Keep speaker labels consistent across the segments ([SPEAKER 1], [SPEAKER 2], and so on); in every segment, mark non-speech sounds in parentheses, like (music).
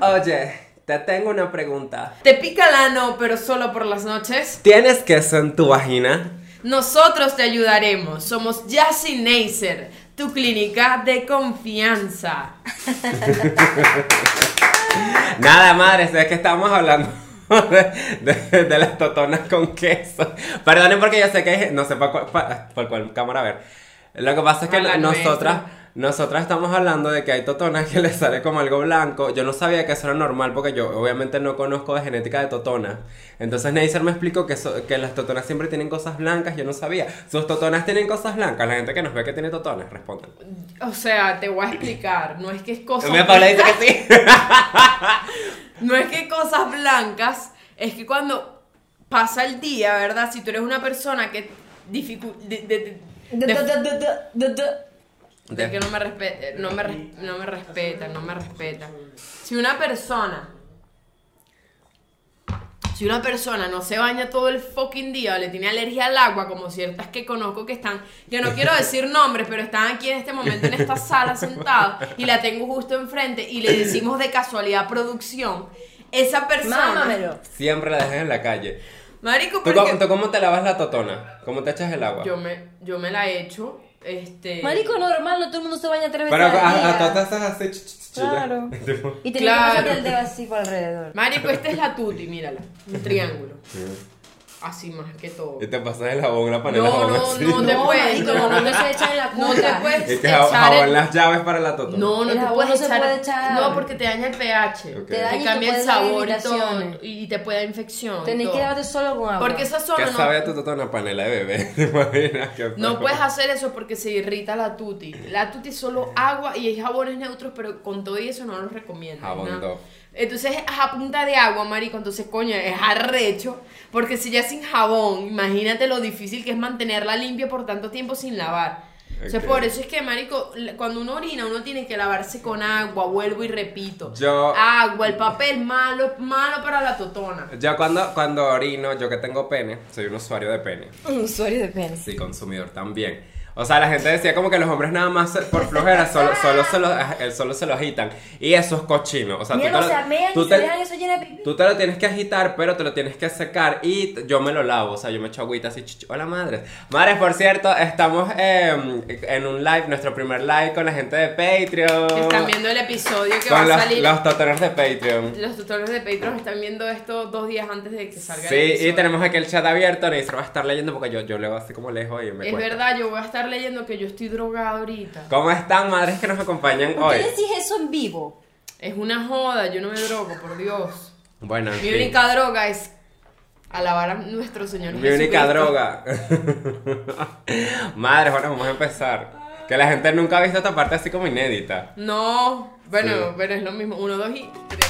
[SPEAKER 1] Oye, te tengo una pregunta.
[SPEAKER 2] ¿Te pica el ano, pero solo por las noches?
[SPEAKER 1] ¿Tienes queso en tu vagina?
[SPEAKER 2] Nosotros te ayudaremos. Somos Yassi Neisser, tu clínica de confianza.
[SPEAKER 1] Nada, madre, es que estamos hablando (laughs) de, de- de las totonas con queso. Perdonen porque yo sé que hay- no sé por cuál, pa- por cuál cámara ver. Lo que pasa es que
[SPEAKER 2] A Ah, la
[SPEAKER 1] nosotras,
[SPEAKER 2] nuestra.
[SPEAKER 1] nosotras estamos hablando de que hay totonas que (laughs) les sale como algo blanco. Yo no sabía que eso era normal porque yo obviamente no conozco de genética de totonas. Entonces Neisser me explicó que, so- que las totonas siempre tienen cosas blancas. Yo no sabía. ¿Sus totonas tienen cosas blancas? La gente que nos ve que tiene totonas, respondan.
[SPEAKER 2] O sea, te voy a explicar. No es que es cosa.
[SPEAKER 1] Me Paula dice que sí.
[SPEAKER 2] (laughs) No es que cosas blancas, es que cuando pasa el día, ¿verdad? Si tú eres una persona que dificu- de- de- de- de- de que no me respeta, no me, res- no me respeta, no me respeta. Si una persona si una persona no se baña todo el fucking día o le tiene alergia al agua, como ciertas que conozco que están, que no quiero
[SPEAKER 1] (laughs)
[SPEAKER 2] decir nombres, pero están aquí en este momento en esta sala sentados y la tengo justo enfrente y le decimos de casualidad producción, esa persona...
[SPEAKER 3] Mámamelo.
[SPEAKER 1] Siempre la dejan en la calle.
[SPEAKER 2] Marico,
[SPEAKER 1] ¿Tú,
[SPEAKER 2] porque
[SPEAKER 1] cómo- tú cómo te lavas la totona? ¿Cómo te echas el agua?
[SPEAKER 2] yo me, yo me la echo, este...
[SPEAKER 3] Marico, normal, no todo el mundo se baña tres veces
[SPEAKER 1] Pero ah,
[SPEAKER 3] al
[SPEAKER 1] a,
[SPEAKER 3] día.
[SPEAKER 1] a todas esas así. ch- ch- ch- (laughs)
[SPEAKER 3] Claro.
[SPEAKER 1] ya. Tipo,
[SPEAKER 3] Y te
[SPEAKER 2] Claro.
[SPEAKER 3] que pasar el dedo así por alrededor.
[SPEAKER 2] Marico, pues esta es la tuti, mírala, un triángulo. Así más que todo.
[SPEAKER 1] Y te pasas el jabón, la panela
[SPEAKER 2] No,
[SPEAKER 1] jabón
[SPEAKER 2] no,
[SPEAKER 1] así. (laughs)
[SPEAKER 2] no, te
[SPEAKER 3] No,
[SPEAKER 2] puedes,
[SPEAKER 3] marico,
[SPEAKER 2] no,
[SPEAKER 3] no,
[SPEAKER 2] no.
[SPEAKER 3] no se echan en la
[SPEAKER 2] No
[SPEAKER 3] cuenta.
[SPEAKER 2] te puedes
[SPEAKER 1] Y te
[SPEAKER 2] echar
[SPEAKER 1] jabón, jabón
[SPEAKER 2] el-
[SPEAKER 1] las llaves para la totona.
[SPEAKER 2] No, no
[SPEAKER 3] El
[SPEAKER 2] te
[SPEAKER 3] jabón
[SPEAKER 2] puedes
[SPEAKER 3] no se
[SPEAKER 2] echar...
[SPEAKER 3] puede echar.
[SPEAKER 2] No, porque te daña el pH.
[SPEAKER 1] Ok.
[SPEAKER 3] Te daña y
[SPEAKER 2] Te
[SPEAKER 3] te
[SPEAKER 2] cambia el
[SPEAKER 3] puede dar
[SPEAKER 2] sabor y todo.
[SPEAKER 3] irritaciones.
[SPEAKER 2] Y te puede dar infección. y
[SPEAKER 3] Tenés
[SPEAKER 2] todo.
[SPEAKER 3] que lavarte solo con agua.
[SPEAKER 2] Porque esa
[SPEAKER 1] ¿Qué
[SPEAKER 2] zona
[SPEAKER 1] sabe a
[SPEAKER 2] no.
[SPEAKER 1] tu totona panela de bebé? (laughs) ¿Te imaginas? Qué
[SPEAKER 2] No
[SPEAKER 1] feo.
[SPEAKER 2] puedes hacer eso porque se irrita la tuti. La tuti es
[SPEAKER 1] Eh.
[SPEAKER 2] solo agua y hay jabones neutros, pero con todo y eso no los recomiendo.
[SPEAKER 1] Jabón
[SPEAKER 2] ¿no?
[SPEAKER 1] Dove.
[SPEAKER 2] Entonces es a punta de agua, marico. Entonces, coño, es arrecho. Porque si ya sin jabón, imagínate lo difícil que es mantenerla limpia por tanto tiempo sin lavar. O sea,
[SPEAKER 1] Ok.
[SPEAKER 2] por eso es que, marico, la- cuando uno orina, uno tiene que lavarse con agua. Vuelvo y repito.
[SPEAKER 1] Yo-
[SPEAKER 2] Agua, el papel malo, malo para la totona.
[SPEAKER 1] Yo cuando, cuando orino, yo que tengo pene, soy un usuario de pene.
[SPEAKER 3] Un usuario de pene.
[SPEAKER 1] Sí, consumidor también. O sea, la gente decía como que los hombres nada más se- por flojera solo, solo, se lo, el solo se lo agitan. Y eso es cochino. O sea, tú
[SPEAKER 3] Mierda, o
[SPEAKER 1] te lo-
[SPEAKER 3] sea, mean
[SPEAKER 1] tú
[SPEAKER 3] y
[SPEAKER 1] te-
[SPEAKER 3] se dejan eso lleno de pipí.
[SPEAKER 1] Tú te lo tienes que agitar, pero te lo tienes que secar. Y t- yo me lo lavo, o sea, yo me echo agüita así. chuchu. Hola, madres. Madres, por cierto, estamos em, en un live, nuestro primer live con la gente de Patreon.
[SPEAKER 2] Están viendo el episodio que va
[SPEAKER 1] con
[SPEAKER 2] a
[SPEAKER 1] los,
[SPEAKER 2] salir.
[SPEAKER 1] los totoneros de Patreon.
[SPEAKER 2] Los tutores de Patreon están viendo esto dos días antes de que salga el
[SPEAKER 1] Sí, y
[SPEAKER 2] episodio.
[SPEAKER 1] tenemos aquí el chat abierto. Neisser va a estar leyendo porque yo, yo leo así como lejos y me
[SPEAKER 2] Es
[SPEAKER 1] cuesta.
[SPEAKER 2] verdad, yo voy a estar leyendo que yo estoy drogada ahorita.
[SPEAKER 1] ¿Cómo están, madres que nos acompañan
[SPEAKER 3] ¿Por
[SPEAKER 1] hoy?
[SPEAKER 3] qué decís eso en vivo?
[SPEAKER 2] Es una joda, yo no me drogo, por Dios.
[SPEAKER 1] Bueno, en
[SPEAKER 2] Mi
[SPEAKER 1] fin.
[SPEAKER 2] única droga es alabar a nuestro Señor
[SPEAKER 1] Mi única
[SPEAKER 2] Jesucristo.
[SPEAKER 1] droga. (laughs) madres, bueno, vamos a empezar. Que la gente nunca ha visto esta parte así como inédita.
[SPEAKER 2] No, bueno,
[SPEAKER 1] Sí.
[SPEAKER 2] bueno, es lo mismo. Uno, dos y tres.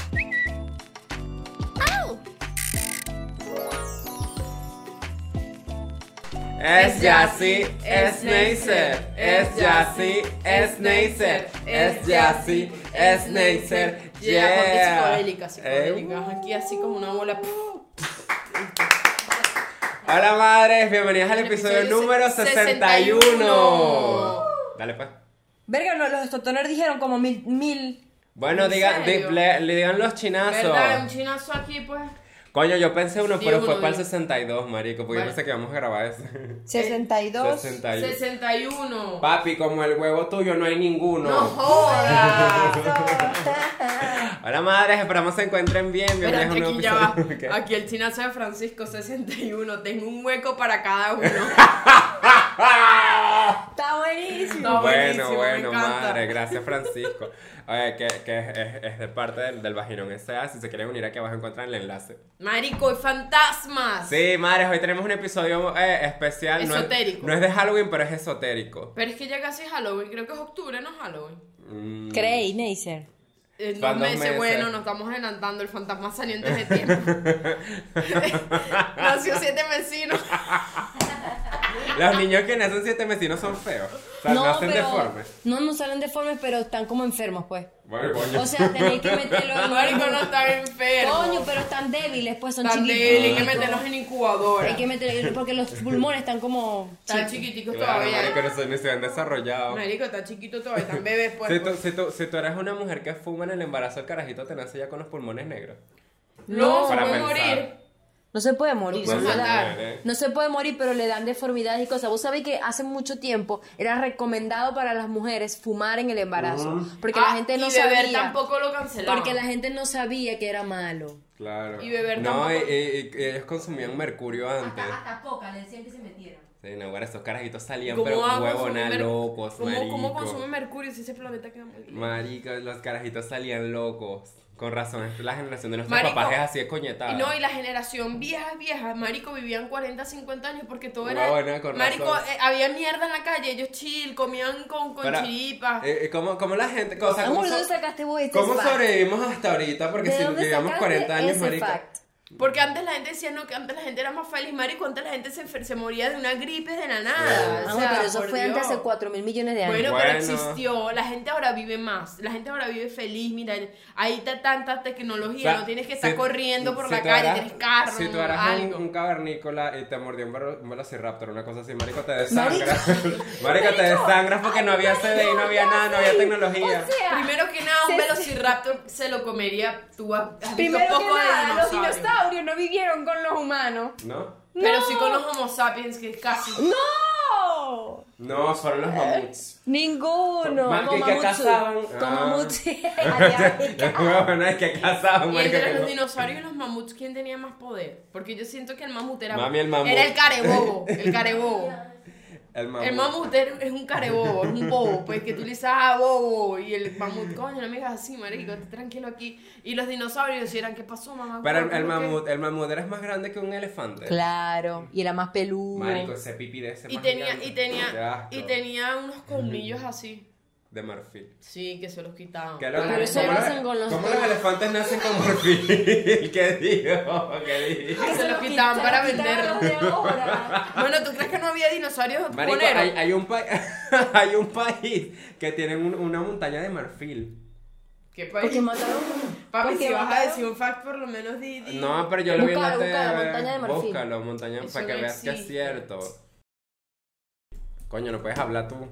[SPEAKER 1] Es Yassi, es Neisser, es Yassi, es Neisser, es Yassi, es Neisser,
[SPEAKER 2] Yeah, porque es
[SPEAKER 1] yeah.
[SPEAKER 2] psicodélica, psicodélica.
[SPEAKER 1] Eh, uh.
[SPEAKER 2] Aquí así como una bola.
[SPEAKER 1] Hola madres, bienvenidas al
[SPEAKER 2] El
[SPEAKER 1] episodio
[SPEAKER 2] episodio
[SPEAKER 1] número
[SPEAKER 2] 61.
[SPEAKER 1] 61. Dale pues.
[SPEAKER 3] Verga, no, los totoneros dijeron como mil, mil.
[SPEAKER 1] Bueno,
[SPEAKER 2] ¿En
[SPEAKER 1] diga, di-
[SPEAKER 2] serio?
[SPEAKER 1] le, le digan los chinazos.
[SPEAKER 2] ¿Verdad? Un chinazo aquí, pues.
[SPEAKER 1] Coño, yo pensé uno,
[SPEAKER 2] Sí,
[SPEAKER 1] pero
[SPEAKER 2] uno,
[SPEAKER 1] fue para el
[SPEAKER 2] uno.
[SPEAKER 1] 62, marico, porque yo
[SPEAKER 2] Vale.
[SPEAKER 1] pensé que íbamos a grabar ese. (laughs)
[SPEAKER 3] 62.
[SPEAKER 1] Eh, 61.
[SPEAKER 2] 61.
[SPEAKER 1] Papi, como el huevo tuyo no hay ninguno.
[SPEAKER 2] No
[SPEAKER 1] (laughs)
[SPEAKER 2] jodas.
[SPEAKER 1] Hola madres, esperamos se encuentren bien.
[SPEAKER 2] Espérate,
[SPEAKER 1] Bienvenidos a un
[SPEAKER 2] aquí
[SPEAKER 1] nuevo
[SPEAKER 2] ya va.
[SPEAKER 1] episodio. (laughs) Ok.
[SPEAKER 2] Aquí el chinazo de Francisco 61. Tengo un hueco para
[SPEAKER 1] (laughs)
[SPEAKER 2] cada uno.
[SPEAKER 3] Está buenísimo.
[SPEAKER 2] Está
[SPEAKER 1] Ah. bueno,
[SPEAKER 2] buenísimo,
[SPEAKER 1] bueno,
[SPEAKER 2] me encanta.
[SPEAKER 1] madre, gracias Francisco. Oye, que, que es, es- es de parte del, del Vaginón S.A. Si se quieren unir aquí abajo encuentran el enlace.
[SPEAKER 2] Marico, y fantasmas.
[SPEAKER 1] Sí, madres, hoy tenemos un episodio eh, especial. no es-
[SPEAKER 2] Esotérico.
[SPEAKER 1] No es, de Halloween, pero es esotérico.
[SPEAKER 2] Pero es que ya casi es Halloween, creo que es octubre, no es Halloween.
[SPEAKER 1] Mm,
[SPEAKER 3] Creí, Neisser.
[SPEAKER 2] En
[SPEAKER 1] Van dos
[SPEAKER 2] dos meses,
[SPEAKER 1] meses.
[SPEAKER 2] bueno, nos estamos adelantando, el fantasma salió antes de
[SPEAKER 1] (laughs)
[SPEAKER 2] tiempo. Nació siete vecinos. (laughs)
[SPEAKER 1] Los niños que nacen siete meses no son feos. O sea, nacen deformes.
[SPEAKER 3] No, no salen deformes, pero están como enfermos, pues.
[SPEAKER 1] Bueno, coño.
[SPEAKER 3] O sea, tenéis que meterlo en
[SPEAKER 2] Marico, no están enfermos.
[SPEAKER 3] Coño, pero están débiles, pues son
[SPEAKER 2] Están
[SPEAKER 3] chiquitos.
[SPEAKER 2] débiles, hay que meterlos en incubadora.
[SPEAKER 3] Hay que meterlo porque los pulmones están como.
[SPEAKER 2] Están chiquiticos
[SPEAKER 1] Claro,
[SPEAKER 2] todavía.
[SPEAKER 1] marico, no se, ni se han desarrollado.
[SPEAKER 2] Marico, está chiquito todavía,
[SPEAKER 1] (laughs)
[SPEAKER 2] están bebés pues.
[SPEAKER 1] Si tú, si, tú, si tú eres una mujer que fuma en el embarazo, el carajito te nace ya con los pulmones negros.
[SPEAKER 2] No, se
[SPEAKER 1] Para
[SPEAKER 2] puede
[SPEAKER 1] pensar.
[SPEAKER 2] morir.
[SPEAKER 3] No se puede morir,
[SPEAKER 2] No
[SPEAKER 3] ¿verdad?
[SPEAKER 2] se puede
[SPEAKER 1] morir, ¿eh?
[SPEAKER 3] No se puede morir, pero le dan deformidades y cosas. Vos sabés que hace mucho tiempo era recomendado para las mujeres fumar en el embarazo, porque la
[SPEAKER 2] Ah,
[SPEAKER 3] gente no
[SPEAKER 2] y beber
[SPEAKER 3] sabía.
[SPEAKER 2] tampoco lo cancelaron.
[SPEAKER 3] Porque la gente no sabía que era malo.
[SPEAKER 1] Claro.
[SPEAKER 2] Y beber
[SPEAKER 1] No, y,
[SPEAKER 2] tampoco.
[SPEAKER 1] y- y ellos consumían mercurio antes.
[SPEAKER 3] poca le decían que se metieran.
[SPEAKER 1] Sí, no, bueno, esos carajitos salían,
[SPEAKER 2] ¿Cómo
[SPEAKER 1] pero
[SPEAKER 2] va a
[SPEAKER 1] huevona,
[SPEAKER 2] consumir mer-
[SPEAKER 1] locos,
[SPEAKER 2] ¿Cómo,
[SPEAKER 1] marico.
[SPEAKER 2] ¿Cómo consume mercurio si ese planeta queda muy
[SPEAKER 1] Marico, los carajitos salían locos. Con razón, es que la generación de nuestros
[SPEAKER 2] Marico.
[SPEAKER 1] papás es así de coñetada.
[SPEAKER 2] Y no, y la generación vieja, vieja, marico, vivían 40, 50 años porque todo era...
[SPEAKER 1] Huevona, con
[SPEAKER 2] marico,
[SPEAKER 1] razón.
[SPEAKER 2] eh, había mierda en la calle, ellos chill, comían con, con
[SPEAKER 1] Para-
[SPEAKER 2] chiripas.
[SPEAKER 1] eh, eh, ¿cómo, cómo la gente? O sea, ¿cómo,
[SPEAKER 3] Amor,
[SPEAKER 1] so-
[SPEAKER 3] ¿dónde Ah, sacaste vos este
[SPEAKER 1] cómo
[SPEAKER 3] fact?
[SPEAKER 1] sobrevivimos hasta ahorita? Porque
[SPEAKER 3] ¿De
[SPEAKER 1] si
[SPEAKER 3] dónde
[SPEAKER 1] vivíamos
[SPEAKER 3] sacaste
[SPEAKER 1] 40 años,
[SPEAKER 3] ese
[SPEAKER 1] marico.
[SPEAKER 3] fact?
[SPEAKER 2] Porque antes la gente decía, no, que antes la gente era más feliz, marico, antes la gente se, enfer- se moría de una gripe de la nada.
[SPEAKER 3] Amor,
[SPEAKER 2] Ah, o sea,
[SPEAKER 3] pero eso
[SPEAKER 2] por
[SPEAKER 3] fue antes
[SPEAKER 2] Dios.
[SPEAKER 3] hace 4 mil millones de años.
[SPEAKER 2] Bueno,
[SPEAKER 1] Bueno.
[SPEAKER 2] pero existió, la gente ahora vive más, la gente ahora vive feliz, mira, ahí está tanta tecnología,
[SPEAKER 1] sea,
[SPEAKER 2] no tienes que estar
[SPEAKER 1] si-
[SPEAKER 2] corriendo por
[SPEAKER 1] si
[SPEAKER 2] la
[SPEAKER 1] tú
[SPEAKER 2] calle,
[SPEAKER 1] eras-
[SPEAKER 2] tienes carro,
[SPEAKER 1] Si tú eras un-
[SPEAKER 2] algo.
[SPEAKER 1] un cavernícola y te mordió un, velo- un velociraptor, una cosa así, marico, te
[SPEAKER 2] (laughs)
[SPEAKER 1] desangras. (laughs) marico, te desangras porque no había CD y no había nada, no había tecnología.
[SPEAKER 2] Oh,
[SPEAKER 3] O sea,
[SPEAKER 2] Primero que nada, un
[SPEAKER 3] se-
[SPEAKER 2] velociraptor se lo comería tú. Has has visto
[SPEAKER 3] primero que
[SPEAKER 2] poco de
[SPEAKER 3] nada, los
[SPEAKER 2] dinosaurios.
[SPEAKER 3] dinosaurios no vivieron con los humanos.
[SPEAKER 1] ¿No?
[SPEAKER 2] Pero
[SPEAKER 3] No.
[SPEAKER 2] sí con los Homo sapiens, que es casi.
[SPEAKER 3] ¡No!
[SPEAKER 1] No, fueron los
[SPEAKER 2] (laughs)
[SPEAKER 1] mamuts.
[SPEAKER 3] Ninguno.
[SPEAKER 1] Mamá, que- que
[SPEAKER 3] Mamutsu.
[SPEAKER 1] cazaban.
[SPEAKER 3] Con
[SPEAKER 1] Ah.
[SPEAKER 3] mamutsu.
[SPEAKER 1] (laughs) bueno, es que casaban,
[SPEAKER 2] Y
[SPEAKER 1] marico.
[SPEAKER 2] entre los
[SPEAKER 1] que no.
[SPEAKER 2] dinosaurios y los mamuts, ¿quién tenía más poder? Porque yo siento que el mamut era.
[SPEAKER 1] Mami, el mamut.
[SPEAKER 2] Era el carebobo.
[SPEAKER 1] (laughs)
[SPEAKER 2] El carebobo.
[SPEAKER 1] El mamut.
[SPEAKER 2] el mamut era- es un carebobo, es un bobo. Pues que tú le dices, ah, bobo. Y el mamut, coño, no me digas así, marico, esté tranquilo aquí. Y los dinosaurios eran, ¿qué pasó, mamá?
[SPEAKER 1] Pero el, el
[SPEAKER 2] ¿Por qué?
[SPEAKER 1] mamut, el mamut era más grande que un elefante.
[SPEAKER 3] Claro. Y era más peludo.
[SPEAKER 1] Marico, ese pipí de ese
[SPEAKER 2] Y
[SPEAKER 1] más
[SPEAKER 2] tenía,
[SPEAKER 1] grande.
[SPEAKER 2] y
[SPEAKER 1] Qué
[SPEAKER 2] tenía,
[SPEAKER 1] asco.
[SPEAKER 2] y tenía unos colmillos así.
[SPEAKER 1] De marfil.
[SPEAKER 2] Sí, que se los quitaban.
[SPEAKER 1] Qué loco.
[SPEAKER 3] Pero eso
[SPEAKER 1] ¿Cómo
[SPEAKER 3] lo
[SPEAKER 1] los-
[SPEAKER 3] hacen con los
[SPEAKER 1] ¿Cómo
[SPEAKER 3] dos.
[SPEAKER 1] los elefantes nacen con marfil? (laughs) ¿Qué digo? ¿Qué digo?
[SPEAKER 2] se lo quitaban para venderlo.
[SPEAKER 3] venderlo.
[SPEAKER 2] Bueno, ¿tú crees que no había dinosaurios
[SPEAKER 1] Marico,
[SPEAKER 2] poneros?
[SPEAKER 1] hay, hay un país (laughs) hay un país que tiene un- una montaña de marfil.
[SPEAKER 2] ¿Qué país?
[SPEAKER 3] Porque mataron.
[SPEAKER 2] pues, Papi,
[SPEAKER 3] porque
[SPEAKER 2] si vas a
[SPEAKER 3] mataron-
[SPEAKER 2] decir un fact, por lo menos di... di.
[SPEAKER 1] No, pero yo lo vi en la
[SPEAKER 3] Búscalo,
[SPEAKER 1] tele.
[SPEAKER 3] búscalo, montaña de marfil.
[SPEAKER 1] Búscalo, montaña
[SPEAKER 2] Eso
[SPEAKER 1] para que
[SPEAKER 2] no
[SPEAKER 1] veas que es
[SPEAKER 2] existe.
[SPEAKER 1] cierto. Coño, no puedes hablar tú. (laughs)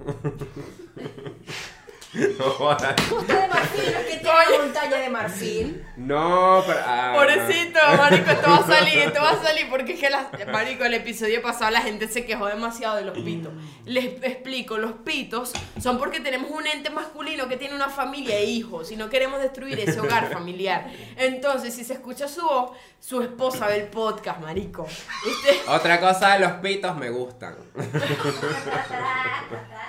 [SPEAKER 1] no, jodas.
[SPEAKER 3] Costa de marfil, los que tiene montaña de marfil.
[SPEAKER 1] No, pero. ah,
[SPEAKER 2] Pobrecito, marico, esto va a salir, esto va a salir porque es que, las- marico, el episodio pasado la gente se quejó demasiado de los pitos. Les explico, los pitos son porque tenemos un ente masculino que tiene una familia e hijos y no queremos destruir ese
[SPEAKER 1] (laughs)
[SPEAKER 2] hogar familiar. Entonces, si se escucha su voz, su esposa ve el podcast, marico. ¿Viste?
[SPEAKER 1] Otra cosa de los pitos me
[SPEAKER 3] (laughs)
[SPEAKER 1] gustan.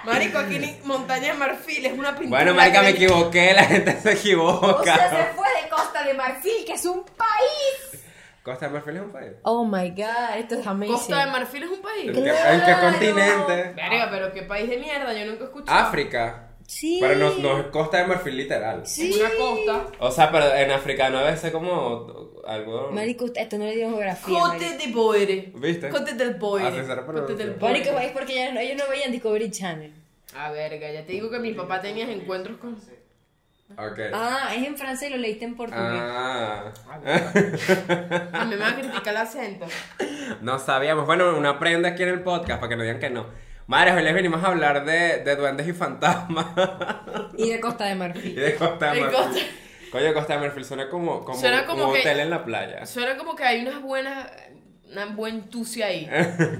[SPEAKER 2] Marico, aquí ni montaña de marfil es una pintura.
[SPEAKER 1] Bueno, marica,
[SPEAKER 2] que-
[SPEAKER 1] me equivoqué, la gente se equivoca.
[SPEAKER 3] O sea, se fue de Costa de Marfil, que es un país.
[SPEAKER 1] Costa de Marfil es un país.
[SPEAKER 3] Oh my god, esto es amazing.
[SPEAKER 2] Costa de Marfil es un país.
[SPEAKER 1] ¿En qué-
[SPEAKER 3] Claro.
[SPEAKER 1] ¿En qué continente?
[SPEAKER 2] Verga, pero qué país de mierda, yo nunca he
[SPEAKER 1] Ah,
[SPEAKER 2] escuchado.
[SPEAKER 1] África.
[SPEAKER 3] Sí.
[SPEAKER 1] Pero no, no es Costa de Marfil literal.
[SPEAKER 2] Es Una costa.
[SPEAKER 1] O sea, pero en africano a veces como algo.
[SPEAKER 3] Marico, esto no le dio geografía.
[SPEAKER 2] Cote
[SPEAKER 3] Marico,
[SPEAKER 2] de pobre.
[SPEAKER 1] ¿Viste?
[SPEAKER 2] Cote del
[SPEAKER 1] Ah,
[SPEAKER 2] pobre.
[SPEAKER 1] sí, será por
[SPEAKER 2] Cote del
[SPEAKER 1] eso.
[SPEAKER 2] pobre.
[SPEAKER 3] Marico, es porque ya no- ellos no veían Discovery Channel.
[SPEAKER 2] Ah, verga, ya te digo que mi papá tenía encuentros con.
[SPEAKER 1] Ok.
[SPEAKER 3] Ah, es en francés y lo leíste en portugués.
[SPEAKER 1] Ah. (laughs)
[SPEAKER 2] A mí me va a criticar el acento.
[SPEAKER 1] No sabíamos. Bueno, una prenda aquí en el podcast para que no digan que no. Madres, hoy les venimos a hablar de, de duendes y fantasmas. (laughs)
[SPEAKER 3] Y de Costa de
[SPEAKER 1] y
[SPEAKER 3] Marfil.
[SPEAKER 1] de Costa de
[SPEAKER 2] Y
[SPEAKER 1] Marfil. Coño, Costa de Marfil suena como, como,
[SPEAKER 2] Suena como que-
[SPEAKER 1] hotel en la playa. (laughs)
[SPEAKER 2] Suena como que hay unas buenas. Una buen tucia ahí.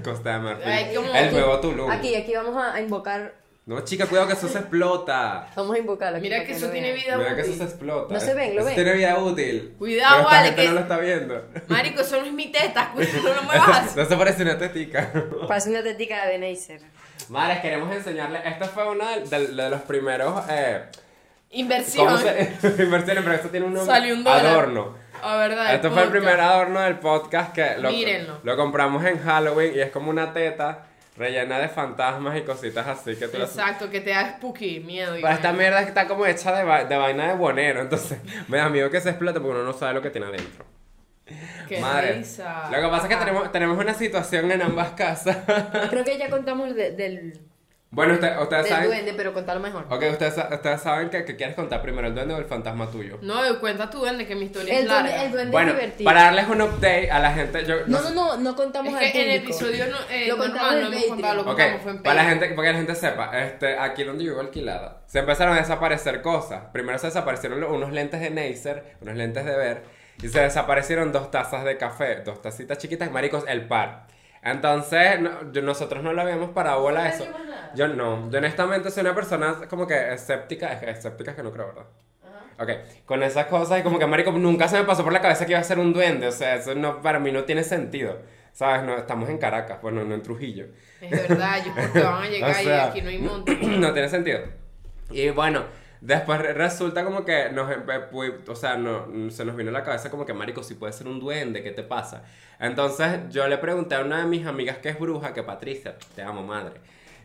[SPEAKER 1] Costa de Marfil.
[SPEAKER 2] Ay, como-
[SPEAKER 1] (laughs) el nuevo Tulum.
[SPEAKER 3] Aquí, aquí vamos a a invocar.
[SPEAKER 1] No, chica, cuidado que eso se explota.
[SPEAKER 3] Vamos a invocarlo. aquí
[SPEAKER 2] Mira
[SPEAKER 3] para
[SPEAKER 2] que
[SPEAKER 3] lo
[SPEAKER 2] eso tiene
[SPEAKER 3] vean.
[SPEAKER 2] vida
[SPEAKER 1] Ah, Mira que eso se
[SPEAKER 2] útil.
[SPEAKER 1] explota.
[SPEAKER 3] No se ven, lo
[SPEAKER 1] Eso
[SPEAKER 3] ven.
[SPEAKER 1] tiene vida útil.
[SPEAKER 2] Cuidado,
[SPEAKER 1] Pero esta
[SPEAKER 2] vale,
[SPEAKER 1] gente
[SPEAKER 2] que-
[SPEAKER 1] no lo está
[SPEAKER 2] (laughs)
[SPEAKER 1] viendo.
[SPEAKER 2] Marico, eso no es mi
[SPEAKER 1] (laughs)
[SPEAKER 2] teta. No me
[SPEAKER 1] Eso, (laughs)
[SPEAKER 2] vas
[SPEAKER 1] eso parece una tetica.
[SPEAKER 3] Parece una tetica de Neisser.
[SPEAKER 1] Madres, queremos enseñarles. Esta fue una de, de- de los primeros. Eh, ¿Cómo
[SPEAKER 2] Inversión.
[SPEAKER 1] se.? (laughs) Inversiones, pero esto tiene un nombre.
[SPEAKER 2] Salió un dólar.
[SPEAKER 1] adorno.
[SPEAKER 2] A Ah, verdad.
[SPEAKER 1] Esto fue el
[SPEAKER 2] podcast.
[SPEAKER 1] primer adorno del podcast que lo,
[SPEAKER 2] Mírenlo.
[SPEAKER 1] lo compramos en Halloween y es como una teta rellena de fantasmas y cositas así que tú lo-
[SPEAKER 2] Exacto, que te da spooky, miedo. y
[SPEAKER 1] Pero esta
[SPEAKER 2] vaina.
[SPEAKER 1] mierda está como hecha de, va- de vaina de bonero, entonces (laughs) me da miedo que se explote porque uno no sabe lo que tiene adentro.
[SPEAKER 2] Qué
[SPEAKER 1] Madre.
[SPEAKER 2] risa.
[SPEAKER 1] Lo que pasa es que
[SPEAKER 2] Ajá. Ah.
[SPEAKER 1] tenemos, tenemos una situación en ambas casas. (laughs)
[SPEAKER 3] Creo que ya contamos de- del.
[SPEAKER 1] Bueno, usted- ustedes
[SPEAKER 3] Del
[SPEAKER 1] saben.
[SPEAKER 3] duende, pero contarlo mejor.
[SPEAKER 1] Ok, ustedes, sa- ustedes saben que, que quieres contar primero el duende o el fantasma tuyo.
[SPEAKER 2] No, cuenta tú, Duende, que mi historia
[SPEAKER 3] El
[SPEAKER 2] es
[SPEAKER 3] duende,
[SPEAKER 2] larga.
[SPEAKER 3] el duende
[SPEAKER 1] Bueno,
[SPEAKER 3] es divertido.
[SPEAKER 1] para darles un update a la gente, yo
[SPEAKER 3] No, no, no, no contamos
[SPEAKER 2] Es que
[SPEAKER 3] al
[SPEAKER 2] en el
[SPEAKER 3] público.
[SPEAKER 2] episodio no, eh,
[SPEAKER 3] Lo
[SPEAKER 2] normal
[SPEAKER 3] contamos en
[SPEAKER 2] no hemos contado lo
[SPEAKER 3] Patreon.
[SPEAKER 1] Ok,
[SPEAKER 2] contamos, fue en
[SPEAKER 1] para la
[SPEAKER 2] Patreon.
[SPEAKER 1] gente, para que la gente sepa, este, aquí donde yo vivo alquilada, se empezaron a desaparecer cosas. Primero se desaparecieron lo- unos lentes de Neisser, unos lentes de ver, y se desaparecieron dos tazas de café, dos tacitas chiquitas, maricos, el par. Entonces, no- yo- nosotros no lo habíamos parado bola a eso. Yo no, yo honestamente soy una persona como que escéptica, es- escéptica es que no creo, ¿verdad? Ok, con esas cosas y como que marico nunca se me pasó por la cabeza que iba a ser un duende, o sea, eso no, para mí no tiene sentido, ¿sabes? No, estamos en Caracas, bueno, no en Trujillo.
[SPEAKER 2] Es verdad, yo creo que van a
[SPEAKER 1] (laughs)
[SPEAKER 2] llegar
[SPEAKER 1] O sea,
[SPEAKER 2] y aquí
[SPEAKER 1] (clears throat)
[SPEAKER 2] no hay
[SPEAKER 3] (laughs)
[SPEAKER 2] monte.
[SPEAKER 1] no tiene sentido. Y bueno, después re- resulta como que nos, empe- pu- o sea, no, se nos vino a la cabeza como que, marico, si puede ser un duende, ¿qué te pasa? Entonces yo le pregunté a una de mis amigas que es bruja, que Patricia, te amo madre,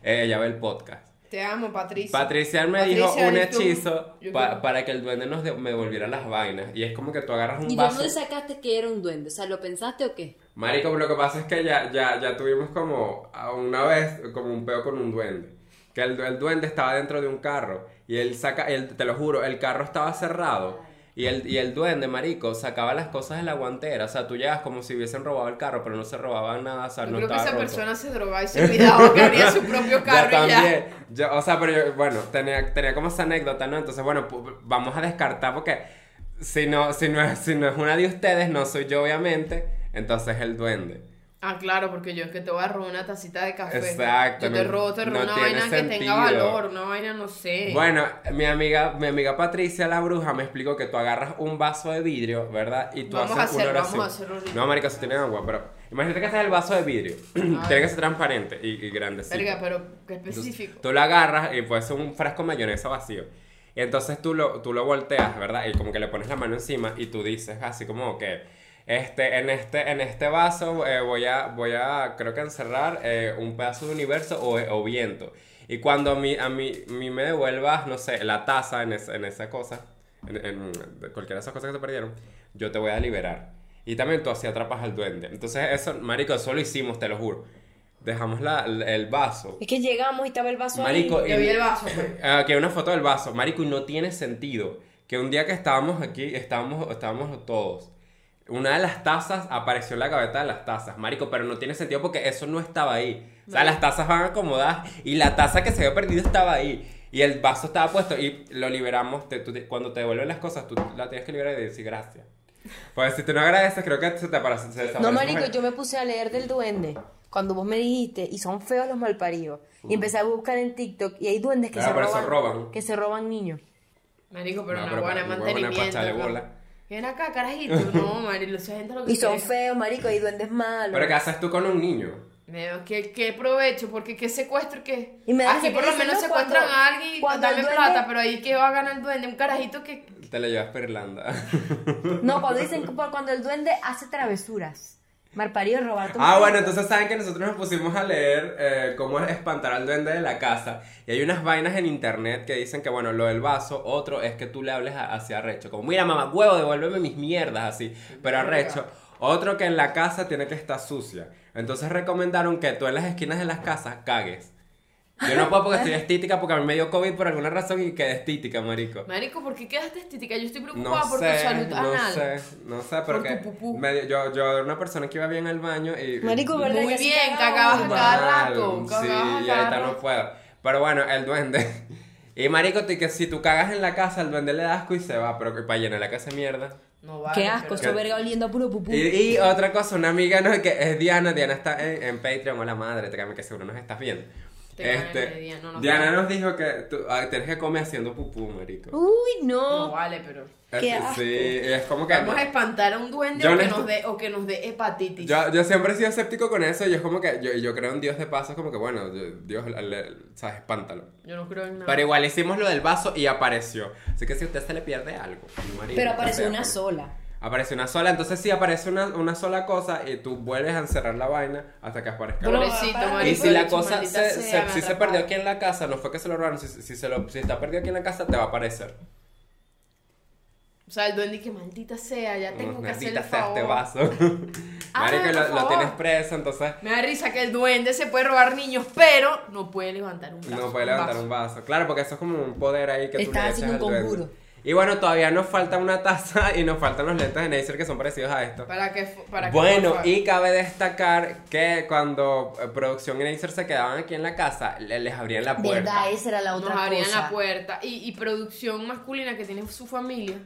[SPEAKER 1] eh, ella ve el podcast.
[SPEAKER 2] Te amo, Patricia.
[SPEAKER 1] Patricia me
[SPEAKER 2] Patricia,
[SPEAKER 1] dijo un
[SPEAKER 2] eres tú.
[SPEAKER 1] hechizo
[SPEAKER 2] Yo
[SPEAKER 1] pa-
[SPEAKER 2] creo.
[SPEAKER 1] para que el duende nos de- me devolviera las vainas. Y es como que tú agarras un
[SPEAKER 3] ¿Y de
[SPEAKER 1] vaso.
[SPEAKER 3] dónde sacaste que era un duende? O sea, ¿lo pensaste o qué?
[SPEAKER 1] Marico, lo que pasa es que ya, ya, ya tuvimos como a una vez como un peo con un duende. Que el, du- el duende estaba dentro de un carro y él saca, él, te lo juro, el carro estaba cerrado y el, y el duende, marico, sacaba las cosas de la guantera. O sea, tú llegas como si hubiesen robado el carro, pero no se robaban nada, o sea,
[SPEAKER 2] Yo
[SPEAKER 1] no
[SPEAKER 2] creo que
[SPEAKER 1] estaba
[SPEAKER 2] esa
[SPEAKER 1] roto.
[SPEAKER 2] persona se drogaba y
[SPEAKER 1] (laughs)
[SPEAKER 2] se olvidaba que abría su propio
[SPEAKER 1] Ya
[SPEAKER 2] carro y ya.
[SPEAKER 1] también, yo, o sea, pero yo, bueno, tenía, tenía como esa anécdota, ¿no? Entonces, bueno, pu- vamos a descartar porque si no, si, no es, si no es una de ustedes, no soy yo, obviamente, entonces el duende.
[SPEAKER 2] Ah, claro, porque yo es que te voy a robar una tacita de café.
[SPEAKER 1] Exacto,
[SPEAKER 2] Yo te
[SPEAKER 1] no-
[SPEAKER 2] robo, te robo
[SPEAKER 1] no
[SPEAKER 2] una
[SPEAKER 1] tiene
[SPEAKER 2] vaina que
[SPEAKER 1] sentido.
[SPEAKER 2] tenga valor, una vaina no sé.
[SPEAKER 1] Bueno, mi amiga, mi amiga Patricia, la bruja, me explicó que tú agarras un vaso de vidrio, ¿verdad? Y tú
[SPEAKER 2] Vamos a
[SPEAKER 1] haces una
[SPEAKER 2] hacer- vamos
[SPEAKER 1] oración.
[SPEAKER 2] a hacer un ritual.
[SPEAKER 1] no, marica, si tiene agua, pero imagínate que este es el vaso de vidrio. (clears throat) tiene que ser transparente y, y grandecito.
[SPEAKER 2] Verga, pero qué
[SPEAKER 1] Entonces,
[SPEAKER 2] específico.
[SPEAKER 1] Tú lo agarras y puede ser un frasco de mayonesa vacío. Y entonces tú lo, tú lo volteas, ¿verdad? Y como que le pones la mano encima y tú dices así como que este, en, este, en este vaso eh, voy, a, voy a, creo que encerrar eh, un pedazo de universo o, o viento. Y cuando a mí, a mí, mí me devuelvas, no sé, la taza en, esa- en esa cosa, en, en cualquiera de esas cosas que se perdieron, yo te voy a liberar. Y también tú así atrapas al duende. Entonces eso, marico, eso lo hicimos, te lo juro. Dejamos la- el vaso
[SPEAKER 3] Es que llegamos y estaba el vaso
[SPEAKER 1] Marico,
[SPEAKER 3] ahí.
[SPEAKER 2] Yo vi el vaso, pues.
[SPEAKER 1] (laughs) Ah, que hay una foto del vaso, marico, y no tiene sentido que un día que estábamos aquí, estábamos, estábamos todos. Una de las tazas apareció en la gaveta de las tazas, marico, pero no tiene sentido porque eso no estaba ahí. O sea, las tazas van acomodadas y la taza que se había perdido estaba ahí. Y el vaso estaba puesto y lo liberamos. Te- tú te- cuando te devuelven las cosas, tú la tienes que liberar y decir gracias. Pues si tú no agradeces, creo que se te aparece. se
[SPEAKER 3] No,
[SPEAKER 1] desaparece.
[SPEAKER 3] marico, yo me puse a leer del duende cuando vos me dijiste, y son feos los malparidos. Y empecé a buscar en TikTok, y hay duendes que
[SPEAKER 1] Claro,
[SPEAKER 3] se
[SPEAKER 1] pero
[SPEAKER 3] roban,
[SPEAKER 1] se Ah, roban.
[SPEAKER 3] que se roban niños.
[SPEAKER 2] Marico, pero
[SPEAKER 1] No,
[SPEAKER 2] una
[SPEAKER 1] pero
[SPEAKER 2] buena
[SPEAKER 1] pa- huevona,
[SPEAKER 2] mantenimiento.
[SPEAKER 1] pa' echarle
[SPEAKER 2] ¿no?
[SPEAKER 1] bola.
[SPEAKER 2] Ven acá, carajito.
[SPEAKER 1] (laughs)
[SPEAKER 2] No, Marico, esa gente lo que
[SPEAKER 3] Y son
[SPEAKER 2] quiere-
[SPEAKER 3] feos, marico, hay duendes malos.
[SPEAKER 1] Pero ¿qué haces tú con un niño?
[SPEAKER 2] Veo que qué provecho, porque qué secuestro que.
[SPEAKER 3] Y me da
[SPEAKER 2] Aquí
[SPEAKER 3] risa
[SPEAKER 2] por
[SPEAKER 3] que
[SPEAKER 2] lo menos
[SPEAKER 3] dicen, no,
[SPEAKER 2] secuestran
[SPEAKER 3] cuando-
[SPEAKER 2] a alguien y
[SPEAKER 3] cuando el
[SPEAKER 2] dame
[SPEAKER 3] duende-
[SPEAKER 2] plata, pero ahí que va a ganar el duende, un carajito que.
[SPEAKER 1] Te la llevas para Irlanda. (laughs)
[SPEAKER 3] No, cuando dicen que por- cuando el duende hace travesuras. Malparido robar tu
[SPEAKER 1] Ah, bueno, entonces saben que nosotros nos pusimos a leer eh, cómo espantar al duende de la casa. Y hay unas vainas en internet que dicen que, bueno, lo del vaso, otro es que tú le hables a- hacia arrecho. Como, mira, mamá, huevo, devuélveme mis mierdas, así. Pero arrecho. Otro que en la casa tiene que estar sucia. Entonces recomendaron que tú en las esquinas de las casas cagues. Yo no puedo porque
[SPEAKER 2] (laughs)
[SPEAKER 1] estoy estítica, porque a mí me dio COVID por alguna razón y quedé estítica, marico.
[SPEAKER 2] Marico, ¿por qué quedaste estética? Yo estoy preocupada
[SPEAKER 1] No
[SPEAKER 2] por
[SPEAKER 1] sé,
[SPEAKER 2] tu salud
[SPEAKER 1] no
[SPEAKER 2] anal.
[SPEAKER 1] sé, no sé, pero
[SPEAKER 2] Por
[SPEAKER 1] que
[SPEAKER 2] tu pupú.
[SPEAKER 1] medio- yo, yo era una persona que iba bien al baño y...
[SPEAKER 3] Marico,
[SPEAKER 1] y-
[SPEAKER 3] ¿verdad?
[SPEAKER 2] Muy
[SPEAKER 3] que así
[SPEAKER 2] bien,
[SPEAKER 3] cagaba
[SPEAKER 2] cagabas a
[SPEAKER 3] uno?
[SPEAKER 2] cada
[SPEAKER 1] Mal,
[SPEAKER 2] rato.
[SPEAKER 1] Sí,
[SPEAKER 2] Cagabas a
[SPEAKER 1] y
[SPEAKER 2] cada
[SPEAKER 1] ahorita no
[SPEAKER 2] rato.
[SPEAKER 1] puedo. Pero bueno, el duende. (laughs) Y marico, te- que si tú cagas en la casa, el duende le da asco y se va, pero que para llenar la casa de mierda.
[SPEAKER 2] No vale,
[SPEAKER 3] Qué asco,
[SPEAKER 2] pero-
[SPEAKER 3] eso verga oliendo a puro pupú.
[SPEAKER 1] Y, ah, y otra cosa, una amiga ¿no? que es Diana, Diana está en, en Patreon, hola madre, te cambio que seguro nos estás viendo. Este,
[SPEAKER 2] Te cae de Diana, no, no.
[SPEAKER 1] Diana nos dijo que tú, ah, tienes que comer haciendo pupú, marico.
[SPEAKER 2] Uh,
[SPEAKER 3] Uy,
[SPEAKER 2] No
[SPEAKER 3] no.
[SPEAKER 2] vale, pero.
[SPEAKER 1] Es
[SPEAKER 3] qué
[SPEAKER 1] que
[SPEAKER 3] asco.
[SPEAKER 1] Sí, es como que...
[SPEAKER 2] Vamos a espantar a un duende
[SPEAKER 1] Yo
[SPEAKER 2] o que,
[SPEAKER 1] honesto-
[SPEAKER 2] nos dé, o que nos dé hepatitis.
[SPEAKER 1] Yo, yo siempre he sido escéptico con eso y es como que yo, yo creo en Dios de paso, como que bueno, yo- Dios, le- le- sabes, espántalo.
[SPEAKER 2] Yo no creo en nada.
[SPEAKER 1] Pero igual hicimos lo del vaso y apareció. Así que si a usted se le pierde algo, marico,
[SPEAKER 3] Pero
[SPEAKER 1] o
[SPEAKER 3] apareció
[SPEAKER 1] sea,
[SPEAKER 3] una sola.
[SPEAKER 1] Apareció una sola, entonces sí aparece una, una sola cosa y tú vuelves a encerrar la vaina hasta que aparezca
[SPEAKER 3] Pero-
[SPEAKER 1] otra.
[SPEAKER 2] Pobrecito,
[SPEAKER 3] Pero-
[SPEAKER 2] marico.
[SPEAKER 1] Y si la
[SPEAKER 2] bicho,
[SPEAKER 1] cosa
[SPEAKER 2] maldita
[SPEAKER 1] se,
[SPEAKER 2] sea,
[SPEAKER 1] se-
[SPEAKER 2] me
[SPEAKER 1] si se
[SPEAKER 2] atraparon.
[SPEAKER 1] perdió aquí en la casa, no fue que se lo robaron, si, si se lo, si está perdido aquí en la casa, te va a aparecer.
[SPEAKER 2] O sea, el duende que maldita sea, ya tengo
[SPEAKER 1] Unos
[SPEAKER 2] que hacer
[SPEAKER 1] nerditas
[SPEAKER 2] el
[SPEAKER 1] sea
[SPEAKER 2] favor.
[SPEAKER 1] este vaso. (laughs)
[SPEAKER 2] Ah,
[SPEAKER 1] Marico,
[SPEAKER 2] por
[SPEAKER 1] lo, lo
[SPEAKER 2] favor.
[SPEAKER 1] tienes preso, entonces
[SPEAKER 2] Me da risa que el duende se puede robar niños, pero no puede levantar un brazo.
[SPEAKER 1] no puede levantar un vaso. Claro, porque eso es como un poder ahí que tú
[SPEAKER 3] Estás
[SPEAKER 1] le
[SPEAKER 3] haciendo
[SPEAKER 1] echas
[SPEAKER 3] un
[SPEAKER 1] al duende.
[SPEAKER 3] conjuro.
[SPEAKER 1] Y bueno, todavía nos falta una taza (laughs) y nos faltan los lentes de Neisser que son parecidos a esto.
[SPEAKER 2] Para que. fu- Para que
[SPEAKER 1] Bueno,
[SPEAKER 2] por favor.
[SPEAKER 1] y cabe destacar que cuando eh, producción y Neisser se quedaban aquí en la casa, le- les abrían la puerta.
[SPEAKER 3] Verdad, esa era la
[SPEAKER 2] Nos
[SPEAKER 3] otra
[SPEAKER 2] abrían
[SPEAKER 3] cosa.
[SPEAKER 2] la puerta. Y, y producción masculina que tiene su familia.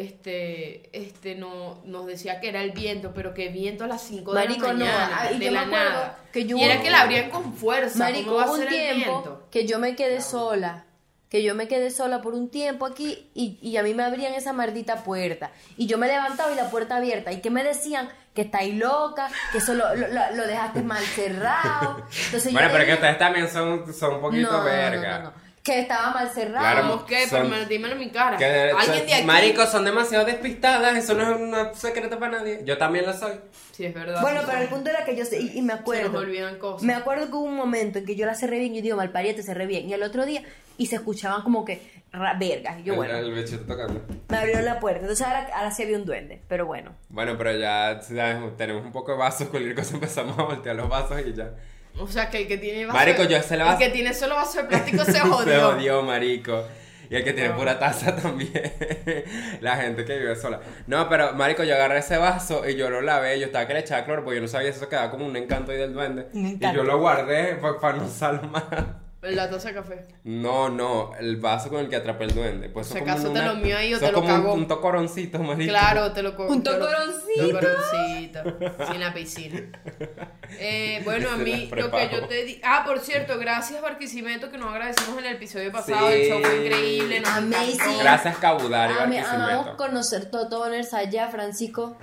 [SPEAKER 2] Este, este no, nos decía que era el viento, pero que viento a las 5 de
[SPEAKER 3] Marico,
[SPEAKER 2] la
[SPEAKER 3] no,
[SPEAKER 2] mañana,
[SPEAKER 3] ah, y
[SPEAKER 2] de
[SPEAKER 3] yo me
[SPEAKER 2] la
[SPEAKER 3] acuerdo
[SPEAKER 2] nada.
[SPEAKER 3] que yo-
[SPEAKER 2] y era que la abrían con fuerza,
[SPEAKER 3] Marico,
[SPEAKER 2] ¿cómo va a
[SPEAKER 3] hubo un
[SPEAKER 2] ser el
[SPEAKER 3] tiempo
[SPEAKER 2] viento?
[SPEAKER 3] que yo me quedé sola. Que yo me quedé sola por un tiempo aquí y, y a mí me abrían esa maldita puerta. Y yo me levantaba y la puerta abierta. Y que me decían que estáis loca, que eso lo, lo- lo- lo dejaste mal cerrado. Entonces
[SPEAKER 1] Bueno,
[SPEAKER 3] yo
[SPEAKER 1] pero que
[SPEAKER 3] dije,
[SPEAKER 1] ustedes también son, son un poquito
[SPEAKER 3] no, no, no,
[SPEAKER 1] verga.
[SPEAKER 3] no, no, Que estaba mal cerrado.
[SPEAKER 1] Claro,
[SPEAKER 2] ¿Cómo que?
[SPEAKER 1] son-
[SPEAKER 2] Pero me- dímelo en mi cara.
[SPEAKER 1] Que de-
[SPEAKER 2] Alguien
[SPEAKER 1] son-
[SPEAKER 2] de aquí.
[SPEAKER 1] Marico, son demasiado despistadas, eso no es un secreto para nadie. Yo también lo soy.
[SPEAKER 2] Sí, es verdad.
[SPEAKER 3] Bueno,
[SPEAKER 2] sí,
[SPEAKER 3] pero
[SPEAKER 2] sí.
[SPEAKER 3] el punto era que yo sé, y, y me acuerdo.
[SPEAKER 2] Se nos olvidan cosas.
[SPEAKER 3] Me acuerdo que hubo un momento en que yo la cerré bien, yo digo, mal pariente, te cerré bien. Y al otro día, y se escuchaban como que ra- vergas. Y yo,
[SPEAKER 1] El-
[SPEAKER 3] bueno,
[SPEAKER 1] el bichito tocando.
[SPEAKER 3] me abrieron la puerta. Entonces ahora, ahora sí había un duende, pero bueno.
[SPEAKER 1] Bueno, pero ya ¿sabes? tenemos un poco de vasos, cualquier cosa empezamos a voltear los vasos y ya.
[SPEAKER 2] O sea, que el que tiene vaso
[SPEAKER 1] Marico,
[SPEAKER 2] de-
[SPEAKER 1] yo ese le va-
[SPEAKER 2] El que tiene solo vaso de plástico (laughs) se
[SPEAKER 1] (laughs)
[SPEAKER 2] jodió.
[SPEAKER 1] Se odió, marico. Y el que tiene pura taza también. (laughs) la gente que vive sola. No, pero, marico, yo agarré ese vaso y yo lo lavé. Yo estaba que le echaba cloro porque yo no sabía eso quedaba como un encanto ahí del duende.
[SPEAKER 3] Un
[SPEAKER 1] Y
[SPEAKER 3] encanto.
[SPEAKER 1] yo lo guardé para, no usarlo más.
[SPEAKER 2] La taza
[SPEAKER 1] (laughs)
[SPEAKER 2] de café.
[SPEAKER 1] No, no, el vaso con el que atrapé el duende. Pues
[SPEAKER 2] Si
[SPEAKER 1] eso como
[SPEAKER 2] acaso te
[SPEAKER 1] una-
[SPEAKER 2] lo mío ahí o
[SPEAKER 1] eso
[SPEAKER 2] te lo
[SPEAKER 1] como un-
[SPEAKER 2] cagó.
[SPEAKER 1] Un, tocoroncito, marico.
[SPEAKER 2] Claro, te lo co-
[SPEAKER 3] Un
[SPEAKER 2] te lo-
[SPEAKER 3] tocoroncito.
[SPEAKER 2] Un tocoroncito. Sin la piscina.
[SPEAKER 1] (laughs)
[SPEAKER 2] Eh, bueno, a
[SPEAKER 1] Se
[SPEAKER 2] mí
[SPEAKER 1] las
[SPEAKER 2] lo que
[SPEAKER 1] prepago.
[SPEAKER 2] yo te di. Ah, por cierto, gracias Barquisimeto que nos agradecimos en el episodio pasado.
[SPEAKER 1] Sí.
[SPEAKER 2] El show fue increíble. Nos
[SPEAKER 3] Amazing.
[SPEAKER 2] encantó.
[SPEAKER 1] Gracias, Caudal y
[SPEAKER 3] Ah, me-
[SPEAKER 1] Barquisimeto.
[SPEAKER 3] amamos conocer Totoners allá, Francisco.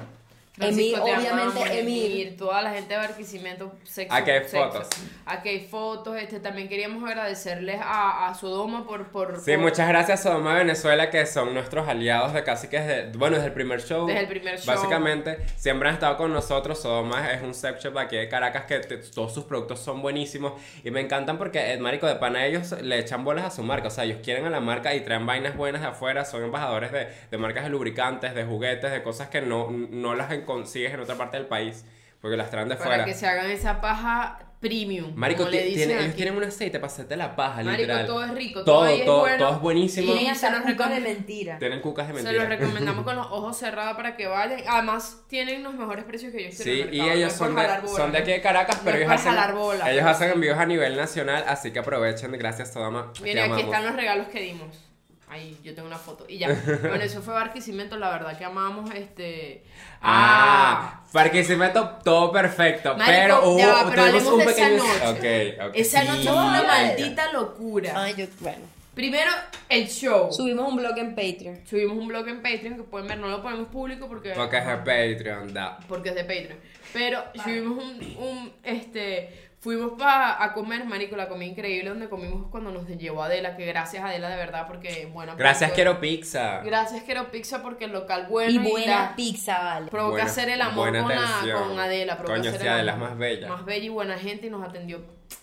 [SPEAKER 3] Emir,
[SPEAKER 2] Francisco, te
[SPEAKER 3] obviamente,
[SPEAKER 2] amamos,
[SPEAKER 3] Emir.
[SPEAKER 2] Toda la gente de Barquisimeto, sexo.
[SPEAKER 1] Aquí hay
[SPEAKER 2] sexo.
[SPEAKER 1] fotos.
[SPEAKER 2] Aquí hay fotos. Este, también queríamos agradecerles a, a Sodoma por. por
[SPEAKER 1] Sí,
[SPEAKER 2] por-
[SPEAKER 1] muchas gracias Sodoma Venezuela, que son nuestros aliados de casi que desde, bueno, desde el primer show.
[SPEAKER 2] Desde el primer show.
[SPEAKER 1] Básicamente, siempre han estado con nosotros. Sodoma es un sex shop aquí de Caracas que te- todos sus productos son buenísimos y me encantan porque, eh, marico, de pana ellos le echan bolas a su marca. O sea, ellos quieren a la marca y traen vainas buenas de afuera. Son embajadores de, de marcas de lubricantes, de juguetes, de cosas que no, no las en- consigues en otra parte del país porque las traen de
[SPEAKER 2] Para
[SPEAKER 1] fuera.
[SPEAKER 2] que se hagan esa paja premium.
[SPEAKER 1] Marico,
[SPEAKER 2] como le
[SPEAKER 1] ti-
[SPEAKER 2] dicen
[SPEAKER 1] tiene- ellos
[SPEAKER 2] aquí.
[SPEAKER 1] tienen un aceite para hacerte la paja,
[SPEAKER 2] Marico,
[SPEAKER 1] literal.
[SPEAKER 2] todo es rico, todo
[SPEAKER 1] todo,
[SPEAKER 2] ahí es
[SPEAKER 1] todo,
[SPEAKER 2] bueno.
[SPEAKER 1] todo es buenísimo.
[SPEAKER 3] Tienen
[SPEAKER 2] se
[SPEAKER 3] hasta
[SPEAKER 2] los
[SPEAKER 3] cucas de
[SPEAKER 2] recom-
[SPEAKER 3] mentira.
[SPEAKER 1] Tienen cucas de
[SPEAKER 2] Se los
[SPEAKER 1] mentira.
[SPEAKER 2] recomendamos con los ojos cerrados para que vayan. Además, tienen los mejores precios que yo he visto
[SPEAKER 1] Sí,
[SPEAKER 2] en el
[SPEAKER 1] y
[SPEAKER 2] mercado.
[SPEAKER 1] ellos
[SPEAKER 2] No es por
[SPEAKER 1] son de,
[SPEAKER 2] jalar bola,
[SPEAKER 1] son de
[SPEAKER 2] ¿no?
[SPEAKER 1] aquí de Caracas,
[SPEAKER 2] No
[SPEAKER 1] pero
[SPEAKER 2] es
[SPEAKER 1] ellos
[SPEAKER 2] por
[SPEAKER 1] hacen,
[SPEAKER 2] jalar bola.
[SPEAKER 1] ellos hacen envíos a nivel nacional, así que aprovechen. Gracias, Sodoma. te
[SPEAKER 2] Miren, aquí
[SPEAKER 1] amamos.
[SPEAKER 2] están los regalos que dimos. Ahí, yo tengo una foto.
[SPEAKER 1] (laughs)
[SPEAKER 2] Y ya. Bueno, eso fue Barquisimeto, la verdad que amamos este.
[SPEAKER 1] Ah, Barquisimeto, todo perfecto,
[SPEAKER 2] Marico,
[SPEAKER 1] pero hubo
[SPEAKER 2] ya va, pero
[SPEAKER 1] tuvimos
[SPEAKER 2] hablemos
[SPEAKER 1] un
[SPEAKER 2] de esa
[SPEAKER 1] pequeño...
[SPEAKER 2] noche.
[SPEAKER 1] Ok, ok.
[SPEAKER 2] Esa
[SPEAKER 1] Sí.
[SPEAKER 2] noche fue una maldita locura.
[SPEAKER 3] Ay, yo, bueno.
[SPEAKER 2] Primero, el show.
[SPEAKER 3] Subimos un blog en Patreon.
[SPEAKER 2] Subimos un blog en Patreon que pueden ver, no lo ponemos público porque.
[SPEAKER 1] Porque es de Patreon, da.
[SPEAKER 2] porque es de Patreon. Pero subimos un, un, este, fuimos pa- a comer, marico, la comida increíble donde comimos cuando nos llevó Adela, que gracias Adela de verdad porque bueno.
[SPEAKER 1] Gracias, quiero pizza.
[SPEAKER 2] Gracias Quiero Pizza porque el local bueno
[SPEAKER 3] Y
[SPEAKER 2] y
[SPEAKER 3] buena
[SPEAKER 2] la-
[SPEAKER 3] pizza, vale.
[SPEAKER 2] Provoca
[SPEAKER 1] Buena-
[SPEAKER 2] hacer el amor
[SPEAKER 1] buena
[SPEAKER 2] con, la-
[SPEAKER 1] atención.
[SPEAKER 2] con Adela. provoca
[SPEAKER 1] Coño,
[SPEAKER 2] hacer
[SPEAKER 1] sí,
[SPEAKER 2] el
[SPEAKER 1] Adela es
[SPEAKER 2] amor.
[SPEAKER 1] más bella.
[SPEAKER 2] Más bella y buena gente y nos atendió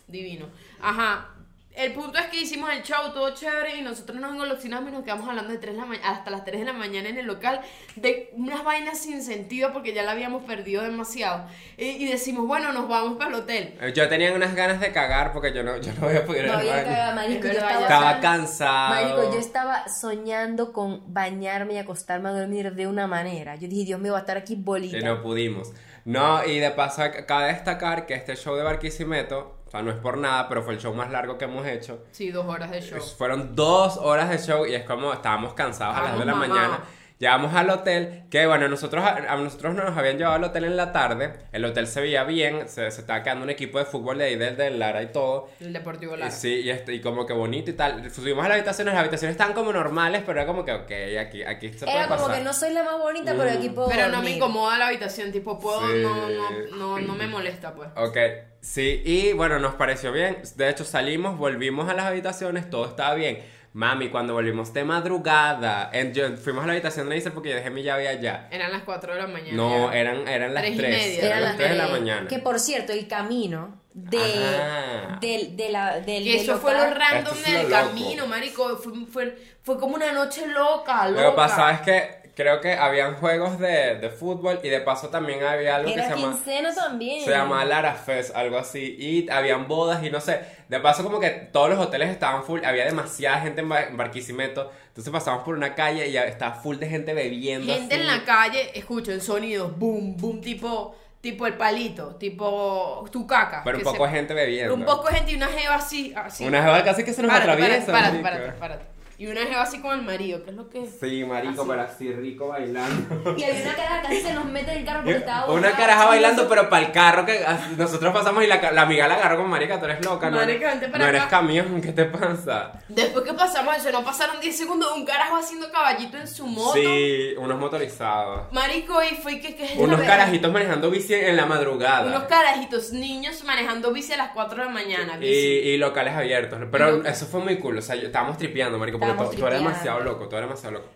[SPEAKER 2] divino. Ajá. El punto es que hicimos el show, todo chévere, y nosotros nos engolosinamos y nos quedamos hablando de 3 de la ma- hasta las 3 de la mañana en el local de unas vainas sin sentido porque ya la habíamos perdido demasiado. Y, y decimos, bueno, nos vamos para el hotel.
[SPEAKER 1] Eh, Yo tenía unas ganas de cagar porque yo no, yo no voy a poder ir
[SPEAKER 3] No
[SPEAKER 1] al
[SPEAKER 3] había
[SPEAKER 1] baño.
[SPEAKER 3] cagado, marico. Yo
[SPEAKER 2] Es verdad,
[SPEAKER 3] estaba,
[SPEAKER 2] ya
[SPEAKER 1] Estaba
[SPEAKER 2] Marico,
[SPEAKER 1] cansado.
[SPEAKER 3] Marico, yo estaba soñando con bañarme y acostarme a dormir de una manera. Yo dije, Dios mío, va a estar aquí bolita.
[SPEAKER 1] Y no pudimos. No, y de paso, ac- cabe destacar que este show de Barquisimeto, o sea, no es por nada, pero fue el show más largo que hemos hecho.
[SPEAKER 2] Sí, dos horas de show.
[SPEAKER 1] Es- Fueron dos horas de show y es como estábamos cansados a las 2 de la
[SPEAKER 2] Estábamos
[SPEAKER 1] mañana.
[SPEAKER 2] mamados.
[SPEAKER 1] Llegamos al hotel, que bueno, nosotros a, a nosotros nos habían llevado al hotel en la tarde. El hotel se veía bien, se, se estaba quedando un equipo de fútbol de ahí del, del Lara y todo.
[SPEAKER 2] El Deportivo
[SPEAKER 1] Y
[SPEAKER 2] Lara.
[SPEAKER 1] sí, y, este, y como que bonito y tal. Subimos a las habitaciones, las habitaciones estaban como normales, pero era como que, ok, aquí, aquí se puede
[SPEAKER 3] Era como
[SPEAKER 1] pasar.
[SPEAKER 3] que no soy la más bonita, pero aquí puedo
[SPEAKER 2] Uh. Pero no me
[SPEAKER 3] dormir.
[SPEAKER 2] incomoda la habitación, tipo, puedo,
[SPEAKER 1] Sí.
[SPEAKER 2] no, no, no, no me molesta, pues.
[SPEAKER 1] Ok, sí, y bueno, nos pareció bien. De hecho, salimos, volvimos a las habitaciones, todo estaba bien. Mami, cuando volvimos de madrugada, en- yo- fuimos a la habitación de Isel porque yo dejé mi llave allá.
[SPEAKER 2] Eran las 4 de la mañana.
[SPEAKER 1] No,
[SPEAKER 2] ya.
[SPEAKER 1] eran, eran las
[SPEAKER 2] Tres y
[SPEAKER 1] 3.
[SPEAKER 2] media.
[SPEAKER 1] Eran
[SPEAKER 3] Era
[SPEAKER 1] las
[SPEAKER 3] la-
[SPEAKER 1] 3 de la
[SPEAKER 3] eh,
[SPEAKER 1] mañana.
[SPEAKER 3] Que por cierto, el camino de,
[SPEAKER 1] Ajá.
[SPEAKER 3] del, de la, del,
[SPEAKER 2] Que
[SPEAKER 3] del
[SPEAKER 2] eso fue lo
[SPEAKER 3] local-
[SPEAKER 1] Esto
[SPEAKER 2] random
[SPEAKER 1] es lo
[SPEAKER 2] del
[SPEAKER 1] loco.
[SPEAKER 2] camino, marico. Fue, fue, fue como una noche loca, loca.
[SPEAKER 1] Lo que pasa es que creo que habían juegos de, de fútbol y de paso también había algo que
[SPEAKER 3] Era
[SPEAKER 1] se llama...
[SPEAKER 3] quincena también.
[SPEAKER 1] Se
[SPEAKER 2] Mm.
[SPEAKER 1] llamaba Lara Fest, algo así. Y habían bodas y no sé. De paso, como que todos los hoteles estaban full. Había demasiada gente en, Ba- en Barquisimeto. Entonces pasamos por una calle y ya estaba full de gente bebiendo.
[SPEAKER 2] Gente
[SPEAKER 1] así.
[SPEAKER 2] en la calle, escuchen sonidos, boom, boom, tipo, tipo el palito, tipo tu caca.
[SPEAKER 1] Pero un
[SPEAKER 2] que
[SPEAKER 1] poco
[SPEAKER 2] se-
[SPEAKER 1] gente bebiendo.
[SPEAKER 2] Un poco de gente y una jeva así, así.
[SPEAKER 1] Una jeva casi que se nos
[SPEAKER 2] Párate,
[SPEAKER 1] atraviesa.
[SPEAKER 2] Párate,
[SPEAKER 1] marico.
[SPEAKER 2] párate, párate, párate. Y una jeva así con el marido, ¿qué es lo que es?
[SPEAKER 1] Sí, marico, pero así rico
[SPEAKER 2] (laughs)
[SPEAKER 1] bailando.
[SPEAKER 3] Y había una caraja que casi se nos mete del carro porque estaba
[SPEAKER 1] Una
[SPEAKER 3] borracha.
[SPEAKER 1] caraja bailando, pero para el carro que as- nosotros pasamos y la, ca- la amiga la agarró con marica, tú eres loca, ¿no? eres-
[SPEAKER 2] Marica, vente para
[SPEAKER 1] no eres
[SPEAKER 2] acá.
[SPEAKER 1] camión, ¿qué te pasa?
[SPEAKER 2] Después que pasamos eso, no pasaron 10 segundos, un carajo haciendo caballito en su moto.
[SPEAKER 1] Sí, unos motorizados.
[SPEAKER 2] Marico, y fue que, que es
[SPEAKER 1] Unos
[SPEAKER 2] la-
[SPEAKER 1] carajitos manejando bici en la madrugada.
[SPEAKER 2] Unos carajitos, niños manejando bici a las 4 de la mañana.
[SPEAKER 1] y,
[SPEAKER 2] bici.
[SPEAKER 1] y locales abiertos. Pero
[SPEAKER 2] Loca.
[SPEAKER 1] eso fue muy cool. O sea, yo- estábamos tripeando, marico. Porque
[SPEAKER 3] Estábamos
[SPEAKER 1] tú, tú eras
[SPEAKER 3] tripeando.
[SPEAKER 1] demasiado loco. Tú eras demasiado loco.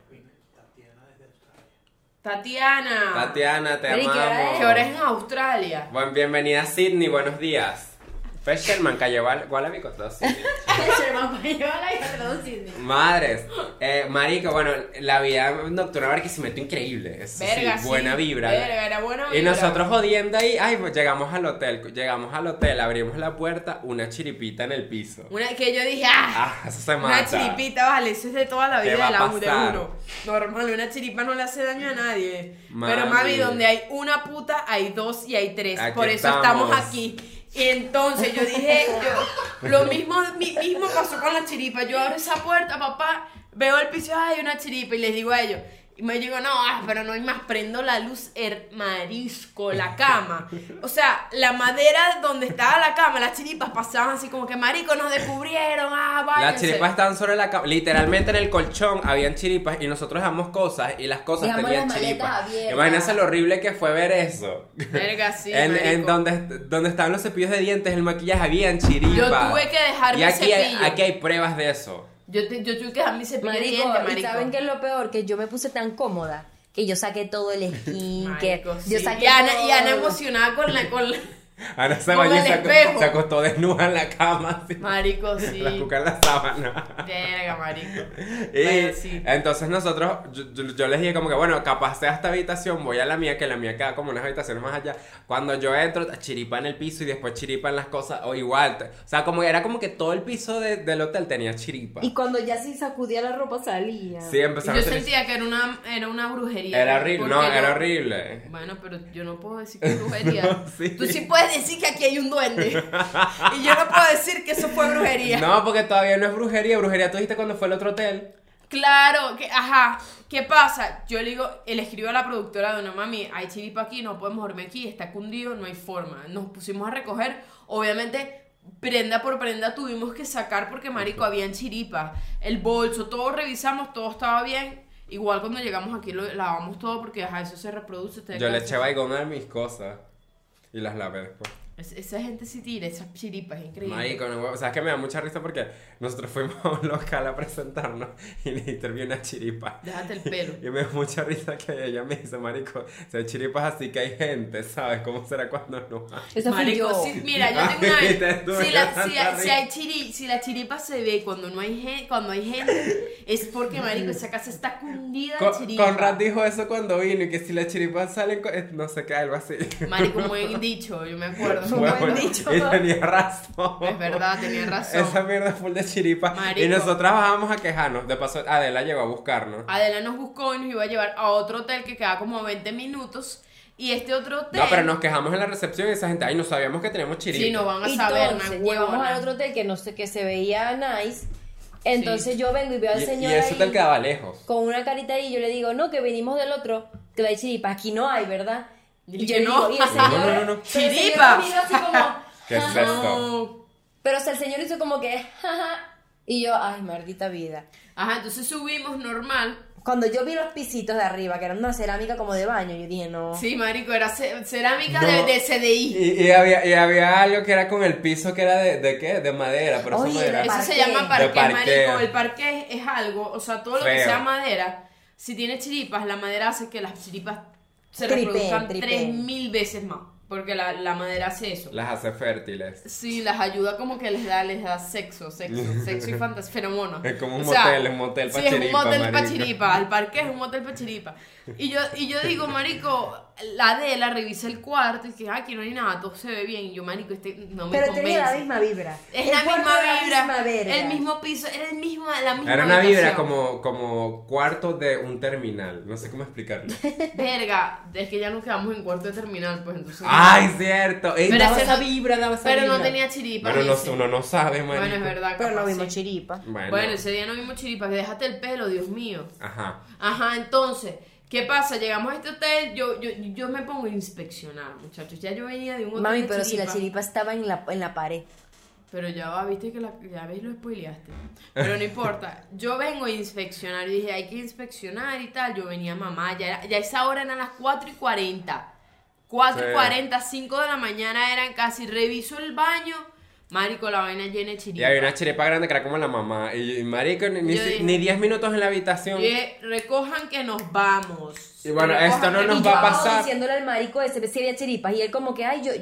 [SPEAKER 2] Tatiana.
[SPEAKER 1] Tatiana, te
[SPEAKER 3] Ricky,
[SPEAKER 1] amamos.
[SPEAKER 2] Que ahora es en
[SPEAKER 1] (laughs)
[SPEAKER 2] Australia.
[SPEAKER 1] Bueno, bienvenida a Sydney. Buenos días. Fesherman, Calle Gual- Gualabico, todo
[SPEAKER 2] (laughs)
[SPEAKER 1] Sydney.
[SPEAKER 2] Sherman Payola y Alfredo Sidney.
[SPEAKER 1] Madres. Eh, marico, bueno, la vida nocturna que se metió increíble. Eso
[SPEAKER 2] Verga,
[SPEAKER 1] sí,
[SPEAKER 2] sí.
[SPEAKER 1] buena vibra.
[SPEAKER 2] Verga, era buena
[SPEAKER 1] Y
[SPEAKER 2] vibra.
[SPEAKER 1] nosotros jodiendo ahí, ay, pues llegamos al hotel, llegamos al hotel, abrimos la puerta, una chiripita en el piso.
[SPEAKER 2] Una que yo dije, ah,
[SPEAKER 1] Ah, eso se mata.
[SPEAKER 2] una chiripita, vale, eso es de toda la
[SPEAKER 1] ¿Qué
[SPEAKER 2] vida
[SPEAKER 1] va
[SPEAKER 2] de
[SPEAKER 1] a
[SPEAKER 2] la U de
[SPEAKER 1] pasar?
[SPEAKER 2] uno. Normal, una chiripa no le hace daño a nadie.
[SPEAKER 1] Mami.
[SPEAKER 2] Pero mami, donde hay una puta, hay dos y hay tres.
[SPEAKER 1] Aquí
[SPEAKER 2] Por eso
[SPEAKER 1] estamos.
[SPEAKER 2] estamos aquí. Y entonces yo dije, yo, lo mismo, mi- mismo pasó con la chiripa. Yo abro esa puerta, papá, veo el piso, ay, hay una chiripa. Y les digo a ellos, y me digo, no, ah, pero no hay más, prendo la luz, el marisco, la cama. O sea, la madera donde estaba la cama, las chiripas pasaban así como que, marico, nos descubrieron, ah, váyanse.
[SPEAKER 1] Las chiripas estaban sobre la cama, literalmente en el colchón habían chiripas y nosotros dejamos cosas y las cosas
[SPEAKER 3] Dejamos
[SPEAKER 1] tenían
[SPEAKER 3] las maletas
[SPEAKER 1] chiripas.
[SPEAKER 3] abiertas.
[SPEAKER 1] Imagínense lo horrible que fue ver eso.
[SPEAKER 2] Verga, sí,
[SPEAKER 1] (laughs) en
[SPEAKER 2] marico.
[SPEAKER 1] en donde, donde estaban los cepillos de dientes, el maquillaje, habían chiripas.
[SPEAKER 2] Yo tuve que dejar
[SPEAKER 1] Y
[SPEAKER 2] mi
[SPEAKER 1] aquí hay,
[SPEAKER 2] cepillo.
[SPEAKER 1] aquí hay pruebas de eso.
[SPEAKER 2] Yo, te- yo tuve que dejar mi cepillo de
[SPEAKER 3] Marico,
[SPEAKER 2] dientes,
[SPEAKER 3] ¿y
[SPEAKER 2] marico.
[SPEAKER 3] saben que es lo peor? Que yo me puse tan cómoda que yo saqué todo
[SPEAKER 1] (laughs)
[SPEAKER 3] el skinker.
[SPEAKER 2] Marico,
[SPEAKER 3] Yo
[SPEAKER 2] sí.
[SPEAKER 3] saqué
[SPEAKER 2] y, Ana,
[SPEAKER 3] todo.
[SPEAKER 2] y Ana emocionada con la... Con (laughs) la-
[SPEAKER 1] Ana se
[SPEAKER 2] Como
[SPEAKER 1] bañó y
[SPEAKER 2] el
[SPEAKER 1] se, aco-
[SPEAKER 2] espejo.
[SPEAKER 1] se acostó desnuda en la cama. así,
[SPEAKER 2] Marico, sí.
[SPEAKER 1] La cuca en la sábana.
[SPEAKER 2] Verga, marico.
[SPEAKER 1] Y
[SPEAKER 2] Bueno, sí.
[SPEAKER 1] entonces nosotros, yo, yo- yo les dije como que, bueno, capaz sea esta habitación, voy a la mía, que la mía queda como unas habitaciones más allá. Cuando yo entro, chiripa en el piso y después chiripan las cosas, o igual. te- O sea, como era como que todo el piso de- del hotel tenía chiripa.
[SPEAKER 3] Y cuando ya sí sacudía la ropa salía.
[SPEAKER 1] Sí, empezaron
[SPEAKER 2] Yo
[SPEAKER 1] a hacer-
[SPEAKER 2] sentía que era una, era una brujería.
[SPEAKER 1] Era horrible,
[SPEAKER 2] porque
[SPEAKER 1] no,
[SPEAKER 2] yo-
[SPEAKER 1] era horrible.
[SPEAKER 2] Bueno, pero yo no puedo
[SPEAKER 1] (laughs)
[SPEAKER 2] decir que es brujería.
[SPEAKER 1] Sí.
[SPEAKER 2] Tú sí puedes decir que aquí hay
[SPEAKER 1] (laughs)
[SPEAKER 2] un duende. y yo no puedo decir que eso fue brujería.
[SPEAKER 1] No, porque todavía no es brujería. Brujería tú dijiste cuando fue el otro hotel.
[SPEAKER 2] Claro, que, ajá, ¿qué pasa? Yo le digo, le escribo a la productora de una mami, hay chiripa aquí, no podemos dormir aquí, está cundido, no hay forma. Nos pusimos a recoger, obviamente, prenda por prenda tuvimos que sacar porque, marico, habían chiripas, el bolso, todo revisamos, todo estaba bien. Igual cuando llegamos aquí lo lavamos todo porque, ajá, eso se reproduce. te
[SPEAKER 1] Yo le
[SPEAKER 2] alcanza.
[SPEAKER 1] eché baigón a mis cosas y las lavé después.
[SPEAKER 2] Es- esa gente sí tira esas chiripas, es increíble.
[SPEAKER 1] Marico, no, huevo. o sea, es que me da mucha risa porque nosotros fuimos a un local a presentarnos (laughs) y Néstor vio una chiripa.
[SPEAKER 2] Déjate el pelo.
[SPEAKER 1] Y me da mucha risa que ella me dice, marico, o sea, chiripas así que hay gente, ¿sabes? ¿Cómo será cuando no hay?
[SPEAKER 3] Esa fui
[SPEAKER 2] Marico,
[SPEAKER 3] yo.
[SPEAKER 2] sí, mira,
[SPEAKER 1] (laughs)
[SPEAKER 2] yo
[SPEAKER 1] Ay,
[SPEAKER 2] tengo
[SPEAKER 1] te
[SPEAKER 2] una.
[SPEAKER 1] tuve
[SPEAKER 2] Si la,
[SPEAKER 1] tanta
[SPEAKER 2] si, la- si
[SPEAKER 1] risa.
[SPEAKER 2] hay chiri- si la chiripa se ve cuando no hay gente, cuando hay gente, es porque Marico, esa casa está cundida de
[SPEAKER 1] Con,
[SPEAKER 2] chiripa.
[SPEAKER 1] Conrad dijo eso cuando vino y que si las chiripas salen, co- eh, no sé qué, algo así.
[SPEAKER 2] Marico, muy bien dicho, yo me
[SPEAKER 1] (laughs)
[SPEAKER 2] acuerdo. Muy
[SPEAKER 1] Huevón,
[SPEAKER 2] bien dicho.
[SPEAKER 1] y tenía razón.
[SPEAKER 2] Es verdad, tenía razón.
[SPEAKER 1] Esa mierda full de chiripas.
[SPEAKER 2] Marico.
[SPEAKER 1] Y nosotras bajamos a quejarnos. De paso, Adela llegó a buscarnos.
[SPEAKER 2] Adela nos buscó y nos iba a llevar a otro hotel que queda como a 20 minutos. Y este otro hotel.
[SPEAKER 1] No, pero nos quejamos en la recepción y esa gente, ay, no sabíamos que teníamos chiripas.
[SPEAKER 2] Sí, nos van a saber,
[SPEAKER 3] Entonces,
[SPEAKER 2] man,
[SPEAKER 3] llegamos
[SPEAKER 2] huevona.
[SPEAKER 3] al otro hotel que no sé, que se veía nice. Entonces yo vengo y veo al
[SPEAKER 1] Y, y
[SPEAKER 3] señor
[SPEAKER 1] eso
[SPEAKER 3] ahí
[SPEAKER 1] te quedaba lejos.
[SPEAKER 3] con una carita ahí y yo le digo, no, que venimos del otro, que la chiripa, aquí no hay, ¿verdad?
[SPEAKER 2] Y
[SPEAKER 3] yo
[SPEAKER 2] que (laughs)
[SPEAKER 3] le
[SPEAKER 2] no.
[SPEAKER 3] digo, y el
[SPEAKER 1] No,
[SPEAKER 3] señor,
[SPEAKER 1] no, no, no.
[SPEAKER 3] pero el señor
[SPEAKER 2] Chiripa.
[SPEAKER 3] conmigo
[SPEAKER 2] (laughs)
[SPEAKER 3] así como,
[SPEAKER 1] ¿Qué es
[SPEAKER 3] "Ajá".
[SPEAKER 1] esto?
[SPEAKER 3] Pero o sea, el señor hizo como que, (laughs) "Jaja". y yo, ay, maldita vida.
[SPEAKER 2] Ajá, entonces subimos normal.
[SPEAKER 3] Cuando yo vi los pisitos de arriba, que eran una cerámica como de baño, yo dije, no.
[SPEAKER 2] Sí, Marico, era ce- cerámica
[SPEAKER 1] No.
[SPEAKER 2] de, de CDI.
[SPEAKER 1] Y, y había, y había algo que era con el piso que era de, de qué? De madera, pero
[SPEAKER 3] Oye,
[SPEAKER 1] eso no era.
[SPEAKER 2] Eso se
[SPEAKER 3] Parqué.
[SPEAKER 2] llama parqué,
[SPEAKER 1] De parqué.
[SPEAKER 2] marico. El parqué es algo, o sea, todo lo que
[SPEAKER 1] Feo.
[SPEAKER 2] sea madera, si tiene chiripas, la madera hace que las chiripas se
[SPEAKER 3] Tripen,
[SPEAKER 2] reproduzcan
[SPEAKER 3] tripen.
[SPEAKER 2] 3000 veces más. Porque la, la madera hace eso.
[SPEAKER 1] Las hace fértiles.
[SPEAKER 2] Sí, las ayuda como que les da, les da
[SPEAKER 1] (laughs)
[SPEAKER 2] sexo, sexo, sexo y fantasía, feromono.
[SPEAKER 1] Es como un
[SPEAKER 2] O sea,
[SPEAKER 1] motel, es un motel
[SPEAKER 2] Sí,
[SPEAKER 1] pachiripa.
[SPEAKER 2] es un motel
[SPEAKER 1] marico.
[SPEAKER 2] pachiripa, al parque es un motel pachiripa. Y yo, y yo digo, marico, la Adela revisa el cuarto y dice, ah, aquí no hay nada, todo se ve bien. Y yo, marico, este no me
[SPEAKER 4] Pero
[SPEAKER 2] convence.
[SPEAKER 4] tenía la misma vibra.
[SPEAKER 2] Es
[SPEAKER 4] El
[SPEAKER 2] la
[SPEAKER 4] cuarto
[SPEAKER 2] misma
[SPEAKER 4] era
[SPEAKER 2] vibra,
[SPEAKER 4] la misma verga.
[SPEAKER 2] el mismo piso, era el mismo, la misma
[SPEAKER 1] Era una vibra
[SPEAKER 2] habitación.
[SPEAKER 1] como, como cuarto de un terminal. No sé cómo
[SPEAKER 2] (laughs)
[SPEAKER 1] explicarlo.
[SPEAKER 2] Verga, es que ya nos quedamos en cuarto de terminal, pues entonces...
[SPEAKER 1] ¡Ay, cierto! Ey,
[SPEAKER 2] Pero
[SPEAKER 1] no-
[SPEAKER 2] ese
[SPEAKER 4] Daba esa
[SPEAKER 2] no-
[SPEAKER 4] vibra, daba esa
[SPEAKER 2] Pero no
[SPEAKER 4] vibra.
[SPEAKER 2] tenía chiripa.
[SPEAKER 1] bueno, no-
[SPEAKER 2] dice.
[SPEAKER 1] uno no sabe, marico.
[SPEAKER 2] Bueno, es verdad.
[SPEAKER 4] Pero no
[SPEAKER 2] capaz
[SPEAKER 4] vimos
[SPEAKER 2] sí.
[SPEAKER 4] chiripa.
[SPEAKER 1] Bueno.
[SPEAKER 2] Bueno, ese día no vimos chiripas, déjate el pelo, Dios mío.
[SPEAKER 1] Ajá.
[SPEAKER 2] Ajá, entonces, ¿qué pasa? Llegamos a este hotel, yo, yo, yo me pongo a inspeccionar, muchachos. Ya yo venía de un hotel.
[SPEAKER 3] Mami,
[SPEAKER 2] de
[SPEAKER 3] pero si la
[SPEAKER 2] chiripa.
[SPEAKER 3] chiripa estaba en la, en la pared.
[SPEAKER 2] Pero ya va, viste que la, ya ves, lo spoileaste. Pero no importa. Yo vengo a inspeccionar y dije, hay que inspeccionar y tal. Yo venía mamá, ya, era- ya esa hora eran las 4 y 40. 4 y
[SPEAKER 1] Sí.
[SPEAKER 2] 40, 5 de la mañana eran casi. Reviso el baño, marico, la vaina llena de
[SPEAKER 1] Y
[SPEAKER 2] chiripa.
[SPEAKER 1] había una chiripa grande que era como la mamá. Y, y, marico, ni, ni,
[SPEAKER 2] Yo
[SPEAKER 1] si-
[SPEAKER 2] dije-
[SPEAKER 1] ni 10 minutos en la habitación.
[SPEAKER 2] Que recojan que nos vamos.
[SPEAKER 1] Y bueno, esto no
[SPEAKER 2] que
[SPEAKER 1] nos
[SPEAKER 3] y
[SPEAKER 1] va a
[SPEAKER 3] yo
[SPEAKER 1] pasar.
[SPEAKER 3] diciéndole al marico ese si había chiripas y él como que ay yo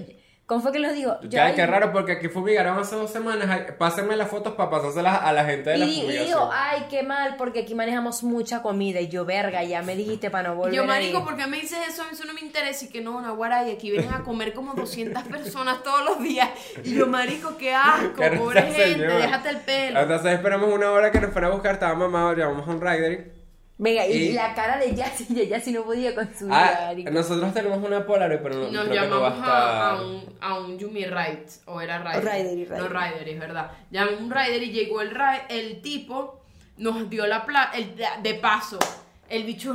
[SPEAKER 3] ¿cómo fue que lo dijo? Yo,
[SPEAKER 1] Ya,
[SPEAKER 3] ay,
[SPEAKER 1] qué raro, porque aquí fumigaron hace dos semanas. Ay, Pásenme las fotos para pasárselas a la gente de
[SPEAKER 3] y,
[SPEAKER 1] la
[SPEAKER 3] di- y
[SPEAKER 1] fumigación.
[SPEAKER 3] dijo ay qué mal porque aquí manejamos mucha comida y yo verga ya me dijiste para no volver
[SPEAKER 2] Yo,
[SPEAKER 3] a
[SPEAKER 2] marico,
[SPEAKER 3] ir".
[SPEAKER 2] ¿por qué me dices eso? Eso no me interesa. Y que no, Naguara, y aquí vienen a comer como 200 personas todos los días. Y yo, marico, qué asco,
[SPEAKER 1] Cara,
[SPEAKER 2] pobre
[SPEAKER 1] esa
[SPEAKER 2] gente,
[SPEAKER 1] señora.
[SPEAKER 2] déjate el pelo.
[SPEAKER 1] Ah, Entonces esperamos una hora que nos fuera a buscar. Estaba mamado, llamamos a un rider.
[SPEAKER 3] venga y,
[SPEAKER 1] y-
[SPEAKER 3] la cara de Yassi de Yassi no podía con su vida,
[SPEAKER 1] Ah,
[SPEAKER 3] marico.
[SPEAKER 1] nosotros tenemos una Polaroid, pero no,
[SPEAKER 2] Y nos
[SPEAKER 1] creo que no va a
[SPEAKER 2] llamamos a, a
[SPEAKER 1] estar.
[SPEAKER 2] un, a un Yumi Ride, o era Rider.
[SPEAKER 4] Rider, y Rider.
[SPEAKER 2] No, Rider, es verdad. Llamamos a un Rider y llegó el, ri- el tipo, nos dio la plata, de paso, el bicho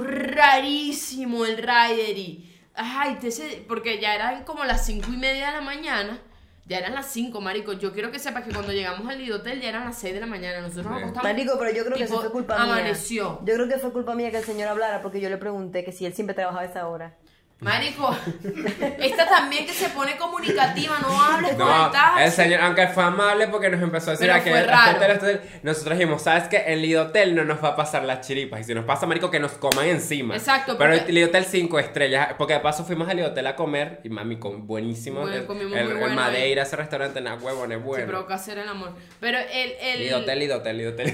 [SPEAKER 2] rarísimo, el Rider y... Ay, te se- porque ya eran como las cinco y media de la mañana. Ya eran las 5, marico. Yo quiero que sepas que cuando llegamos al hotel ya eran las 6 de la mañana. Nosotros nos
[SPEAKER 1] Sí.
[SPEAKER 2] acostamos.
[SPEAKER 3] Marico, pero yo creo que
[SPEAKER 2] tipo,
[SPEAKER 3] eso fue culpa
[SPEAKER 2] Amaneció.
[SPEAKER 3] mía. Yo creo que fue culpa mía que el señor hablara porque yo le pregunté que si él siempre trabajaba a esa hora.
[SPEAKER 2] Marico, (laughs) esta también que se pone comunicativa, no hables con el
[SPEAKER 1] No,
[SPEAKER 2] taxi.
[SPEAKER 1] el señor, aunque fue amable porque nos empezó a decir
[SPEAKER 2] Pero
[SPEAKER 1] "Ah, que
[SPEAKER 2] fue
[SPEAKER 1] este
[SPEAKER 2] raro.
[SPEAKER 1] hotel, este hotel". Nosotros dijimos, ¿sabes qué? En Lidotel no nos va a pasar las chiripas. Y si nos pasa, marico, que nos coman encima.
[SPEAKER 2] Exacto,
[SPEAKER 1] Pero
[SPEAKER 2] porque-
[SPEAKER 1] el Lidotel 5 estrellas. Porque de paso fuimos al Lidotel a comer. Y mami, con buenísimo.
[SPEAKER 2] Bueno,
[SPEAKER 1] el,
[SPEAKER 2] comimos
[SPEAKER 1] el-
[SPEAKER 2] muy
[SPEAKER 1] el
[SPEAKER 2] bueno,
[SPEAKER 1] Madeira, ese restaurante, nada, huevones,
[SPEAKER 2] Se
[SPEAKER 1] bueno.
[SPEAKER 2] provoca hacer el amor. Pero el. el...
[SPEAKER 1] Lidotel, Lidotel, Lidotel.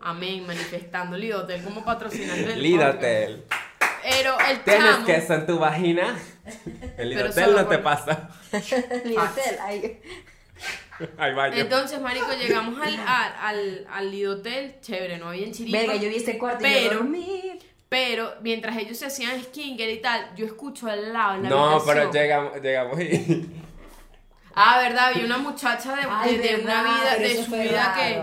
[SPEAKER 2] Amén, manifestando. Lidotel como patrocinante. del
[SPEAKER 1] Lidotel.
[SPEAKER 2] podcast. Pero el
[SPEAKER 1] Tienes
[SPEAKER 2] chamo.
[SPEAKER 1] queso en tu vagina. El Lidotel
[SPEAKER 2] solo
[SPEAKER 1] no te
[SPEAKER 2] por-
[SPEAKER 1] pasa.
[SPEAKER 2] Ah.
[SPEAKER 3] (laughs) Lidotel, este, ay.
[SPEAKER 1] Ay, vaya.
[SPEAKER 2] Entonces, Marico, llegamos al, al, al, al Lidotel. Chévere, no había en Chiripa.
[SPEAKER 3] Verga, yo vi ese cuarto y yo
[SPEAKER 2] Pero-
[SPEAKER 3] dormí.
[SPEAKER 2] Pero mientras ellos se hacían skinker y tal, yo escucho al lado en la
[SPEAKER 1] No, pero
[SPEAKER 2] habitación.
[SPEAKER 1] llegamos, llegamos y. (laughs)
[SPEAKER 2] Ah, verdad, había una muchacha de,
[SPEAKER 3] Ay,
[SPEAKER 2] de- de una
[SPEAKER 3] verdad,
[SPEAKER 2] vida,
[SPEAKER 3] pero
[SPEAKER 2] de
[SPEAKER 3] eso
[SPEAKER 2] su
[SPEAKER 3] fue
[SPEAKER 2] vida
[SPEAKER 3] raro.
[SPEAKER 2] que.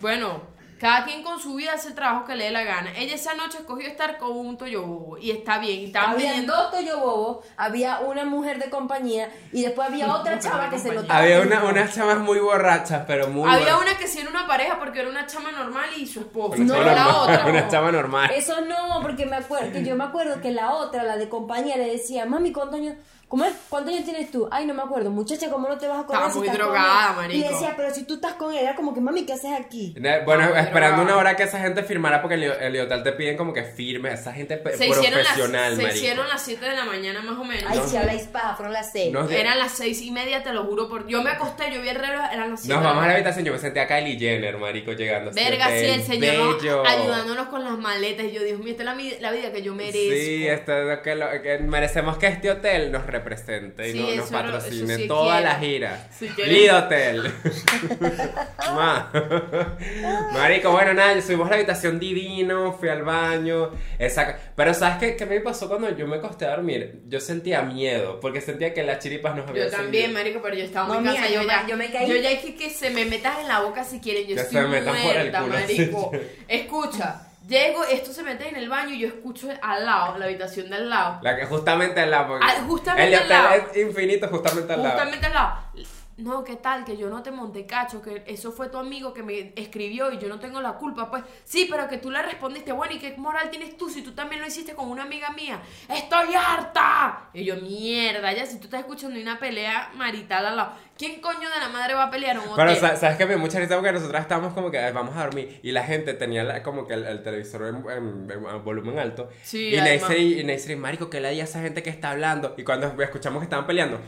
[SPEAKER 2] Bueno, cada quien con su vida hace el trabajo que le dé la gana. Ella esa noche escogió estar con un toyobobo. Y está bien. Y estaban
[SPEAKER 3] Había
[SPEAKER 2] pidiendo.
[SPEAKER 3] dos Toyo Bobo, había una mujer de compañía y después había otra chava que se lo estaba
[SPEAKER 1] Había una,
[SPEAKER 3] haciendo.
[SPEAKER 1] unas chamas muy borrachas, pero muy.
[SPEAKER 2] Había
[SPEAKER 1] borrachas.
[SPEAKER 2] una que sí era una pareja porque era una chama normal y su esposo.
[SPEAKER 1] Una
[SPEAKER 2] no
[SPEAKER 1] chama
[SPEAKER 2] la
[SPEAKER 1] normal, (laughs)
[SPEAKER 2] otra.
[SPEAKER 1] Una
[SPEAKER 2] no.
[SPEAKER 1] chama normal.
[SPEAKER 3] Eso no, porque me acuerdo, que yo me acuerdo que la otra, la de compañía, le decía, mami, ¿cuántos años, cómo es? ¿Cuántos años tienes tú? Ay, no me acuerdo, muchacha, ¿cómo no te vas a acordar
[SPEAKER 2] Estaba
[SPEAKER 3] si
[SPEAKER 2] muy
[SPEAKER 3] estás con
[SPEAKER 2] drogada,
[SPEAKER 3] él?"
[SPEAKER 2] marico.
[SPEAKER 3] Y le decía, pero si tú estás con él, era como que, mami, ¿qué haces aquí?
[SPEAKER 1] Ne- Bueno,
[SPEAKER 2] Ah,
[SPEAKER 1] esperando
[SPEAKER 2] pero-
[SPEAKER 1] una hora que esa gente firmara porque el, el hotel te piden como que firme. Esa gente pe-
[SPEAKER 2] Se hicieron, las,
[SPEAKER 1] profesional,
[SPEAKER 2] se
[SPEAKER 1] marico.
[SPEAKER 2] hicieron las 7 de la mañana más o menos.
[SPEAKER 3] Ay, si habláis paja, fueron las seis.
[SPEAKER 1] Nos, de-
[SPEAKER 2] Eran las 6 y media, te lo juro. Por... Yo me acosté, yo vi el reloj, eran las 7.
[SPEAKER 1] nos vamos a la habitación. Yo me senté a Kylie Jenner, marico, llegando. a ese
[SPEAKER 2] Verga, sí,
[SPEAKER 1] hotel.
[SPEAKER 2] el señor
[SPEAKER 1] Bello.
[SPEAKER 2] ayudándonos con las maletas. Y yo, Dios mío, esta es la, mi- la vida que yo merezco.
[SPEAKER 1] Sí, esto es lo que, lo- que merecemos que este hotel nos represente y
[SPEAKER 2] Sí,
[SPEAKER 1] no- nos
[SPEAKER 2] eso lo-
[SPEAKER 1] patrocine
[SPEAKER 2] eso sí
[SPEAKER 1] toda
[SPEAKER 2] quiero.
[SPEAKER 1] la gira.
[SPEAKER 2] Sí quiero.
[SPEAKER 1] Lidotel. (laughs) Ma. Marico, bueno, nada, subimos a la habitación divino, fui al baño. esa- Pero ¿sabes qué, qué me pasó cuando yo me acosté a dormir? Yo sentía miedo, porque sentía que las chiripas nos habían
[SPEAKER 2] Yo también,
[SPEAKER 1] seguido.
[SPEAKER 2] marico, pero yo estaba
[SPEAKER 3] No,
[SPEAKER 2] muy
[SPEAKER 3] mía,
[SPEAKER 2] cansada.
[SPEAKER 3] yo
[SPEAKER 2] Yo, ya,
[SPEAKER 3] me- yo me caí.
[SPEAKER 2] Yo ya dije que se me metas en la boca si quieren. Yo
[SPEAKER 1] Que
[SPEAKER 2] estoy
[SPEAKER 1] se me metan por el
[SPEAKER 2] muerta,
[SPEAKER 1] culo,
[SPEAKER 2] marico.
[SPEAKER 1] sí.
[SPEAKER 2] Escucha, llego, esto se mete en el baño y yo escucho al lado, la habitación del lado.
[SPEAKER 1] La que justamente al lado. porque
[SPEAKER 2] Ah, justamente
[SPEAKER 1] el
[SPEAKER 2] al
[SPEAKER 1] hotel
[SPEAKER 2] lado.
[SPEAKER 1] es infinito, justamente al lado.
[SPEAKER 2] Justamente al lado. no, ¿qué tal? Que yo no te monté cacho, que eso fue tu amigo que me escribió y yo no tengo la culpa. Pues sí, pero que tú le respondiste, bueno, ¿y qué moral tienes tú si tú también lo hiciste con una amiga mía? ¡Estoy harta! Y yo, mierda, ya si tú estás escuchando una pelea marital al lado, ¿quién coño de la madre va a pelear un
[SPEAKER 1] Pero
[SPEAKER 2] hotel?
[SPEAKER 1] sa- sabes que me dio mucha risa porque nosotras estábamos como que "Ay, vamos a dormir y la gente tenía la- como que el, el televisor en, en- en- a volumen alto.
[SPEAKER 2] Sí,
[SPEAKER 1] y
[SPEAKER 2] además.
[SPEAKER 1] Neisser y, y Neisser, marico, ¿qué le di a esa gente que está hablando? Y cuando escuchamos que estaban peleando,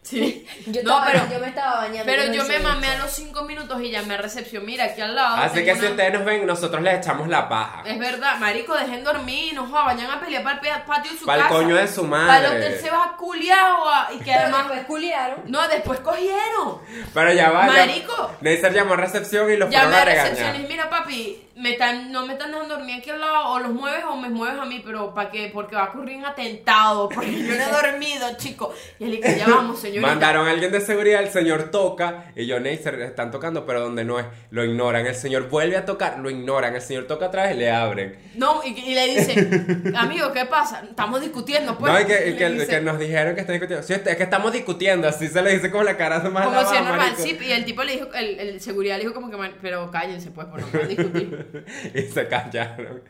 [SPEAKER 2] Sí.
[SPEAKER 3] (laughs) Yo,
[SPEAKER 2] no,
[SPEAKER 3] estaba-
[SPEAKER 2] pero,
[SPEAKER 3] yo me estaba bañando.
[SPEAKER 2] pero yo me
[SPEAKER 3] hice
[SPEAKER 2] mamé
[SPEAKER 3] eso.
[SPEAKER 2] a los cinco minutos y llamé a recepción, mira, aquí al lado.
[SPEAKER 1] así
[SPEAKER 2] tengo
[SPEAKER 1] que si
[SPEAKER 2] Ah, una- Eh,
[SPEAKER 1] ustedes nos ven, nosotros les echamos la paja.
[SPEAKER 2] Es verdad, marico, dejen dormir, no jodas, vayan a pelear para el patio de su
[SPEAKER 1] Pa'l
[SPEAKER 2] casa.
[SPEAKER 1] coño de su madre.
[SPEAKER 2] Para el hotel se va a culiar o a- y que
[SPEAKER 3] Pero
[SPEAKER 1] (laughs)
[SPEAKER 2] además...
[SPEAKER 3] después culiaron.
[SPEAKER 2] No, después cogieron.
[SPEAKER 1] Pero ya va. ya-
[SPEAKER 2] Marico.
[SPEAKER 1] Neisser llamó a recepción y los fueron
[SPEAKER 2] Llamé
[SPEAKER 1] a
[SPEAKER 2] a
[SPEAKER 1] regañar.
[SPEAKER 2] recepciones, mira papi, me están, no me están dejando dormir aquí al lado, o los mueves o me mueves a mí, pero ¿para qué? Porque va a ocurrir un atentado, porque yo no he dormido, chico. Y él dice, ya vamos, señorita.
[SPEAKER 1] Mandaron a alguien de seguridad, el señor toca y yo, Neisser, están tocando, pero donde no es, lo ignoran. El señor vuelve a tocar, lo ignoran. El señor toca atrás y le abren.
[SPEAKER 2] No, y, y le dice, amigo, ¿qué pasa? Estamos discutiendo, pues.
[SPEAKER 1] no, y que, y
[SPEAKER 2] Le
[SPEAKER 1] que-
[SPEAKER 2] dice,
[SPEAKER 1] que nos dijeron que están discutiendo. Sí, es que estamos discutiendo, así se le dice con la cara más
[SPEAKER 2] Como si
[SPEAKER 1] lavada,
[SPEAKER 2] es normal,
[SPEAKER 1] marico.
[SPEAKER 2] sí, y el tipo le dijo, el, el seguridad le dijo como que, "Man, pero cállense, pues, por no más discutir.
[SPEAKER 1] (laughs) Y se callaron.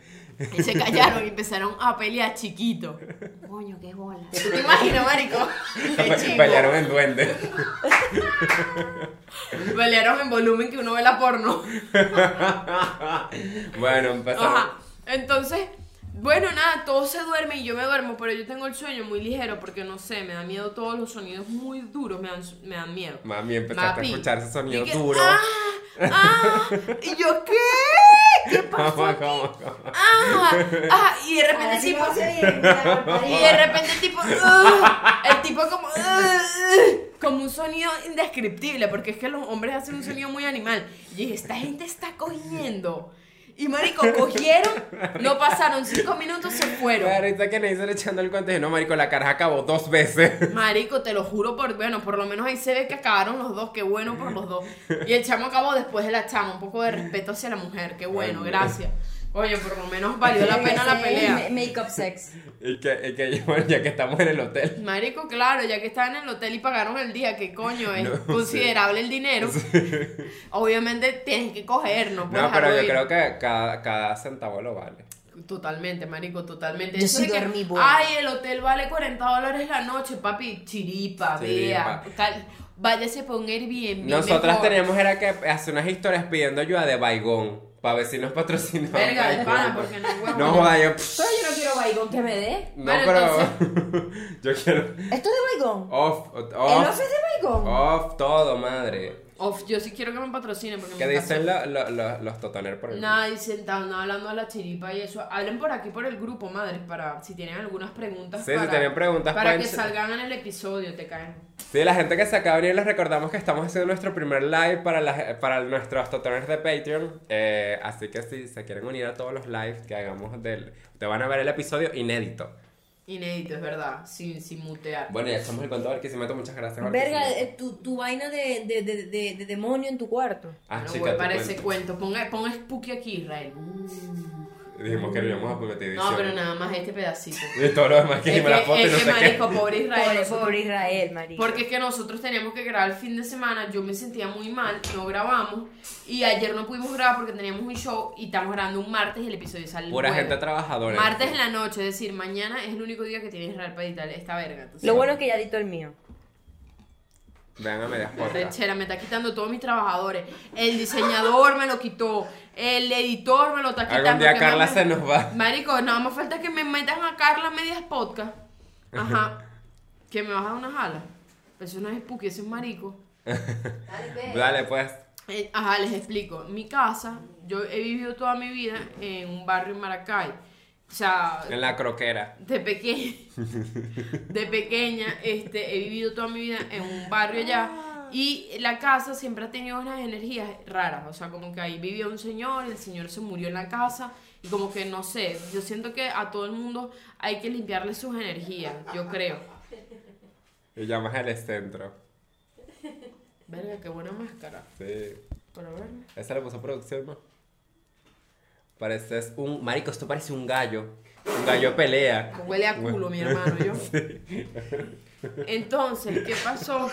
[SPEAKER 2] Y se callaron y empezaron a pelear chiquito. Coño, qué bola. ¿Tú te imaginas, marico?
[SPEAKER 1] (laughs)
[SPEAKER 2] Qué
[SPEAKER 1] Pe-
[SPEAKER 2] chico.
[SPEAKER 1] Pelearon en duende. (laughs)
[SPEAKER 2] Pelearon en volumen que uno ve la porno.
[SPEAKER 1] bueno, empezamos.
[SPEAKER 2] Ajá. Entonces, bueno, nada, todos se duermen y yo me duermo, pero yo tengo el sueño muy ligero porque no sé, me da miedo todos los sonidos muy duros, me dan, me dan miedo.
[SPEAKER 1] Mami, empezaste
[SPEAKER 2] Papi.
[SPEAKER 1] a escuchar ese sonido
[SPEAKER 2] Y que,
[SPEAKER 1] duro.
[SPEAKER 2] ¡Ah!
[SPEAKER 1] (laughs)
[SPEAKER 2] ¡Ah! ¿Y yo qué?
[SPEAKER 1] (laughs)
[SPEAKER 2] ¿Qué
[SPEAKER 1] ¿Cómo,
[SPEAKER 2] pasó aquí?
[SPEAKER 1] cómo, cómo?
[SPEAKER 2] ¡Ah! ¡Ah! Y de repente el
[SPEAKER 3] Así
[SPEAKER 2] tipo...
[SPEAKER 3] no
[SPEAKER 2] (laughs)
[SPEAKER 3] se oye, mira,
[SPEAKER 2] Y
[SPEAKER 3] María.
[SPEAKER 2] de repente el tipo... ¡ah! el tipo como... ¡ah! como un sonido indescriptible, porque es que los hombres hacen un sonido muy animal. Y dije, esta gente está cogiendo. Y marico, cogieron, no pasaron cinco minutos, se fueron.
[SPEAKER 1] Claro, ahorita que Neisser echando el cuento, dije, no, marico, la caraja acabó dos veces. (laughs)
[SPEAKER 2] Marico, te lo juro por, bueno, por lo menos ahí se ve que acabaron los dos, qué bueno por los dos. Y el chamo acabó después de la chama, un poco de respeto hacia la mujer, qué bueno,
[SPEAKER 1] Ay,
[SPEAKER 2] gracias. Oye, por lo menos valió la pena
[SPEAKER 3] Sí,
[SPEAKER 2] la pelea.
[SPEAKER 3] me- Make-up sex.
[SPEAKER 1] Y que, y que (laughs) bueno, ya que estamos en el hotel.
[SPEAKER 2] Marico, claro, ya que estaban en el hotel y pagaron el día, que coño,
[SPEAKER 1] (laughs)
[SPEAKER 2] es
[SPEAKER 1] No, sí.
[SPEAKER 2] considerable el dinero. Obviamente tienes que coger, no puedes
[SPEAKER 1] No, pero yo
[SPEAKER 2] dejarlo
[SPEAKER 1] creo
[SPEAKER 2] ir.
[SPEAKER 1] que cada, cada centavo lo vale.
[SPEAKER 2] Totalmente, marico, totalmente.
[SPEAKER 3] Yo
[SPEAKER 2] Eso
[SPEAKER 3] sí
[SPEAKER 2] de que,
[SPEAKER 3] dormí boba.
[SPEAKER 2] Ay, el hotel vale 40 dólares la noche, papi. Chiripa,
[SPEAKER 1] Chiripa.
[SPEAKER 2] vea. cal- Váyase por un Airbnb.
[SPEAKER 1] Nosotras
[SPEAKER 2] mejor.
[SPEAKER 1] teníamos era que hacer unas historias pidiendo ayuda de Baigón. Para ver si nos patrocinaban.
[SPEAKER 2] Verga, de
[SPEAKER 1] Baigón.
[SPEAKER 2] pana, porque no es huevo.
[SPEAKER 1] No joda, yo.
[SPEAKER 3] Pero yo no quiero baigón que me dé.
[SPEAKER 1] No,
[SPEAKER 2] Bueno,
[SPEAKER 1] pero. (laughs) yo quiero.
[SPEAKER 3] ¿Esto es de baigón?
[SPEAKER 1] Off,
[SPEAKER 3] ¿El
[SPEAKER 1] off.
[SPEAKER 3] off es de baigón?
[SPEAKER 1] Off, todo, madre.
[SPEAKER 2] Of, yo sí quiero que me patrocinen porque
[SPEAKER 1] ¿Qué
[SPEAKER 2] me
[SPEAKER 1] dicen lo- lo- lo- los totoner por el
[SPEAKER 2] Nada, dicen, están hablando a la chiripa y eso. Hablen por aquí por el grupo, madre, para si tienen algunas preguntas.
[SPEAKER 1] Sí, si
[SPEAKER 2] para,
[SPEAKER 1] tienen preguntas,
[SPEAKER 2] Para
[SPEAKER 1] pueden
[SPEAKER 2] que
[SPEAKER 1] ch-
[SPEAKER 2] salgan en el episodio, te caen.
[SPEAKER 1] Sí, la gente que se acaba de unir, les recordamos que estamos haciendo nuestro primer live para, la- para nuestros totoners de Patreon. Eh, así que si se quieren unir a todos los lives que hagamos del... Te van a ver el episodio inédito.
[SPEAKER 2] Inédito, es verdad, sin, sin mutear.
[SPEAKER 1] Bueno, ya estamos el cuento de Barquisimeto. Muchas gracias,
[SPEAKER 3] Verga,
[SPEAKER 1] Barquisimeto.
[SPEAKER 3] eh, tu, tu vaina de, de, de, de, de demonio en tu cuarto.
[SPEAKER 1] Ah,
[SPEAKER 2] no
[SPEAKER 1] chica,
[SPEAKER 2] voy
[SPEAKER 1] te
[SPEAKER 2] para ese
[SPEAKER 1] cuento.
[SPEAKER 2] cuento. Ponga, ponga Spooky aquí, Israel.
[SPEAKER 1] Dijimos que no íbamos a publicar
[SPEAKER 2] No, pero nada más
[SPEAKER 1] (laughs)
[SPEAKER 2] este pedacito.
[SPEAKER 1] Y todo lo demás que
[SPEAKER 2] es
[SPEAKER 1] hicimos la foto
[SPEAKER 2] que,
[SPEAKER 1] y
[SPEAKER 2] es
[SPEAKER 1] no
[SPEAKER 2] que,
[SPEAKER 1] sé qué.
[SPEAKER 2] marico, pobre Israel.
[SPEAKER 3] Pobre,
[SPEAKER 2] nosotros-
[SPEAKER 3] pobre Israel, marico.
[SPEAKER 2] Porque es que nosotros teníamos que grabar el fin de semana, yo me sentía muy mal, no grabamos y ayer no pudimos grabar porque teníamos un show y estamos grabando un martes y el episodio sale el
[SPEAKER 1] Pura
[SPEAKER 2] jueves.
[SPEAKER 1] gente trabajadora.
[SPEAKER 2] Martes en la noche, es decir, mañana es el único día que tiene Israel para editar esta verga. Entonces,
[SPEAKER 3] Lo bueno es que ya edito el mío.
[SPEAKER 1] Vean a medias puertas.
[SPEAKER 2] Rechera, me está quitando todos mis trabajadores. El diseñador me lo quitó. El editor me lo está quitando.
[SPEAKER 1] Algún día
[SPEAKER 2] que
[SPEAKER 1] Carla
[SPEAKER 2] me-
[SPEAKER 1] se nos va.
[SPEAKER 2] Marico, nada más falta que me metan a Carla medias podcast. Ajá. que me vas a dar unas alas. Eso no es spooky, eso es marico.
[SPEAKER 1] Dale, pues.
[SPEAKER 2] Eh, Ajá, les explico. Mi casa, yo he vivido toda mi vida en un barrio en Maracay. O sea,
[SPEAKER 1] En la croquera.
[SPEAKER 2] de pequeña, (laughs) de pequeña, este, he vivido toda mi vida en un barrio allá y la casa siempre ha tenido unas energías raras, o sea, como que ahí vivía un señor, el señor se murió en la casa y como que no sé, yo siento que a todo el mundo hay que limpiarle sus energías, yo creo.
[SPEAKER 1] Y llamas al centro.
[SPEAKER 2] Verga, qué buena máscara.
[SPEAKER 1] Sí.
[SPEAKER 2] Pero bueno.
[SPEAKER 1] Esa la puso producción, ¿no? Pareces un. Marico, esto parece un gallo. Un gallo pelea.
[SPEAKER 2] Huele a culo, mi hermano, yo. Entonces, ¿qué pasó?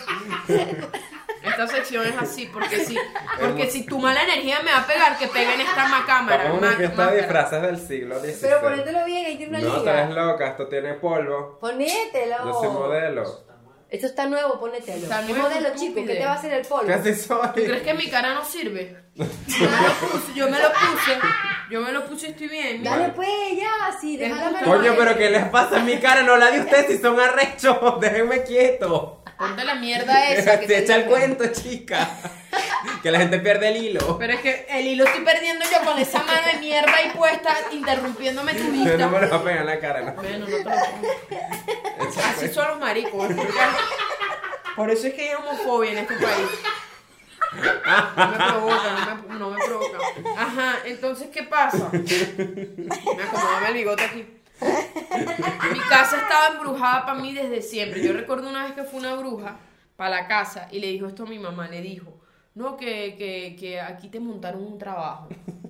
[SPEAKER 2] Esta sección es así, porque si, porque si tu mala energía me va a pegar, que pegue en esta macámara.
[SPEAKER 1] Vamos a una
[SPEAKER 2] ma-
[SPEAKER 1] fiesta de
[SPEAKER 2] máscara.
[SPEAKER 1] disfraces del siglo XVI.
[SPEAKER 4] Pero ponételo bien, ahí tiene una
[SPEAKER 1] No, estás
[SPEAKER 4] liga.
[SPEAKER 1] loca, esto tiene polvo.
[SPEAKER 4] Ponételo.
[SPEAKER 1] Yo soy modelo.
[SPEAKER 3] Esto está nuevo, ponételo.
[SPEAKER 2] Está
[SPEAKER 4] Es
[SPEAKER 2] nuevo,
[SPEAKER 4] modelo
[SPEAKER 2] estúpido.
[SPEAKER 4] chico, ¿qué te va a hacer el polvo?
[SPEAKER 1] Casi
[SPEAKER 2] ¿Tú crees
[SPEAKER 1] soy.
[SPEAKER 2] que mi cara no sirve? Yo me lo puse, yo me lo puse, yo me lo puse y estoy bien. mira.
[SPEAKER 4] Dale pues, ya, así, deja la mano.
[SPEAKER 1] Coño,
[SPEAKER 4] ahí.
[SPEAKER 1] pero ¿qué les pasa a mi cara? No la de ustedes si son arrechos. (laughs) Déjenme quieto.
[SPEAKER 2] Ponte la mierda esa. que
[SPEAKER 1] Se echa el
[SPEAKER 2] te-
[SPEAKER 1] cuento, chica. Que la gente pierde el hilo.
[SPEAKER 2] Pero es que el hilo estoy perdiendo yo con esa mano de mierda ahí puesta, interrumpiéndome tu
[SPEAKER 1] Yo
[SPEAKER 2] vista.
[SPEAKER 1] no me lo voy a pegar en la cara, no.
[SPEAKER 2] Bueno, no te lo pongo. Así son los maricos. ¿eh? Por eso es que hay homofobia en este país. No me provoca, no me, no me provoca. Ajá, entonces, ¿qué pasa? Me acomodaba el bigote aquí. Mi casa estaba embrujada para mí desde siempre. Yo recuerdo una vez que fue una bruja para la casa y le dijo esto a mi mamá. Le dijo, no, que, que, que aquí te montaron un trabajo.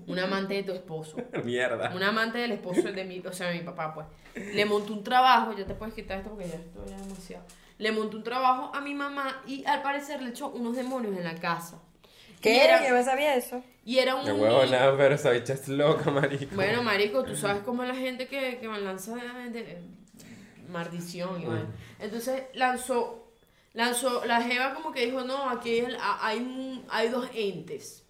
[SPEAKER 2] Un amante de tu esposo.
[SPEAKER 1] Mierda.
[SPEAKER 2] Un amante del esposo de mi, o sea, de mi papá, pues. Le montó un trabajo, ya te puedes quitar esto porque ya esto ya es demasiado. Le montó un trabajo a mi mamá y al parecer le echó unos demonios en la casa. Y
[SPEAKER 4] Yo
[SPEAKER 2] era,
[SPEAKER 4] no sabía eso.
[SPEAKER 2] y era un.
[SPEAKER 1] De huevo nada, pero esa bicha es loca, marico.
[SPEAKER 2] Bueno, marico, tú sabes cómo es la gente que, que lanza de, de- eh, maldición. y vaina.
[SPEAKER 1] Mm.
[SPEAKER 2] Entonces lanzó, lanzó, la Jeva como que dijo, no, aquí hay, hay, un- hay dos entes.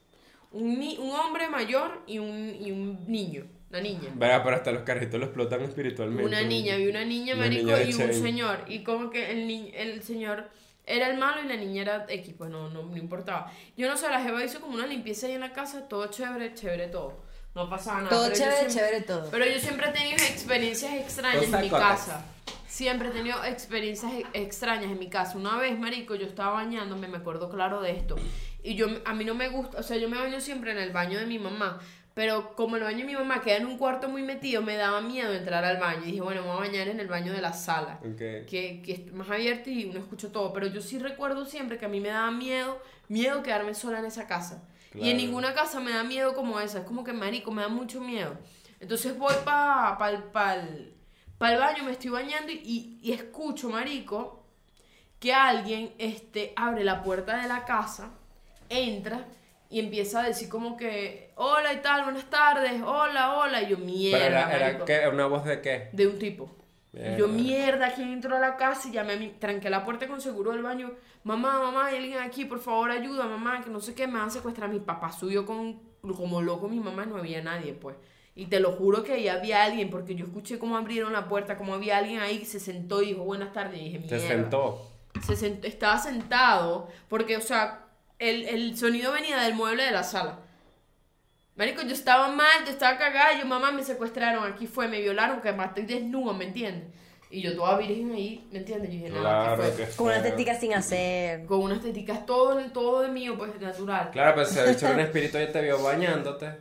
[SPEAKER 2] Un, ni- un hombre mayor y un, y un niño, una niña.
[SPEAKER 1] Verá, pero hasta los carritos lo explotan espiritualmente.
[SPEAKER 2] Una niña, vi una niña,
[SPEAKER 1] Una
[SPEAKER 2] marico,
[SPEAKER 1] niña de
[SPEAKER 2] y un
[SPEAKER 1] Chain.
[SPEAKER 2] señor. Y como que el, ni- el señor era el malo y la niña era X, pues no, no, no importaba. Yo no sé, la jeva hizo como una limpieza ahí en la casa, todo chévere, chévere todo. No pasaba nada.
[SPEAKER 3] Todo
[SPEAKER 2] pero yo
[SPEAKER 3] chévere, chévere todo.
[SPEAKER 2] Pero yo siempre he tenido experiencias extrañas
[SPEAKER 1] Cosas
[SPEAKER 2] en mi
[SPEAKER 1] cocas.
[SPEAKER 2] casa. Siempre he tenido experiencias e- extrañas en mi casa. Una vez, marico, yo estaba bañándome, me acuerdo claro de esto. Y yo, a mí no me gusta, o sea, yo me baño siempre en el baño de mi mamá. Pero como el baño de mi mamá queda en un cuarto muy metido, me daba miedo entrar al baño. Y dije, bueno, me voy a bañar en el baño de la sala
[SPEAKER 1] Ok.
[SPEAKER 2] que, que es más abierto y uno escucha todo. Pero yo sí recuerdo siempre que a mí me daba miedo, miedo quedarme sola en esa casa. Y
[SPEAKER 1] Claro.
[SPEAKER 2] en ninguna casa me da miedo como esa. Es como que, marico, me da mucho miedo. Entonces voy para pa, pa, pa el baño, me estoy bañando y, y- y escucho, marico, que alguien este, abre la puerta de la casa, entra y empieza a decir como que, hola y tal, buenas tardes, hola, hola. Y yo, mierda,
[SPEAKER 1] Pero era, era
[SPEAKER 2] marico".
[SPEAKER 1] ¿qué? una voz de qué?
[SPEAKER 2] De un tipo.
[SPEAKER 1] Mierda.
[SPEAKER 2] Y Yo, mierda, ¿quién entró a la casa? Y llamé a mi, tranqué la puerta con seguro del baño. Mamá, mamá, hay alguien aquí, por favor, ayuda, mamá, que no sé qué, me van a secuestrar. Mi papá subió con, como loco, mi mamá, no había nadie, pues. Y te lo juro que ahí había alguien, porque yo escuché cómo abrieron la puerta, cómo había alguien ahí, se sentó y dijo, buenas tardes, y dije, mierda
[SPEAKER 1] Se sentó.
[SPEAKER 2] se sent- estaba sentado porque, o sea, el, el sonido venía del mueble de la sala. Marico, yo estaba mal, yo estaba cagada, yo mamá me secuestraron, aquí fue, me violaron, que además estoy desnuda, ¿me entiendes? Y yo toda virgen ahí, ¿me entiendes? Yo dije, no, aquí fue.
[SPEAKER 1] que
[SPEAKER 3] Con una
[SPEAKER 1] feo.
[SPEAKER 3] testica sin hacer.
[SPEAKER 2] Con unas teticas, todo, todo de mío, pues, natural.
[SPEAKER 1] Claro, pero si el bicho era un espíritu y te vio bañándote.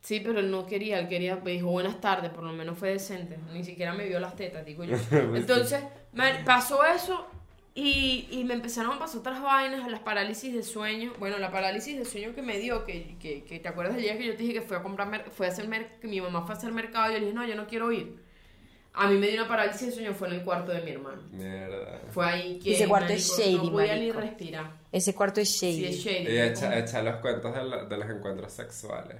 [SPEAKER 2] Sí, pero él no quería, él quería, me dijo buenas tardes, por lo menos fue decente, ni siquiera me vio las tetas, digo yo. Entonces, mar- pasó eso y, y me empezaron a pasar otras vainas, las parálisis de sueño, bueno, la parálisis de sueño que me dio, que, que, que te acuerdas del día que yo te dije que fue a comprar, mer- fue a hacer, mer- que mi mamá fue a hacer mercado, y yo le dije, no, yo no quiero ir. A mí me dio una parálisis de sueño, fue en el cuarto de mi hermano.
[SPEAKER 1] Mierda.
[SPEAKER 2] Fue ahí que
[SPEAKER 3] Ese cuarto es
[SPEAKER 2] marico,
[SPEAKER 3] shady,
[SPEAKER 2] no podía
[SPEAKER 3] marico.
[SPEAKER 2] ni respirar.
[SPEAKER 3] Ese cuarto es shady.
[SPEAKER 2] Sí, es shady.
[SPEAKER 1] Y echa, eh. echa los cuentos de, la- de los encuentros sexuales.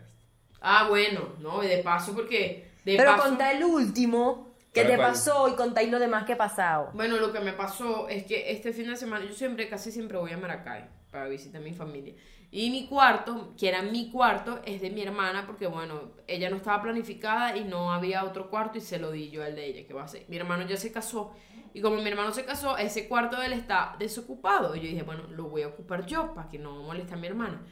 [SPEAKER 2] Ah, bueno, no, y de paso porque... De
[SPEAKER 3] Pero
[SPEAKER 2] paso,
[SPEAKER 3] contá el último que
[SPEAKER 1] Pero
[SPEAKER 3] te
[SPEAKER 1] cuál.
[SPEAKER 3] pasó y contáis lo demás que ha pasado.
[SPEAKER 2] Bueno, lo que me pasó es que este fin de semana, yo siempre, casi siempre voy a Maracay para visitar a mi familia. Y mi cuarto, que era mi cuarto, es de mi hermana, porque bueno, ella no estaba planificada y no había otro cuarto y se lo di yo al de ella, que va a ser. Mi hermano ya se casó y como mi hermano se casó, ese cuarto de él está desocupado. Y yo dije, bueno, lo voy a ocupar yo para que no moleste a mi hermana.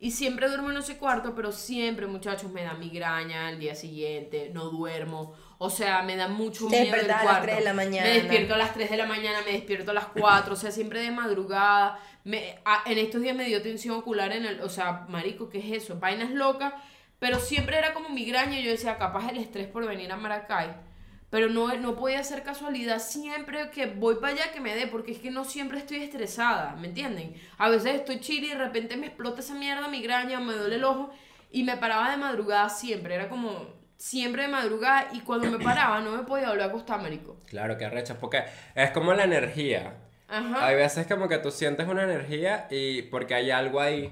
[SPEAKER 2] Y siempre duermo en ese cuarto, pero siempre, muchachos, me da migraña al día siguiente, no duermo. O sea, me da mucho
[SPEAKER 3] Te
[SPEAKER 2] miedo el
[SPEAKER 3] despertás a las
[SPEAKER 2] cuarto.
[SPEAKER 3] tres de la mañana.
[SPEAKER 2] Me despierto a las 3 de la mañana, me despierto a las 4, o sea, siempre de madrugada. Me, a- en estos días me dio tensión ocular en el, o sea, marico, ¿qué es eso? Vainas locas, pero siempre era como migraña, y yo decía, capaz el estrés por venir a Maracay. Pero no, no podía ser casualidad siempre que voy para allá que me dé, porque es que no siempre estoy estresada, ¿me entienden? A veces estoy chile y de repente me explota esa mierda migraña, me duele el ojo y me paraba de madrugada siempre, era como siempre de madrugada y cuando me paraba no me podía volver a acostar, marico.
[SPEAKER 1] Claro, que arrecho, porque es como la energía.
[SPEAKER 2] Ajá.
[SPEAKER 1] Hay veces como que tú sientes una energía y porque hay algo ahí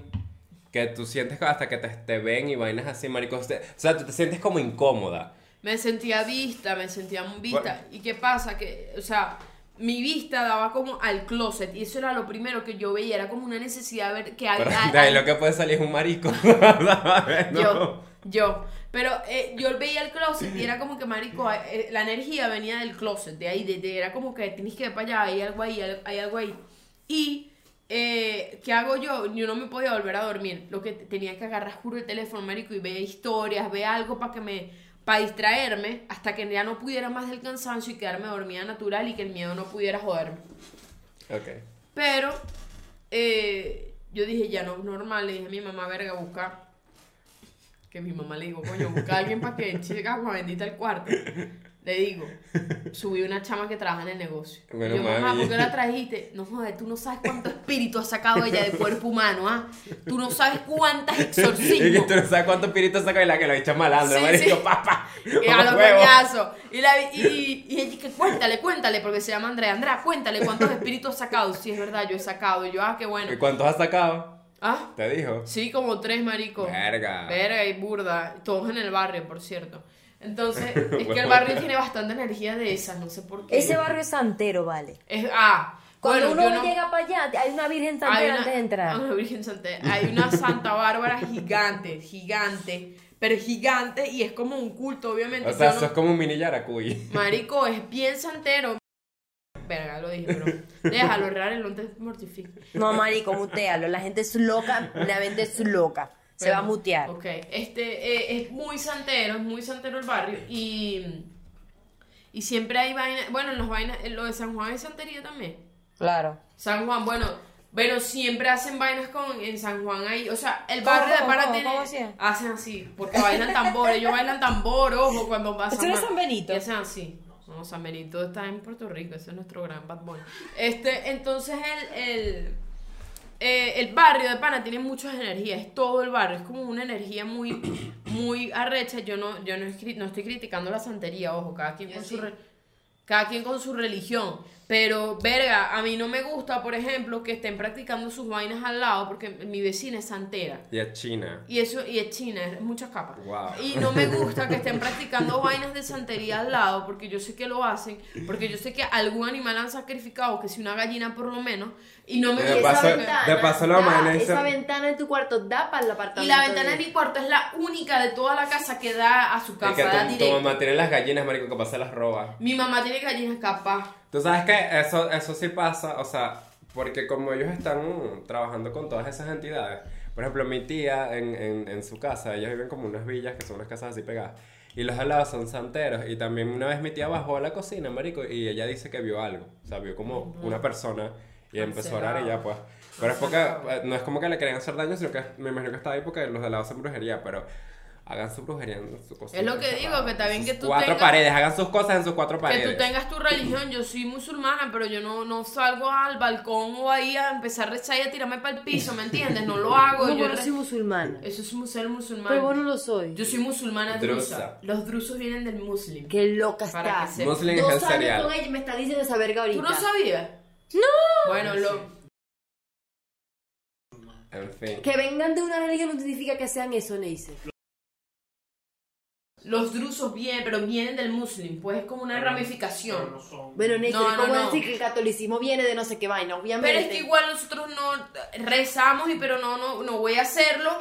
[SPEAKER 1] que tú sientes hasta que te, te ven y vainas así, marico. usted- o sea, tú te sientes como incómoda.
[SPEAKER 2] Me sentía vista, me sentía muy vista. ¿Y qué pasa? Que, o sea, mi vista daba como al closet. Y eso era lo primero que yo veía. Era como una necesidad de ver que al-
[SPEAKER 1] Pero
[SPEAKER 2] al-
[SPEAKER 1] de ahí
[SPEAKER 2] al-
[SPEAKER 1] lo que puede salir es un marico. (laughs) ¿sabes? (laughs) No.
[SPEAKER 2] Yo, yo. Pero eh, yo veía el closet y era como que, marico, eh, la energía venía del closet, de ahí, de, de- era como que tienes que ir para allá, hay algo ahí, hay hay algo ahí. Y, eh, ¿qué hago yo? Yo no me podía volver a dormir. Lo que t- tenía que agarrar, juro, el teléfono, marico, y ver historias, ver algo para que me para distraerme hasta que ya no pudiera más del cansancio y quedarme dormida natural y que el miedo no pudiera joderme.
[SPEAKER 1] Ok.
[SPEAKER 2] Pero eh, yo dije, ya no es normal. Le dije a mi mamá, verga, busca. Que mi mamá le digo, coño, busca a alguien para que (laughs) eche agua bendita al cuarto. Le digo, subí una chama que trabaja en el negocio.
[SPEAKER 1] Bueno,
[SPEAKER 2] yo, mamá,
[SPEAKER 1] mami.
[SPEAKER 2] ¿por qué la trajiste? No joder, tú no sabes cuánto espíritu ha sacado ella de cuerpo humano, ¿ah? Tú no sabes
[SPEAKER 1] (laughs)
[SPEAKER 2] cuántas
[SPEAKER 1] Y que
[SPEAKER 2] exorcismos.
[SPEAKER 1] tú no sabes cuántos piritos saca y la que lo echas malandro,
[SPEAKER 2] Sí,
[SPEAKER 1] marico,
[SPEAKER 2] sí.
[SPEAKER 1] papá.
[SPEAKER 2] Y
[SPEAKER 1] (laughs)
[SPEAKER 2] a los
[SPEAKER 1] Huevo.
[SPEAKER 2] coñazos. Y, la, vi- y, y ella que cuéntale, cuéntale, porque se llama Andrea. Andrea, cuéntale cuántos espíritus has sacado. Sí, es verdad, yo he sacado. Y yo, ah, qué bueno.
[SPEAKER 1] ¿Y cuántos has sacado?
[SPEAKER 2] Ah,
[SPEAKER 1] Te dijo.
[SPEAKER 2] Sí, como tres, marico.
[SPEAKER 1] Verga.
[SPEAKER 2] Verga y burda. Todos en el barrio, por cierto.
[SPEAKER 1] (laughs)
[SPEAKER 2] Entonces, es que el barrio tiene bastante energía de esas, no sé por qué.
[SPEAKER 3] Ese barrio es santero, vale.
[SPEAKER 2] Es, ah,
[SPEAKER 3] Cuando
[SPEAKER 2] bueno,
[SPEAKER 3] uno
[SPEAKER 2] yo no...
[SPEAKER 3] llega para allá, hay una virgen
[SPEAKER 2] hay
[SPEAKER 3] santera
[SPEAKER 2] una-
[SPEAKER 3] antes de
[SPEAKER 2] Ah,
[SPEAKER 3] entrar.
[SPEAKER 2] una Virgen Santa- Hay una Santa Bárbara gigante, gigante, pero gigante y es como un culto, obviamente.
[SPEAKER 1] O sea,
[SPEAKER 2] Yo no-
[SPEAKER 1] sos como un mini Yaracuy.
[SPEAKER 2] Marico, es bien santero. Verga, lo dije,
[SPEAKER 1] (laughs)
[SPEAKER 2] pero déjalo, raro, no te mortifiques.
[SPEAKER 3] No, marico, mutealo. La gente es loca, la gente es loca. Se va a
[SPEAKER 2] Bueno,
[SPEAKER 3] mutear.
[SPEAKER 2] Ok, este eh, es muy santero, es muy santero el barrio y, y siempre hay vainas, bueno, en los vainas, en lo de San Juan es santería también.
[SPEAKER 3] Claro.
[SPEAKER 2] San Juan, bueno, pero siempre hacen vainas con en San Juan ahí, o sea, el
[SPEAKER 3] ¿Cómo,
[SPEAKER 2] barrio de
[SPEAKER 3] cómo,
[SPEAKER 2] para
[SPEAKER 3] cómo,
[SPEAKER 2] tiene-
[SPEAKER 3] cómo hacían?
[SPEAKER 2] hacen así, porque bailan tambor, ellos bailan tambor, ojo, cuando va a
[SPEAKER 3] ¿Eso
[SPEAKER 2] San
[SPEAKER 3] no es
[SPEAKER 2] Juan.
[SPEAKER 3] San Benito?
[SPEAKER 2] Y hacen así. No, San Benito está en Puerto Rico, ese es nuestro gran bad boy. Este, entonces el, el, eh, el barrio de Pana tiene muchas energías, es todo el barrio, es como una energía muy, muy arrecha. Yo no, yo no, es cri- no estoy criticando la santería, ojo, cada quien con su re- cada quien con su religión. Pero, verga, a mí no me gusta, por ejemplo, que estén practicando sus vainas al lado, porque mi vecina es santera.
[SPEAKER 1] Y a China.
[SPEAKER 2] Y eso, y es China, es muchas capas.
[SPEAKER 1] Wow.
[SPEAKER 2] Y no me gusta
[SPEAKER 1] (laughs)
[SPEAKER 2] que estén practicando vainas de santería al lado, porque yo sé que lo hacen, porque yo sé que algún animal han sacrificado, que si una gallina por lo menos, y no me
[SPEAKER 1] Y
[SPEAKER 4] Y esa
[SPEAKER 1] de
[SPEAKER 2] gusta.
[SPEAKER 1] paso-
[SPEAKER 4] ventana
[SPEAKER 1] de paso la
[SPEAKER 4] da-
[SPEAKER 1] vaina
[SPEAKER 4] Esa
[SPEAKER 1] esa-
[SPEAKER 4] ventana en tu cuarto da para el apartamento.
[SPEAKER 2] Y la ventana de
[SPEAKER 4] de-
[SPEAKER 2] mi cuarto es la única de toda la casa que da a su
[SPEAKER 1] Y que
[SPEAKER 2] casa, da
[SPEAKER 1] tu, tu
[SPEAKER 2] directo.
[SPEAKER 1] mamá tiene las gallinas, marico, que pasa las roba.
[SPEAKER 2] Mi mamá tiene gallinas capaz.
[SPEAKER 1] Tú sabes que eso, eso sí pasa, o sea, porque como ellos están mm, trabajando con todas esas entidades, por ejemplo, mi tía en, en, en su casa, ellos viven como unas villas que son unas casas así pegadas, y los al lado son santeros, y también una vez mi tía bajó a la cocina, marico, y ella dice que vio algo, o sea, vio como una persona y empezó a orar y ya, pues. Pero es porque, eh, no es como que le querían hacer daño, sino que me imagino que está ahí porque los de al lado hacen brujería, pero hagan su brujería en su cocina.
[SPEAKER 2] Es lo que digo, que está bien que tú
[SPEAKER 1] Cuatro
[SPEAKER 2] tengas-
[SPEAKER 1] paredes, hagan sus cosas en sus cuatro
[SPEAKER 2] Que
[SPEAKER 1] paredes.
[SPEAKER 2] tú tengas tu religión, yo soy musulmana, pero yo no, no salgo al balcón o ahí a empezar a rezar y a tirarme para el piso, ¿me entiendes? No lo hago.
[SPEAKER 3] No,
[SPEAKER 2] yo
[SPEAKER 3] yo no
[SPEAKER 2] re-
[SPEAKER 3] soy musulmana.
[SPEAKER 2] Eso es un ser musulmán.
[SPEAKER 3] Pero vos no lo soy.
[SPEAKER 2] Yo soy musulmana drusa.
[SPEAKER 1] Drusa.
[SPEAKER 2] Los drusos vienen del muslim.
[SPEAKER 3] Qué loca
[SPEAKER 2] Para que
[SPEAKER 3] estás.
[SPEAKER 2] se-
[SPEAKER 1] Muslim es el
[SPEAKER 4] Dos años
[SPEAKER 1] cereal.
[SPEAKER 4] con ella y me está diciendo esa verga ahorita.
[SPEAKER 2] ¿Tú no sabías? No. Bueno, lo...
[SPEAKER 1] En fin.
[SPEAKER 4] Que vengan de una religión no significa que sean eso, Neise.
[SPEAKER 2] los drusos vienen, pero vienen del muslim. Pues es como una ramificación.
[SPEAKER 5] No son-
[SPEAKER 4] Bueno, Neise,
[SPEAKER 2] No, no,
[SPEAKER 4] ¿cómo
[SPEAKER 2] no.
[SPEAKER 4] decir que el catolicismo viene de no sé qué vaina? Obviamente.
[SPEAKER 2] Pero es que igual nosotros no rezamos y pero no, no, no voy a hacerlo.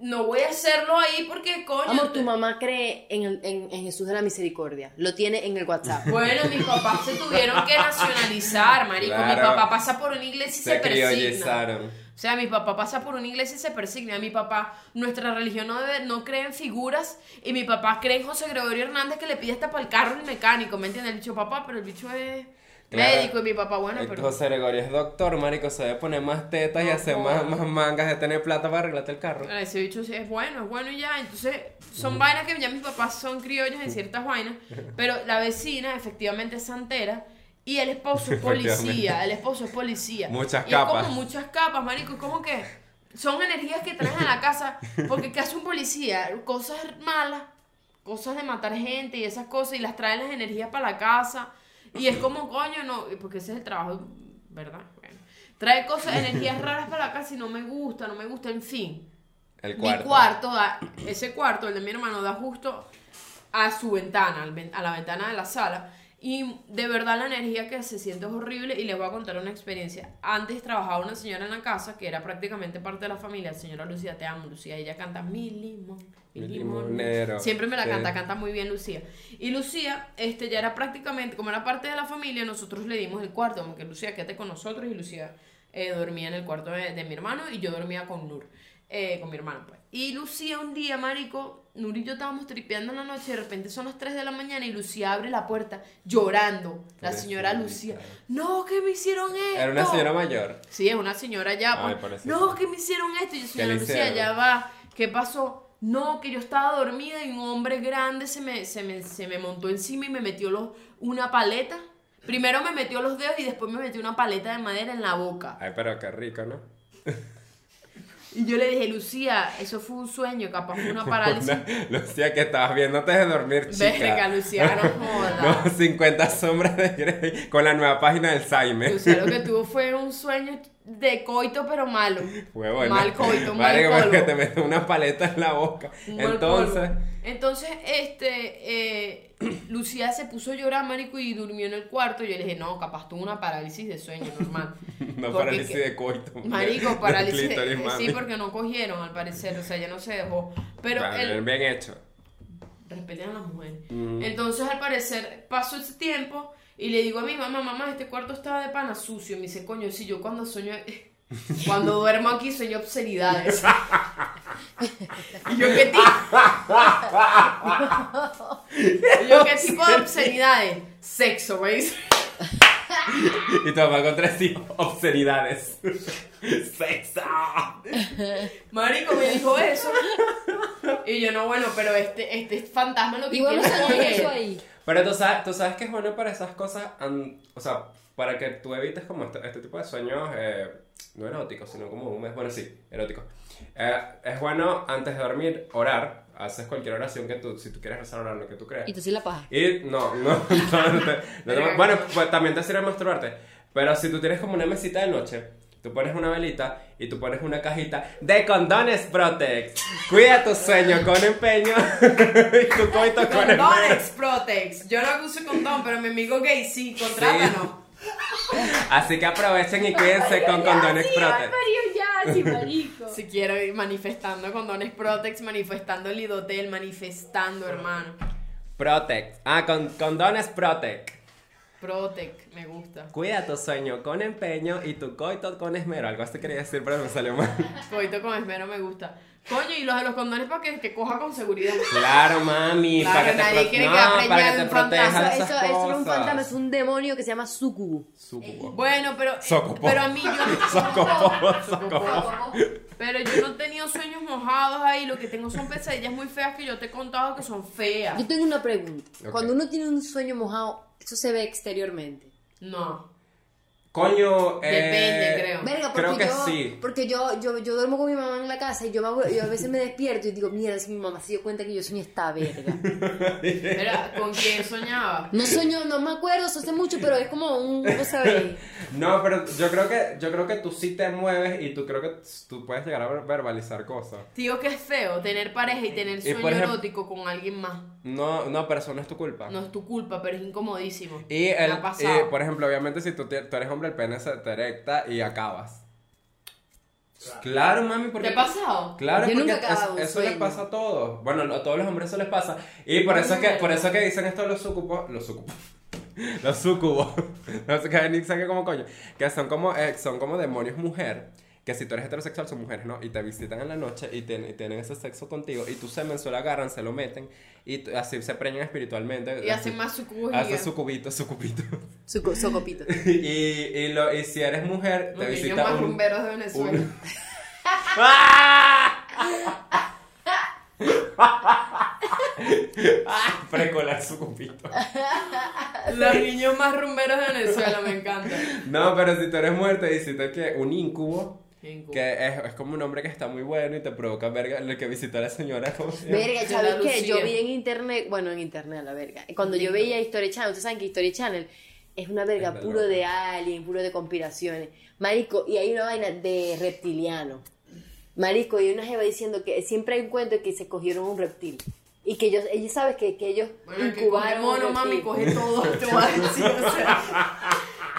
[SPEAKER 2] No voy a hacerlo ahí porque coño.
[SPEAKER 4] Amor,
[SPEAKER 2] te-
[SPEAKER 4] tu mamá cree en, el- en- en Jesús de la Misericordia. Lo tiene en el WhatsApp.
[SPEAKER 2] (laughs) Bueno, mis papás se tuvieron que nacionalizar, marico. Mi
[SPEAKER 1] Claro.
[SPEAKER 2] papá pasa por una iglesia y se,
[SPEAKER 1] Se
[SPEAKER 2] persigna.
[SPEAKER 1] criollizaron.
[SPEAKER 2] O sea, mi papá pasa por una iglesia y se persigna. Mi papá, nuestra religión no, debe- no cree en figuras. Y mi papá cree en José Gregorio Hernández que le pide hasta para el carro el mecánico. ¿Me entiendes? El bicho, papá, pero el bicho es
[SPEAKER 1] Claro.
[SPEAKER 2] médico. Y mi papá, bueno,
[SPEAKER 1] Eh,
[SPEAKER 2] pero.
[SPEAKER 1] José Gregorio es doctor, marico, se debe poner más tetas y hacer más, más mangas de tener plata para arreglarte el carro.
[SPEAKER 2] Bueno, Ese bicho sí es bueno, es bueno y ya. Entonces,
[SPEAKER 1] Mm.
[SPEAKER 2] son vainas que ya mis papás son criollos en ciertas vainas. Pero la vecina, efectivamente, es santera. Y el esposo es policía. El esposo es policía.
[SPEAKER 1] Muchas
[SPEAKER 2] Y Es
[SPEAKER 1] capas.
[SPEAKER 2] como muchas capas, marico. Es como que son energías que traen a la casa. Porque ¿qué hace un policía? Cosas malas, cosas de matar gente y esas cosas. Y las trae las energías para la casa. Y es como, coño, no. Porque ese es el trabajo ¿verdad? Bueno. Trae cosas, energías raras para la casa y no me gusta, no me gusta, en fin.
[SPEAKER 1] El
[SPEAKER 2] Mi cuarto, da- ese cuarto, el de mi hermano, da justo a su ventana, al ven- a la ventana de la sala. Y de verdad la energía que se siente es horrible y les voy a contar una experiencia. Antes trabajaba una señora en la casa que era prácticamente parte de la familia, señora Lucía, te amo Lucía, ella canta mi limón, mi
[SPEAKER 1] Mi
[SPEAKER 2] limón.
[SPEAKER 1] limonero.
[SPEAKER 2] Siempre me la
[SPEAKER 1] Sí.
[SPEAKER 2] canta, canta muy bien Lucía. Y Lucía, este ya era prácticamente, como era parte de la familia, nosotros le dimos el cuarto, como que Lucía, quédate con nosotros y Lucía eh, dormía en el cuarto de, de mi hermano y yo dormía con Nur, eh, con mi hermano. Pues. Y Lucía un día, Marico, Nur y yo estábamos tripeando en la noche, de repente son las 3 de la mañana y Lucía abre la puerta llorando, la señora
[SPEAKER 1] Pobrecita.
[SPEAKER 2] Lucía. No, que me hicieron esto.
[SPEAKER 1] Era una señora mayor.
[SPEAKER 2] Sí, es una señora ya.
[SPEAKER 1] Ay,
[SPEAKER 2] pues,
[SPEAKER 1] pobrecita.
[SPEAKER 2] no, que me hicieron esto. Y yo, señora
[SPEAKER 1] le
[SPEAKER 2] Lucía,
[SPEAKER 1] hicieron?
[SPEAKER 2] ya va. ¿Qué pasó? No, que yo estaba dormida y un hombre grande se me, se me, se me montó encima y me metió los, una paleta. Primero me metió los dedos y después me metió una paleta de madera en la boca.
[SPEAKER 1] Ay, pero qué rico, ¿no?
[SPEAKER 2] Y yo le dije, Lucía, eso fue un sueño, capaz
[SPEAKER 1] (laughs)
[SPEAKER 2] fue una (laughs) parálisis.
[SPEAKER 1] Lucía, que estabas viendo antes de dormir, chica.
[SPEAKER 2] Verga, Lucía,
[SPEAKER 1] (laughs)
[SPEAKER 2] no jodas.
[SPEAKER 1] No, 50 sombras de Grey con la nueva página del Saime.
[SPEAKER 2] Lucía lo que tuvo fue un sueño de coito, pero malo.
[SPEAKER 1] Huevona.
[SPEAKER 2] Mal coito, mal
[SPEAKER 1] Vale, que
[SPEAKER 2] polvo.
[SPEAKER 1] te metes una paleta en la boca.
[SPEAKER 2] Un mal
[SPEAKER 1] Entonces,
[SPEAKER 2] polvo. Entonces, este, eh, (clears throat) Lucía se puso a llorar, marico, y durmió en el cuarto. Yo le dije, no, capaz tuvo una parálisis de sueño, normal.
[SPEAKER 1] (laughs) no
[SPEAKER 2] Porque
[SPEAKER 1] parálisis
[SPEAKER 2] que-
[SPEAKER 1] de coito.
[SPEAKER 2] Marico,
[SPEAKER 1] del
[SPEAKER 2] parálisis.
[SPEAKER 1] clítoris,
[SPEAKER 2] sí,
[SPEAKER 1] mami.
[SPEAKER 2] porque no cogieron, al parecer. O sea, ya no se dejó. Pero
[SPEAKER 1] Vale,
[SPEAKER 2] él-
[SPEAKER 1] bien hecho.
[SPEAKER 2] respeten a las mujeres. Entonces, al parecer, pasó ese tiempo y le digo a mi mamá, mamá, este cuarto estaba de pana sucio. Y me dice, coño, si yo cuando sueño, (laughs) cuando duermo aquí sueño obscenidades. (laughs) y yo, ¿qué tipo? y yo, ¿qué tipo de obscenidades? Sexo, ¿veis?
[SPEAKER 1] Y tu mamá con tres hijos, obscenidades. Sexo.
[SPEAKER 2] Marico me dijo eso. Y yo, no, bueno, pero este, este fantasma lo que
[SPEAKER 3] Igual no
[SPEAKER 2] quiere
[SPEAKER 3] salió
[SPEAKER 2] es
[SPEAKER 3] eso
[SPEAKER 2] que-
[SPEAKER 3] ahí.
[SPEAKER 1] Pero tú sabes, tú sabes que es bueno para esas cosas, an- o sea, para que tú evites como este, este tipo de sueños, eh, no eróticos, sino como un bueno, sí, eróticos. Eh, es bueno antes de dormir orar, haces cualquier oración que tú, si tú quieres rezar, orar lo que tú creas.
[SPEAKER 4] Y tú sí la paja.
[SPEAKER 1] Y no, no, (laughs) no, no te- no te- bueno, pues también te sirve masturbarte. Pero si tú tienes como una mesita de noche, tú pones una velita y tú pones una cajita de condones Protex. Cuida tu sueño con empeño (laughs) y tu coito con empeño.
[SPEAKER 2] Condones, Protex. Yo no uso condón, pero mi amigo gay sí, contrátanos.
[SPEAKER 1] Así que aprovechen y cuídense con condones Protex.
[SPEAKER 3] ya, sí, marico.
[SPEAKER 2] Si quiero ir manifestando condones Protex, manifestando el lidotel, manifestando, hermano.
[SPEAKER 1] Protex. Ah, con condones Protex.
[SPEAKER 2] Protec, me gusta.
[SPEAKER 1] Cuida tu sueño con empeño y tu coito con esmero. Algo así quería decir, pero me salió mal.
[SPEAKER 2] Coito con esmero me gusta. Coño, y los de los condones para que, que coja con seguridad.
[SPEAKER 1] Claro, mami.
[SPEAKER 2] Claro,
[SPEAKER 1] para que
[SPEAKER 2] nadie
[SPEAKER 1] te,
[SPEAKER 2] quiere
[SPEAKER 1] pro-
[SPEAKER 2] quedar
[SPEAKER 1] no, Ah, para que te
[SPEAKER 2] preñado de un fantasma.
[SPEAKER 1] protejan de
[SPEAKER 4] Eso,
[SPEAKER 1] esas
[SPEAKER 4] eso no es un
[SPEAKER 1] cosas.
[SPEAKER 4] fantasma, es un demonio que se llama Sucubu.
[SPEAKER 2] (laughs)
[SPEAKER 1] Sucubo.
[SPEAKER 2] Bueno, pero, eh,
[SPEAKER 1] Socopo.
[SPEAKER 2] pero a mí
[SPEAKER 1] (laughs)
[SPEAKER 2] yo no-
[SPEAKER 1] Socopo, socopo.
[SPEAKER 2] Pero yo no he tenido sueños mojados ahí. Lo que tengo son pesadillas muy feas que yo te he contado que son feas.
[SPEAKER 4] Yo tengo una pregunta.
[SPEAKER 1] Ah. Ok.
[SPEAKER 4] Cuando uno tiene un sueño mojado, eso se ve exteriormente.
[SPEAKER 2] No.
[SPEAKER 1] Coño, eh,
[SPEAKER 2] Depende, creo.
[SPEAKER 4] Verga, porque
[SPEAKER 1] creo que
[SPEAKER 4] yo,
[SPEAKER 1] sí.
[SPEAKER 4] porque yo, yo, yo duermo con mi mamá en la casa y yo, me abu- yo a veces me despierto y digo, mierda, si mi mamá se dio cuenta que yo soñé esta verga.
[SPEAKER 2] Era, ¿Con quién soñaba?
[SPEAKER 4] No sueño, no me acuerdo, eso hace mucho, pero es como un, ¿cómo se ve?
[SPEAKER 1] No, pero yo creo que yo creo que tú sí te mueves y tú creo que tú puedes llegar a ver- verbalizar cosas.
[SPEAKER 2] Digo que es feo tener pareja y tener
[SPEAKER 1] Y por
[SPEAKER 2] sueño
[SPEAKER 1] ejem-
[SPEAKER 2] erótico con alguien más.
[SPEAKER 1] No, no, pero eso no es tu culpa.
[SPEAKER 2] No es tu culpa, pero es incomodísimo.
[SPEAKER 1] Y,
[SPEAKER 2] Me
[SPEAKER 1] el,
[SPEAKER 2] ha
[SPEAKER 1] y,
[SPEAKER 2] pasado.
[SPEAKER 1] por ejemplo, obviamente si tú, te- tú eres hombre, el pene se te erecta y acabas. Claro, mami, porque...
[SPEAKER 2] ¿Te ha pasado?
[SPEAKER 1] Claro,
[SPEAKER 4] Yo
[SPEAKER 1] porque
[SPEAKER 4] nunca acababa
[SPEAKER 1] es-
[SPEAKER 4] un
[SPEAKER 1] eso les
[SPEAKER 4] sueño.
[SPEAKER 1] pasa a todos. Bueno, a todos los hombres eso les pasa. Y por eso es que, por eso es que dicen esto los sucubos. Los sucubos. (laughs) Los sucubos. (laughs) No sé qué ni sabe cómo coño. Que son como, eh, son como demonios mujer. Que si tú eres heterosexual son mujeres, ¿no? Y te visitan en la noche y, tienen- y tienen ese sexo contigo. Y tu semen se lo agarran, se lo meten. Y t- así se preñan espiritualmente.
[SPEAKER 2] Y hacen más sucubos
[SPEAKER 1] Hacen
[SPEAKER 2] gigantes.
[SPEAKER 1] sucubito, sucubito. (laughs)
[SPEAKER 4] Suco- Socopito.
[SPEAKER 1] y, y, lo, y si eres mujer, te
[SPEAKER 2] Los niños
[SPEAKER 1] visita
[SPEAKER 2] más
[SPEAKER 1] un,
[SPEAKER 2] rumberos de Venezuela.
[SPEAKER 1] un- ¡Ah! (laughs) Precolar su cupito.
[SPEAKER 2] (laughs) Los niños más rumberos de Venezuela, me encanta.
[SPEAKER 1] No, pero si tú eres muerta, visita que un incubo,
[SPEAKER 2] Cinco.
[SPEAKER 1] que es, es como un hombre que está muy bueno y te provoca verga, lo que visitó a la señora. ¿cómo se llama?
[SPEAKER 4] Verga,
[SPEAKER 2] Se la
[SPEAKER 4] ¿sabes qué? Yo
[SPEAKER 2] lucía.
[SPEAKER 4] vi en internet, bueno, en internet, la verga. Cuando yo veía History Channel, ustedes saben que History Channel es una verga
[SPEAKER 1] Está
[SPEAKER 4] puro
[SPEAKER 1] loca.
[SPEAKER 4] de alien, puro de conspiraciones. Marico, y hay una vaina de reptiliano. Marico, y hay una jeva diciendo que siempre hay un cuento que se cogieron un reptil. Y que ellos, ella sabes que, que ellos
[SPEAKER 2] Bueno, el que coge
[SPEAKER 4] incubaron un
[SPEAKER 2] mono, mami,
[SPEAKER 4] reptil.
[SPEAKER 2] coge
[SPEAKER 1] (laughs)
[SPEAKER 2] todo, te voy a decir, o sea,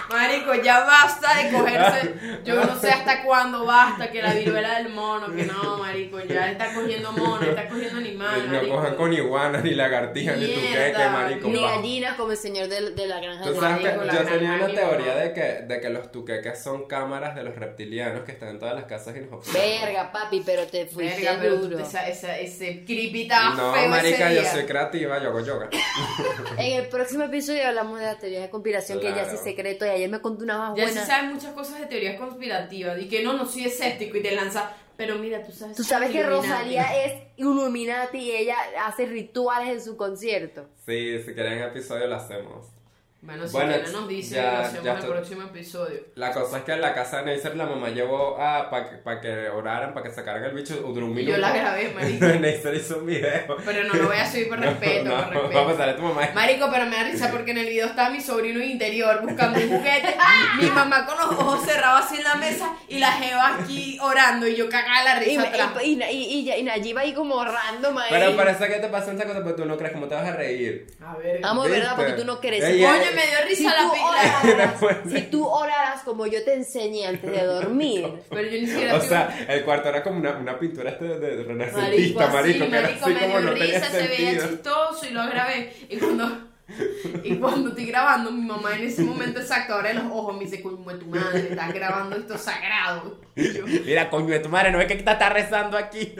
[SPEAKER 2] Marico, ya basta de cogerse. Yo no sé hasta cuándo basta que la viruela del mono, que no, marico, ya está cogiendo mono, está cogiendo animal.
[SPEAKER 1] no
[SPEAKER 2] marico.
[SPEAKER 1] cojan con iguanas, ni lagartijas, ni tuqueque,
[SPEAKER 2] Mierda,
[SPEAKER 1] marico.
[SPEAKER 4] Ni
[SPEAKER 1] va.
[SPEAKER 4] gallinas como el señor de, de la granja.
[SPEAKER 1] Tú
[SPEAKER 4] de
[SPEAKER 1] sabes que
[SPEAKER 2] marico, la
[SPEAKER 1] yo
[SPEAKER 2] gran
[SPEAKER 1] tenía una
[SPEAKER 2] amigo,
[SPEAKER 1] teoría
[SPEAKER 2] ¿no?
[SPEAKER 1] de que, de que los tuqueques son cámaras de los reptilianos que están en todas las casas y nos observan.
[SPEAKER 4] Verga, papi, pero te fuiste
[SPEAKER 2] Verga, pero tú-
[SPEAKER 4] duro.
[SPEAKER 2] esa, esa, ese creepy estaba
[SPEAKER 1] No,
[SPEAKER 2] feo
[SPEAKER 1] marica,
[SPEAKER 2] ese
[SPEAKER 1] yo
[SPEAKER 2] día.
[SPEAKER 1] soy creativa, yo hago yoga.
[SPEAKER 4] En el próximo episodio hablamos de las teorías de conspiración que ya
[SPEAKER 1] Claro.
[SPEAKER 4] sí secreto y ayer me contó una más
[SPEAKER 2] Ya
[SPEAKER 4] buena.
[SPEAKER 2] se saben muchas cosas de teorías conspirativas y que no, no soy escéptico y te lanza. Pero mira, tú sabes.
[SPEAKER 4] Tú sabes que
[SPEAKER 2] Illuminati.
[SPEAKER 4] Rosalía es Illuminati y ella hace rituales en su concierto.
[SPEAKER 1] Sí, si quieren episodio lo hacemos.
[SPEAKER 2] Bueno, si
[SPEAKER 1] Bueno,
[SPEAKER 2] Diana nos dice,
[SPEAKER 1] ya-
[SPEAKER 2] lo hacemos
[SPEAKER 1] ya
[SPEAKER 2] en el
[SPEAKER 1] estoy-
[SPEAKER 2] próximo episodio.
[SPEAKER 1] La cosa es que en la casa de Neisser la mamá llevó a para que, pa' que oraran, para que sacaran el bicho duró un
[SPEAKER 2] Y
[SPEAKER 1] minuto.
[SPEAKER 2] yo
[SPEAKER 1] (laughs)
[SPEAKER 2] la grabé, marico.
[SPEAKER 1] Neisser hizo un video.
[SPEAKER 2] Pero no lo voy a subir por
[SPEAKER 1] (laughs)
[SPEAKER 2] respeto,
[SPEAKER 1] No,
[SPEAKER 2] por respeto.
[SPEAKER 1] Vamos a ver a tu mamá.
[SPEAKER 2] Marico, pero me da risa porque en el video estaba mi sobrino interior buscando un juguete. (laughs) ¡Ah! mi mamá con los ojos cerrados así en la mesa y la jeva aquí orando y yo cagada de la
[SPEAKER 4] Y,
[SPEAKER 2] risa atrás.
[SPEAKER 4] y, y, y, y, y Nayiba ahí como random ahí.
[SPEAKER 1] Pero para eso que te pasó esa cosa, porque tú no crees, ¿cómo te vas a reír?
[SPEAKER 2] A ver.
[SPEAKER 4] Amo,
[SPEAKER 1] ¿Viste?
[SPEAKER 4] ¿verdad? Porque tú no crees.
[SPEAKER 1] Ey,
[SPEAKER 4] Coño,
[SPEAKER 1] ey,
[SPEAKER 2] Oye, me dio
[SPEAKER 4] si,
[SPEAKER 2] risa la
[SPEAKER 4] tú
[SPEAKER 2] pila.
[SPEAKER 1] (laughs)
[SPEAKER 4] oraras, si tú oraras como yo te enseñé antes de
[SPEAKER 1] (laughs)
[SPEAKER 4] dormir,
[SPEAKER 2] Pero yo ni siquiera
[SPEAKER 1] O
[SPEAKER 2] estoy-
[SPEAKER 1] sea, el cuarto era como una, una pintura este de, de renacentista,
[SPEAKER 4] Marico,
[SPEAKER 1] marico,
[SPEAKER 2] sí,
[SPEAKER 1] que era
[SPEAKER 2] marico,
[SPEAKER 1] así
[SPEAKER 2] me dio
[SPEAKER 1] como no tenía
[SPEAKER 2] risa, se veía
[SPEAKER 1] sentido.
[SPEAKER 2] chistoso y lo grabé. Y cuando, y cuando estoy grabando, mi mamá en ese momento exacto abre los ojos me dice, como tu madre, estás grabando esto sagrado. Y yo,
[SPEAKER 1] Mira, coño de tu madre, no es que te está rezando aquí.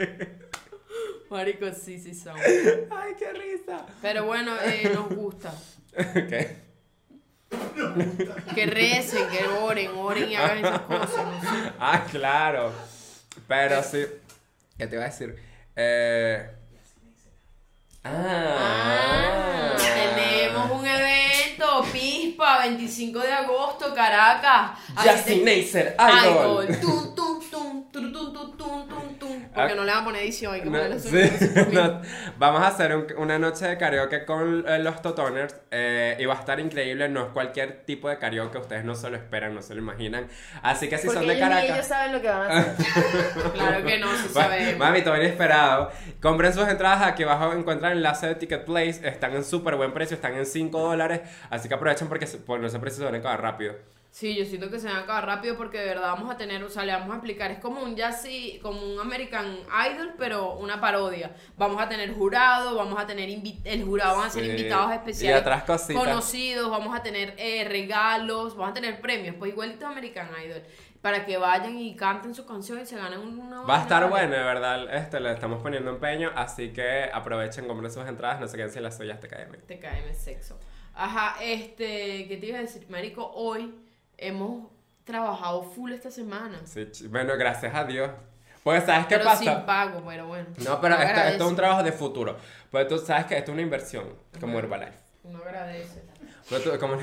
[SPEAKER 1] (laughs)
[SPEAKER 2] marico, sí, sí, son.
[SPEAKER 1] Ay, qué risa. (laughs)
[SPEAKER 2] Pero bueno, eh, nos gusta.
[SPEAKER 1] Ok.
[SPEAKER 2] Que recen, que oren, oren y hagan
[SPEAKER 1] (laughs)
[SPEAKER 2] esas cosas. ¿no?
[SPEAKER 1] Ah, claro. Pero sí. ¿Qué te iba a decir? Eh... Ah,
[SPEAKER 2] Ah, tenemos un evento, Pispa, 25 de agosto, Caracas.
[SPEAKER 1] Justin
[SPEAKER 2] Ahí te-
[SPEAKER 1] Neisser, idol.
[SPEAKER 2] Tum, tum, tum, turu, tum, tum, tum, tum, tum.
[SPEAKER 1] Ah.
[SPEAKER 2] Porque no le van a poner edición, hay que
[SPEAKER 1] No,
[SPEAKER 2] ponerle
[SPEAKER 1] sí, (laughs) no. Vamos a hacer un- una noche de karaoke con eh, los Totoners eh, y va a estar increíble. No es cualquier tipo de karaoke, ustedes no se lo esperan, no se lo imaginan. Así que si
[SPEAKER 4] porque
[SPEAKER 1] son de
[SPEAKER 4] ellos, ni
[SPEAKER 1] Caracas. Ah.
[SPEAKER 4] ellos saben lo que van a hacer.
[SPEAKER 2] Claro que no, sí
[SPEAKER 1] Ma-
[SPEAKER 2] sabemos.
[SPEAKER 1] Mami, todo inesperado. Compren sus entradas. Aquí abajo encuentran el enlace de Ticket Place. Están en súper buen precio. Están en 5 dólares. Así que aprovechen porque se- por ese precio se van a acabar rápido.
[SPEAKER 2] Sí, yo siento que se van a acabar rápido porque de verdad vamos a tener, o sea, le vamos a explicar, es como un jazzy, como un American Idol, pero una parodia. Vamos a tener jurado, vamos a tener invi- el jurado, van a ser
[SPEAKER 1] Sí.
[SPEAKER 2] invitados
[SPEAKER 1] Y
[SPEAKER 2] especiales.
[SPEAKER 1] otras cositas.
[SPEAKER 2] Conocidos, vamos a tener eh, regalos, vamos a tener premios, pues igualito a American Idol, para que vayan y canten su canción y se ganen un- una
[SPEAKER 1] Va a estar
[SPEAKER 2] buena-
[SPEAKER 1] bueno, de verdad. Este, le estamos poniendo empeño. Así que aprovechen, compren sus entradas. No se queden sin las suyas te caen.
[SPEAKER 2] Te caeme sexo. Ajá, este, ¿qué te iba a decir? Marico, hoy hemos trabajado full esta semana.
[SPEAKER 1] Sí, ch- bueno, gracias a Dios. Pues, ¿sabes qué
[SPEAKER 2] pero sin
[SPEAKER 1] pasa?
[SPEAKER 2] pago, pero bueno.
[SPEAKER 1] No, pero esto, esto es
[SPEAKER 2] agradece,
[SPEAKER 1] un trabajo de futuro. Pues tú sabes que esto es una inversión, como Herbalife.
[SPEAKER 2] No
[SPEAKER 1] (laughs)
[SPEAKER 2] agradece.
[SPEAKER 1] Pero tú- como-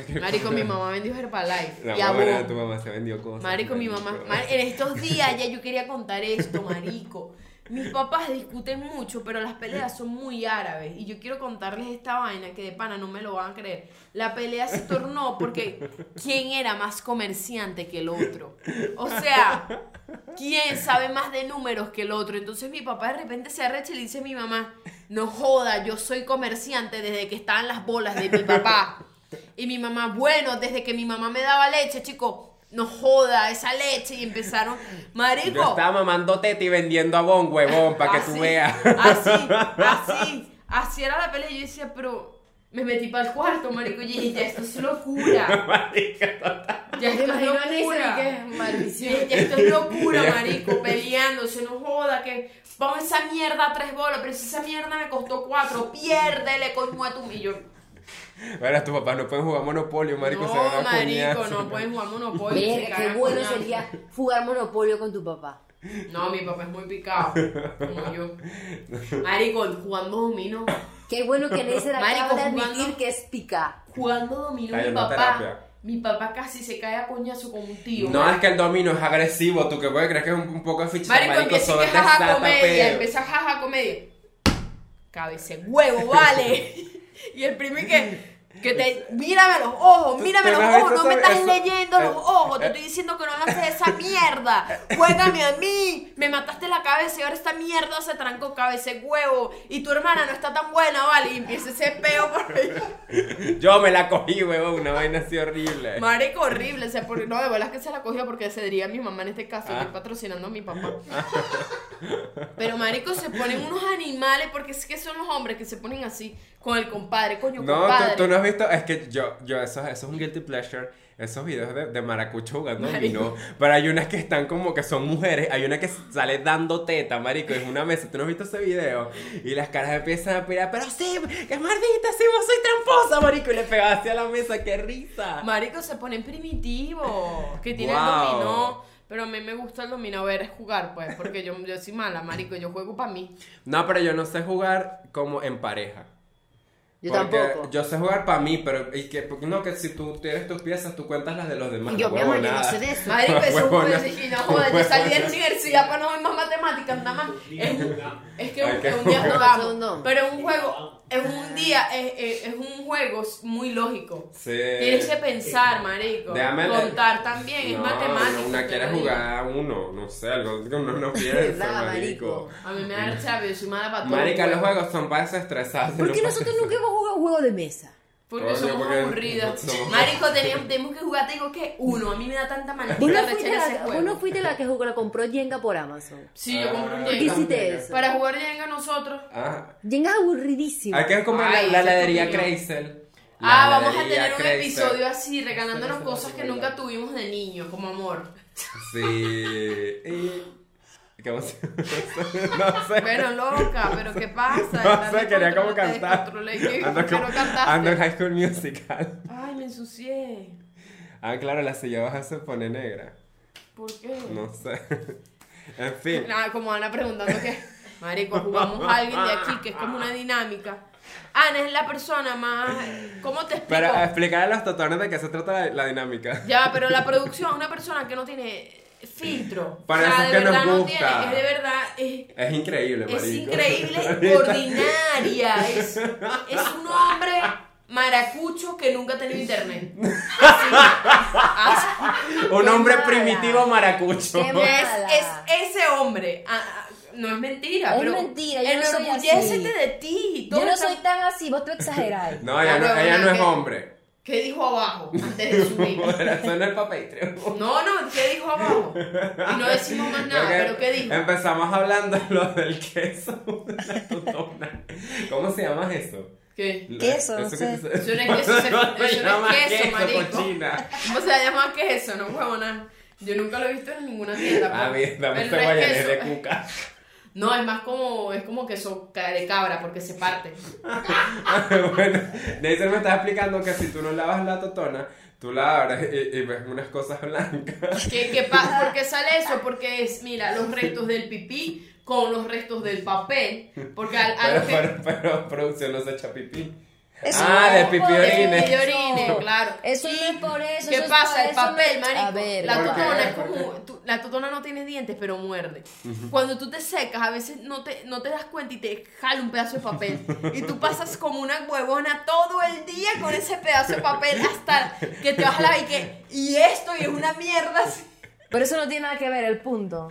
[SPEAKER 1] (laughs)
[SPEAKER 2] Marico, mi mamá vendió Herbalife.
[SPEAKER 1] La
[SPEAKER 2] y
[SPEAKER 1] mamá
[SPEAKER 2] abó.
[SPEAKER 1] era de tu mamá se vendió cosas.
[SPEAKER 2] Marico, mi mamá. Mar- en
[SPEAKER 1] (laughs)
[SPEAKER 2] estos días ya yo quería contar esto, marico. Mis papás discuten mucho, pero las peleas son muy árabes. Y yo quiero contarles esta vaina que de pana no me lo van a creer. La pelea se tornó porque ¿quién era más comerciante que el otro? O sea, ¿quién sabe más de números que el otro? Entonces mi papá de repente se arrecha y le dice a mi mamá, no joda, yo soy comerciante desde que estaban las bolas de mi papá. Y mi mamá, bueno, desde que mi mamá me daba leche, chico, no joda, esa leche. Y empezaron, marico.
[SPEAKER 1] Yo estaba mamando teta y vendiendo abón, huevón, para que
[SPEAKER 2] Así,
[SPEAKER 1] tú veas. (laughs)
[SPEAKER 2] Así, así, así era la pelea. Y yo decía, pero me metí para el cuarto, marico. Y dije, ya esto es locura. Ya
[SPEAKER 4] Te
[SPEAKER 2] esto es
[SPEAKER 4] imagino a
[SPEAKER 2] locura.
[SPEAKER 4] Neisser y que
[SPEAKER 2] Sí,
[SPEAKER 4] maldición.
[SPEAKER 2] ya esto
[SPEAKER 1] (laughs)
[SPEAKER 2] es locura, marico, peleándose, no joda, que vamos esa mierda a tres bolas, pero si esa mierda me costó cuatro, piérdele, coño a tu... Y yo,
[SPEAKER 1] Bueno, tus papás no pueden jugar Monopolio, marico. se van
[SPEAKER 2] no,
[SPEAKER 1] a
[SPEAKER 2] marico,
[SPEAKER 1] coñazo.
[SPEAKER 2] no pueden jugar monopolio. se
[SPEAKER 4] Verga, qué
[SPEAKER 2] cagan
[SPEAKER 4] bueno
[SPEAKER 2] coñazo.
[SPEAKER 4] sería jugar monopolio con tu papá.
[SPEAKER 2] No, mi papá es muy picado,
[SPEAKER 1] (laughs)
[SPEAKER 2] como yo. Marico, jugando dominó,
[SPEAKER 4] Qué bueno que Neisser acaba
[SPEAKER 2] Marico,
[SPEAKER 4] de
[SPEAKER 2] jugando-
[SPEAKER 4] admitir que es pica.
[SPEAKER 2] jugando dominó
[SPEAKER 1] Ay,
[SPEAKER 2] mi
[SPEAKER 1] una
[SPEAKER 2] papá.
[SPEAKER 1] terapia.
[SPEAKER 2] Mi papá casi se cae a coñazo con un tío.
[SPEAKER 1] No, es que el domino es agresivo, tú que puedes creer que es un, un poco de ficha,
[SPEAKER 2] Marico, empieza
[SPEAKER 1] solo
[SPEAKER 2] que
[SPEAKER 1] te
[SPEAKER 2] jaja
[SPEAKER 1] desata,
[SPEAKER 2] comedia,
[SPEAKER 1] pedo. (laughs)
[SPEAKER 2] empieza jaja comedia. Cabece huevo, vale. y el primo y que, Que te, mírame los ojos, mírame
[SPEAKER 1] tú
[SPEAKER 2] los
[SPEAKER 1] me has
[SPEAKER 2] ojos,
[SPEAKER 1] visto
[SPEAKER 2] no me
[SPEAKER 1] sobre-
[SPEAKER 2] estás
[SPEAKER 1] eso-
[SPEAKER 2] leyendo los
[SPEAKER 1] eh,
[SPEAKER 2] ojos, te estoy diciendo que no lances esa mierda, juégame a mí, me mataste la cabeza y ahora esta mierda se trancó cabeza de huevo y tu hermana no está tan buena, vale, y empieza ese peo por ahí.
[SPEAKER 1] Yo me la cogí, huevón, una vaina así horrible.
[SPEAKER 2] Marico, horrible, o sea, porque, no, de verdad que se la cogió porque se diría mi mamá en este caso,
[SPEAKER 1] Ah.
[SPEAKER 2] estoy patrocinando a mi papá. Pero marico, se ponen unos animales porque es que son los hombres que se ponen así con el compadre, coño,
[SPEAKER 1] No, tú,
[SPEAKER 2] compadre.
[SPEAKER 1] tú no has visto, es que yo, yo, eso, eso es un guilty pleasure, esos videos de, de maracucho jugando
[SPEAKER 2] Marico.
[SPEAKER 1] dominó, pero hay unas que están como que son mujeres, hay una que sale dando teta, marico, es una mesa, tú no has visto ese video, y las caras empiezan a pelear, pero sí, que maldita, sí, vos soy tramposa, marico, y le pegas hacia la mesa, qué risa.
[SPEAKER 2] Marico, se ponen primitivos. Que tienen
[SPEAKER 1] Guau.
[SPEAKER 2] dominó. Pero a mí me gusta el dominó ver es jugar, pues. Porque yo, yo soy mala, marico. Yo juego para mí.
[SPEAKER 1] No, pero yo no sé jugar como en pareja.
[SPEAKER 4] Yo
[SPEAKER 1] Porque
[SPEAKER 4] tampoco.
[SPEAKER 1] Yo sé jugar para mí, pero y que, porque no, que si tú tienes tus piezas, tú cuentas las de los demás.
[SPEAKER 4] Y yo, mi amor, yo no
[SPEAKER 1] huevonada.
[SPEAKER 4] sé de eso.
[SPEAKER 2] Marico, eso es
[SPEAKER 1] Huevona.
[SPEAKER 2] un dije, no joder, yo salí de la universidad para no ver más matemáticas, nada más. Es, es que
[SPEAKER 1] Hay
[SPEAKER 2] un,
[SPEAKER 1] que
[SPEAKER 2] un día
[SPEAKER 1] jugar.
[SPEAKER 2] jugamos.
[SPEAKER 4] No, no.
[SPEAKER 2] Pero es un juego, es un día, es, es- es un juego muy lógico.
[SPEAKER 1] Sí.
[SPEAKER 2] Tienes que pensar, marico.
[SPEAKER 1] Eh, Déjame leer.
[SPEAKER 2] Contar también, es
[SPEAKER 1] No,
[SPEAKER 2] matemático.
[SPEAKER 1] no, Una
[SPEAKER 2] te
[SPEAKER 1] quiere
[SPEAKER 2] lo digo.
[SPEAKER 1] jugar a uno, no sé, algo que uno
[SPEAKER 2] (laughs)
[SPEAKER 1] no piensa,
[SPEAKER 4] ¿Verdad, marico?
[SPEAKER 1] marico.
[SPEAKER 2] A mí me da el chavio, yo soy mala
[SPEAKER 4] Ah,
[SPEAKER 2] para todo.
[SPEAKER 1] Marica, los juegos son para desestresarse.
[SPEAKER 4] ¿Por qué
[SPEAKER 1] no
[SPEAKER 4] nosotros
[SPEAKER 1] para-
[SPEAKER 4] nunca hemos jugado juego de mesa?
[SPEAKER 2] Porque
[SPEAKER 1] Coño,
[SPEAKER 2] somos
[SPEAKER 1] porque
[SPEAKER 2] aburridas.
[SPEAKER 1] somos-
[SPEAKER 2] Marico, teníamos, tenemos que jugar, te digo que uno. A mí me da tanta
[SPEAKER 4] Vos
[SPEAKER 2] maldita
[SPEAKER 4] no
[SPEAKER 2] rechera
[SPEAKER 4] fuiste
[SPEAKER 2] ese
[SPEAKER 4] la,
[SPEAKER 2] juego.
[SPEAKER 4] vos no fuiste la que jugó, la compró Jenga por Amazon.
[SPEAKER 2] Sí, yo compré un
[SPEAKER 1] Ah,
[SPEAKER 4] ¿Por qué
[SPEAKER 2] Jenga.
[SPEAKER 4] hiciste eso?
[SPEAKER 2] Para jugar Jenga nosotros.
[SPEAKER 1] Ah,
[SPEAKER 4] Jenga es aburridísimo.
[SPEAKER 1] hay que comer
[SPEAKER 2] Ay,
[SPEAKER 1] la, la
[SPEAKER 2] esa es tu
[SPEAKER 1] heladería
[SPEAKER 2] opinión.
[SPEAKER 1] Kreisel.
[SPEAKER 2] Ah,
[SPEAKER 1] La
[SPEAKER 2] vamos a
[SPEAKER 1] heladería
[SPEAKER 2] tener un
[SPEAKER 1] Kreisel.
[SPEAKER 2] episodio así, regalándonos
[SPEAKER 1] Eso no se
[SPEAKER 2] cosas
[SPEAKER 1] me
[SPEAKER 2] que
[SPEAKER 1] olvida.
[SPEAKER 2] nunca tuvimos de niño, como amor.
[SPEAKER 1] Sí. Y- ¿Qué más? (laughs)
[SPEAKER 2] (laughs)
[SPEAKER 1] no sé.
[SPEAKER 2] Pero loca, pero ¿qué pasa?
[SPEAKER 1] (laughs) No
[SPEAKER 2] Dame
[SPEAKER 1] sé, quería como
[SPEAKER 2] control, te
[SPEAKER 1] cantar.
[SPEAKER 2] descontrolé. ¿Qué?
[SPEAKER 1] Ando
[SPEAKER 2] ¿Por qué no
[SPEAKER 1] como-
[SPEAKER 2] cantaste?
[SPEAKER 1] ando en High School Musical.
[SPEAKER 2] Ay, me ensucié.
[SPEAKER 1] Ah, claro, la silla baja se pone negra.
[SPEAKER 2] ¿Por qué?
[SPEAKER 1] No sé. (laughs) En fin.
[SPEAKER 2] Nada, como Ana preguntando que, marico, jugamos a alguien de aquí que es como una dinámica. Ana es la persona más, ¿cómo te explico?
[SPEAKER 1] Pero explicar a los totones de qué se trata la, la dinámica.
[SPEAKER 2] Ya, pero la producción es una persona que no tiene filtro.
[SPEAKER 1] Para
[SPEAKER 2] o sea,
[SPEAKER 1] eso es
[SPEAKER 2] de
[SPEAKER 1] que nos
[SPEAKER 2] verdad no
[SPEAKER 1] gusta.
[SPEAKER 2] tiene, es de verdad, es,
[SPEAKER 1] Es increíble, marico. (laughs)
[SPEAKER 2] es increíble,
[SPEAKER 1] Ahorita-
[SPEAKER 2] ordinaria.
[SPEAKER 1] (laughs)
[SPEAKER 2] Es, es un hombre maracucho que nunca ha tenido internet. Así, así.
[SPEAKER 1] Un hombre
[SPEAKER 3] mala.
[SPEAKER 1] primitivo maracucho.
[SPEAKER 3] Qué
[SPEAKER 2] Que
[SPEAKER 3] mala.
[SPEAKER 2] es, es ese hombre. Ah, ah, no es mentira,
[SPEAKER 3] Es
[SPEAKER 2] pero
[SPEAKER 3] mentira, yo no soy
[SPEAKER 2] enorgullécete
[SPEAKER 3] así.
[SPEAKER 2] de ti.
[SPEAKER 3] Yo no
[SPEAKER 2] Todos
[SPEAKER 3] soy
[SPEAKER 2] están-
[SPEAKER 3] tan así, vos te exageráis.
[SPEAKER 1] No, ella no,
[SPEAKER 2] Ah,
[SPEAKER 1] ella no
[SPEAKER 2] huevona,
[SPEAKER 1] es
[SPEAKER 2] que-
[SPEAKER 1] hombre.
[SPEAKER 2] ¿Qué dijo abajo antes de subir?
[SPEAKER 1] (laughs) Eso no es para Patreon.
[SPEAKER 2] No, no, ¿qué dijo abajo? Y no decimos más Pues nada,
[SPEAKER 1] Porque
[SPEAKER 2] pero ¿qué dijo?
[SPEAKER 1] Empezamos hablando de lo del queso. la totona. ¿Cómo se llama eso?
[SPEAKER 2] ¿Qué?
[SPEAKER 3] Queso, no
[SPEAKER 1] que
[SPEAKER 3] sé.
[SPEAKER 1] se-
[SPEAKER 2] Eso no es queso,
[SPEAKER 1] (laughs)
[SPEAKER 2] se-
[SPEAKER 1] No se
[SPEAKER 2] eso no es
[SPEAKER 1] llama
[SPEAKER 2] queso, marico. Ah,
[SPEAKER 1] cochina.
[SPEAKER 2] ¿Cómo se llama queso? No, huevona. Yo nunca lo he visto en ninguna tienda.
[SPEAKER 1] A ver,
[SPEAKER 2] pues.
[SPEAKER 1] Ah, dame
[SPEAKER 2] Pero
[SPEAKER 1] ese
[SPEAKER 2] no es
[SPEAKER 1] guayanés
[SPEAKER 2] queso.
[SPEAKER 1] de cuca.
[SPEAKER 2] No, es más como, es como queso ca- de cabra, porque se parte.
[SPEAKER 1] (laughs) bueno, Neisser me está explicando que si tú no lavas la totona, tú la abres y, y ves unas cosas blancas.
[SPEAKER 2] ¿Qué, qué pasa? ¿Por qué sale eso? Porque es, mira, los restos del pipí con los restos del papel. Porque al, a
[SPEAKER 1] (laughs) Pero,
[SPEAKER 2] lo
[SPEAKER 1] pero,
[SPEAKER 2] que-
[SPEAKER 1] pero producción no se echa pipí.
[SPEAKER 3] (laughs) Eso
[SPEAKER 1] ah,
[SPEAKER 3] no
[SPEAKER 1] de
[SPEAKER 3] es
[SPEAKER 1] pipí
[SPEAKER 3] por
[SPEAKER 1] orines.
[SPEAKER 2] De orines, claro.
[SPEAKER 3] Eso no es por eso.
[SPEAKER 2] ¿Qué
[SPEAKER 3] eso es por
[SPEAKER 2] pasa? El
[SPEAKER 3] eso, no-
[SPEAKER 2] papel, marico.
[SPEAKER 3] A ver,
[SPEAKER 2] la
[SPEAKER 1] ¿por qué?
[SPEAKER 2] totona es
[SPEAKER 1] ¿Por
[SPEAKER 2] como. tú- la totona no tiene dientes, pero muerde. Cuando tú te secas, a veces no te, no te das cuenta y te jala un pedazo de papel. Y tú pasas como una huevona todo el día con ese pedazo de papel hasta que te vas a la y que. Y esto, y es una mierda así.
[SPEAKER 3] pero eso no tiene nada que ver el punto.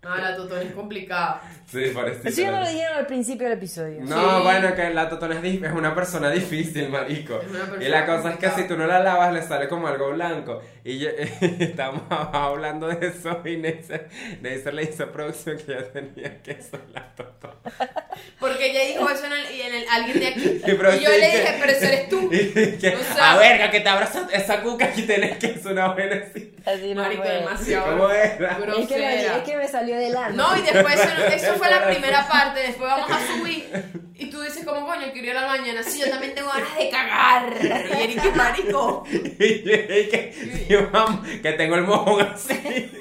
[SPEAKER 2] No, la totona es complicada.
[SPEAKER 1] Sí, parece.
[SPEAKER 3] Eso ya me lo dijeron al principio del episodio.
[SPEAKER 1] No,
[SPEAKER 2] Sí.
[SPEAKER 1] bueno, que la totona es, dif- es una persona difícil, marico.
[SPEAKER 2] Es una persona
[SPEAKER 1] y la cosa es que
[SPEAKER 2] complicada.
[SPEAKER 1] si tú no la lavas, le sale como algo blanco. Y yo, (laughs) estábamos hablando de eso y Neisser, Neisser le hizo producción que ya tenía queso en la totona.
[SPEAKER 2] Porque ella dijo eso en el, y en el- alguien de aquí.
[SPEAKER 1] (laughs) Y, pero
[SPEAKER 2] Y yo
[SPEAKER 1] sí
[SPEAKER 2] le
[SPEAKER 1] que-
[SPEAKER 2] dije, pero eso eres tú.
[SPEAKER 1] (laughs) Y que,
[SPEAKER 2] O sea-
[SPEAKER 1] a verga, que te abrazas esa cuca aquí tenés que es una buena cita.
[SPEAKER 3] Así no
[SPEAKER 2] Marico,
[SPEAKER 3] fue.
[SPEAKER 2] demasiado.
[SPEAKER 1] ¿Cómo era?
[SPEAKER 3] Es que, me,
[SPEAKER 2] grosera.
[SPEAKER 3] es que me salió delante.
[SPEAKER 2] No, y
[SPEAKER 1] (laughs)
[SPEAKER 2] después eso, eso fue la primera parte. Después vamos a subir. Y tú dices, como coño, quiero ir a la mañana. Sí, yo también tengo ganas de cagar. Y Eric, ¿qué marico?
[SPEAKER 1] (laughs) Y,
[SPEAKER 2] (laughs)
[SPEAKER 1] que, sí, mam, que tengo el mojón así.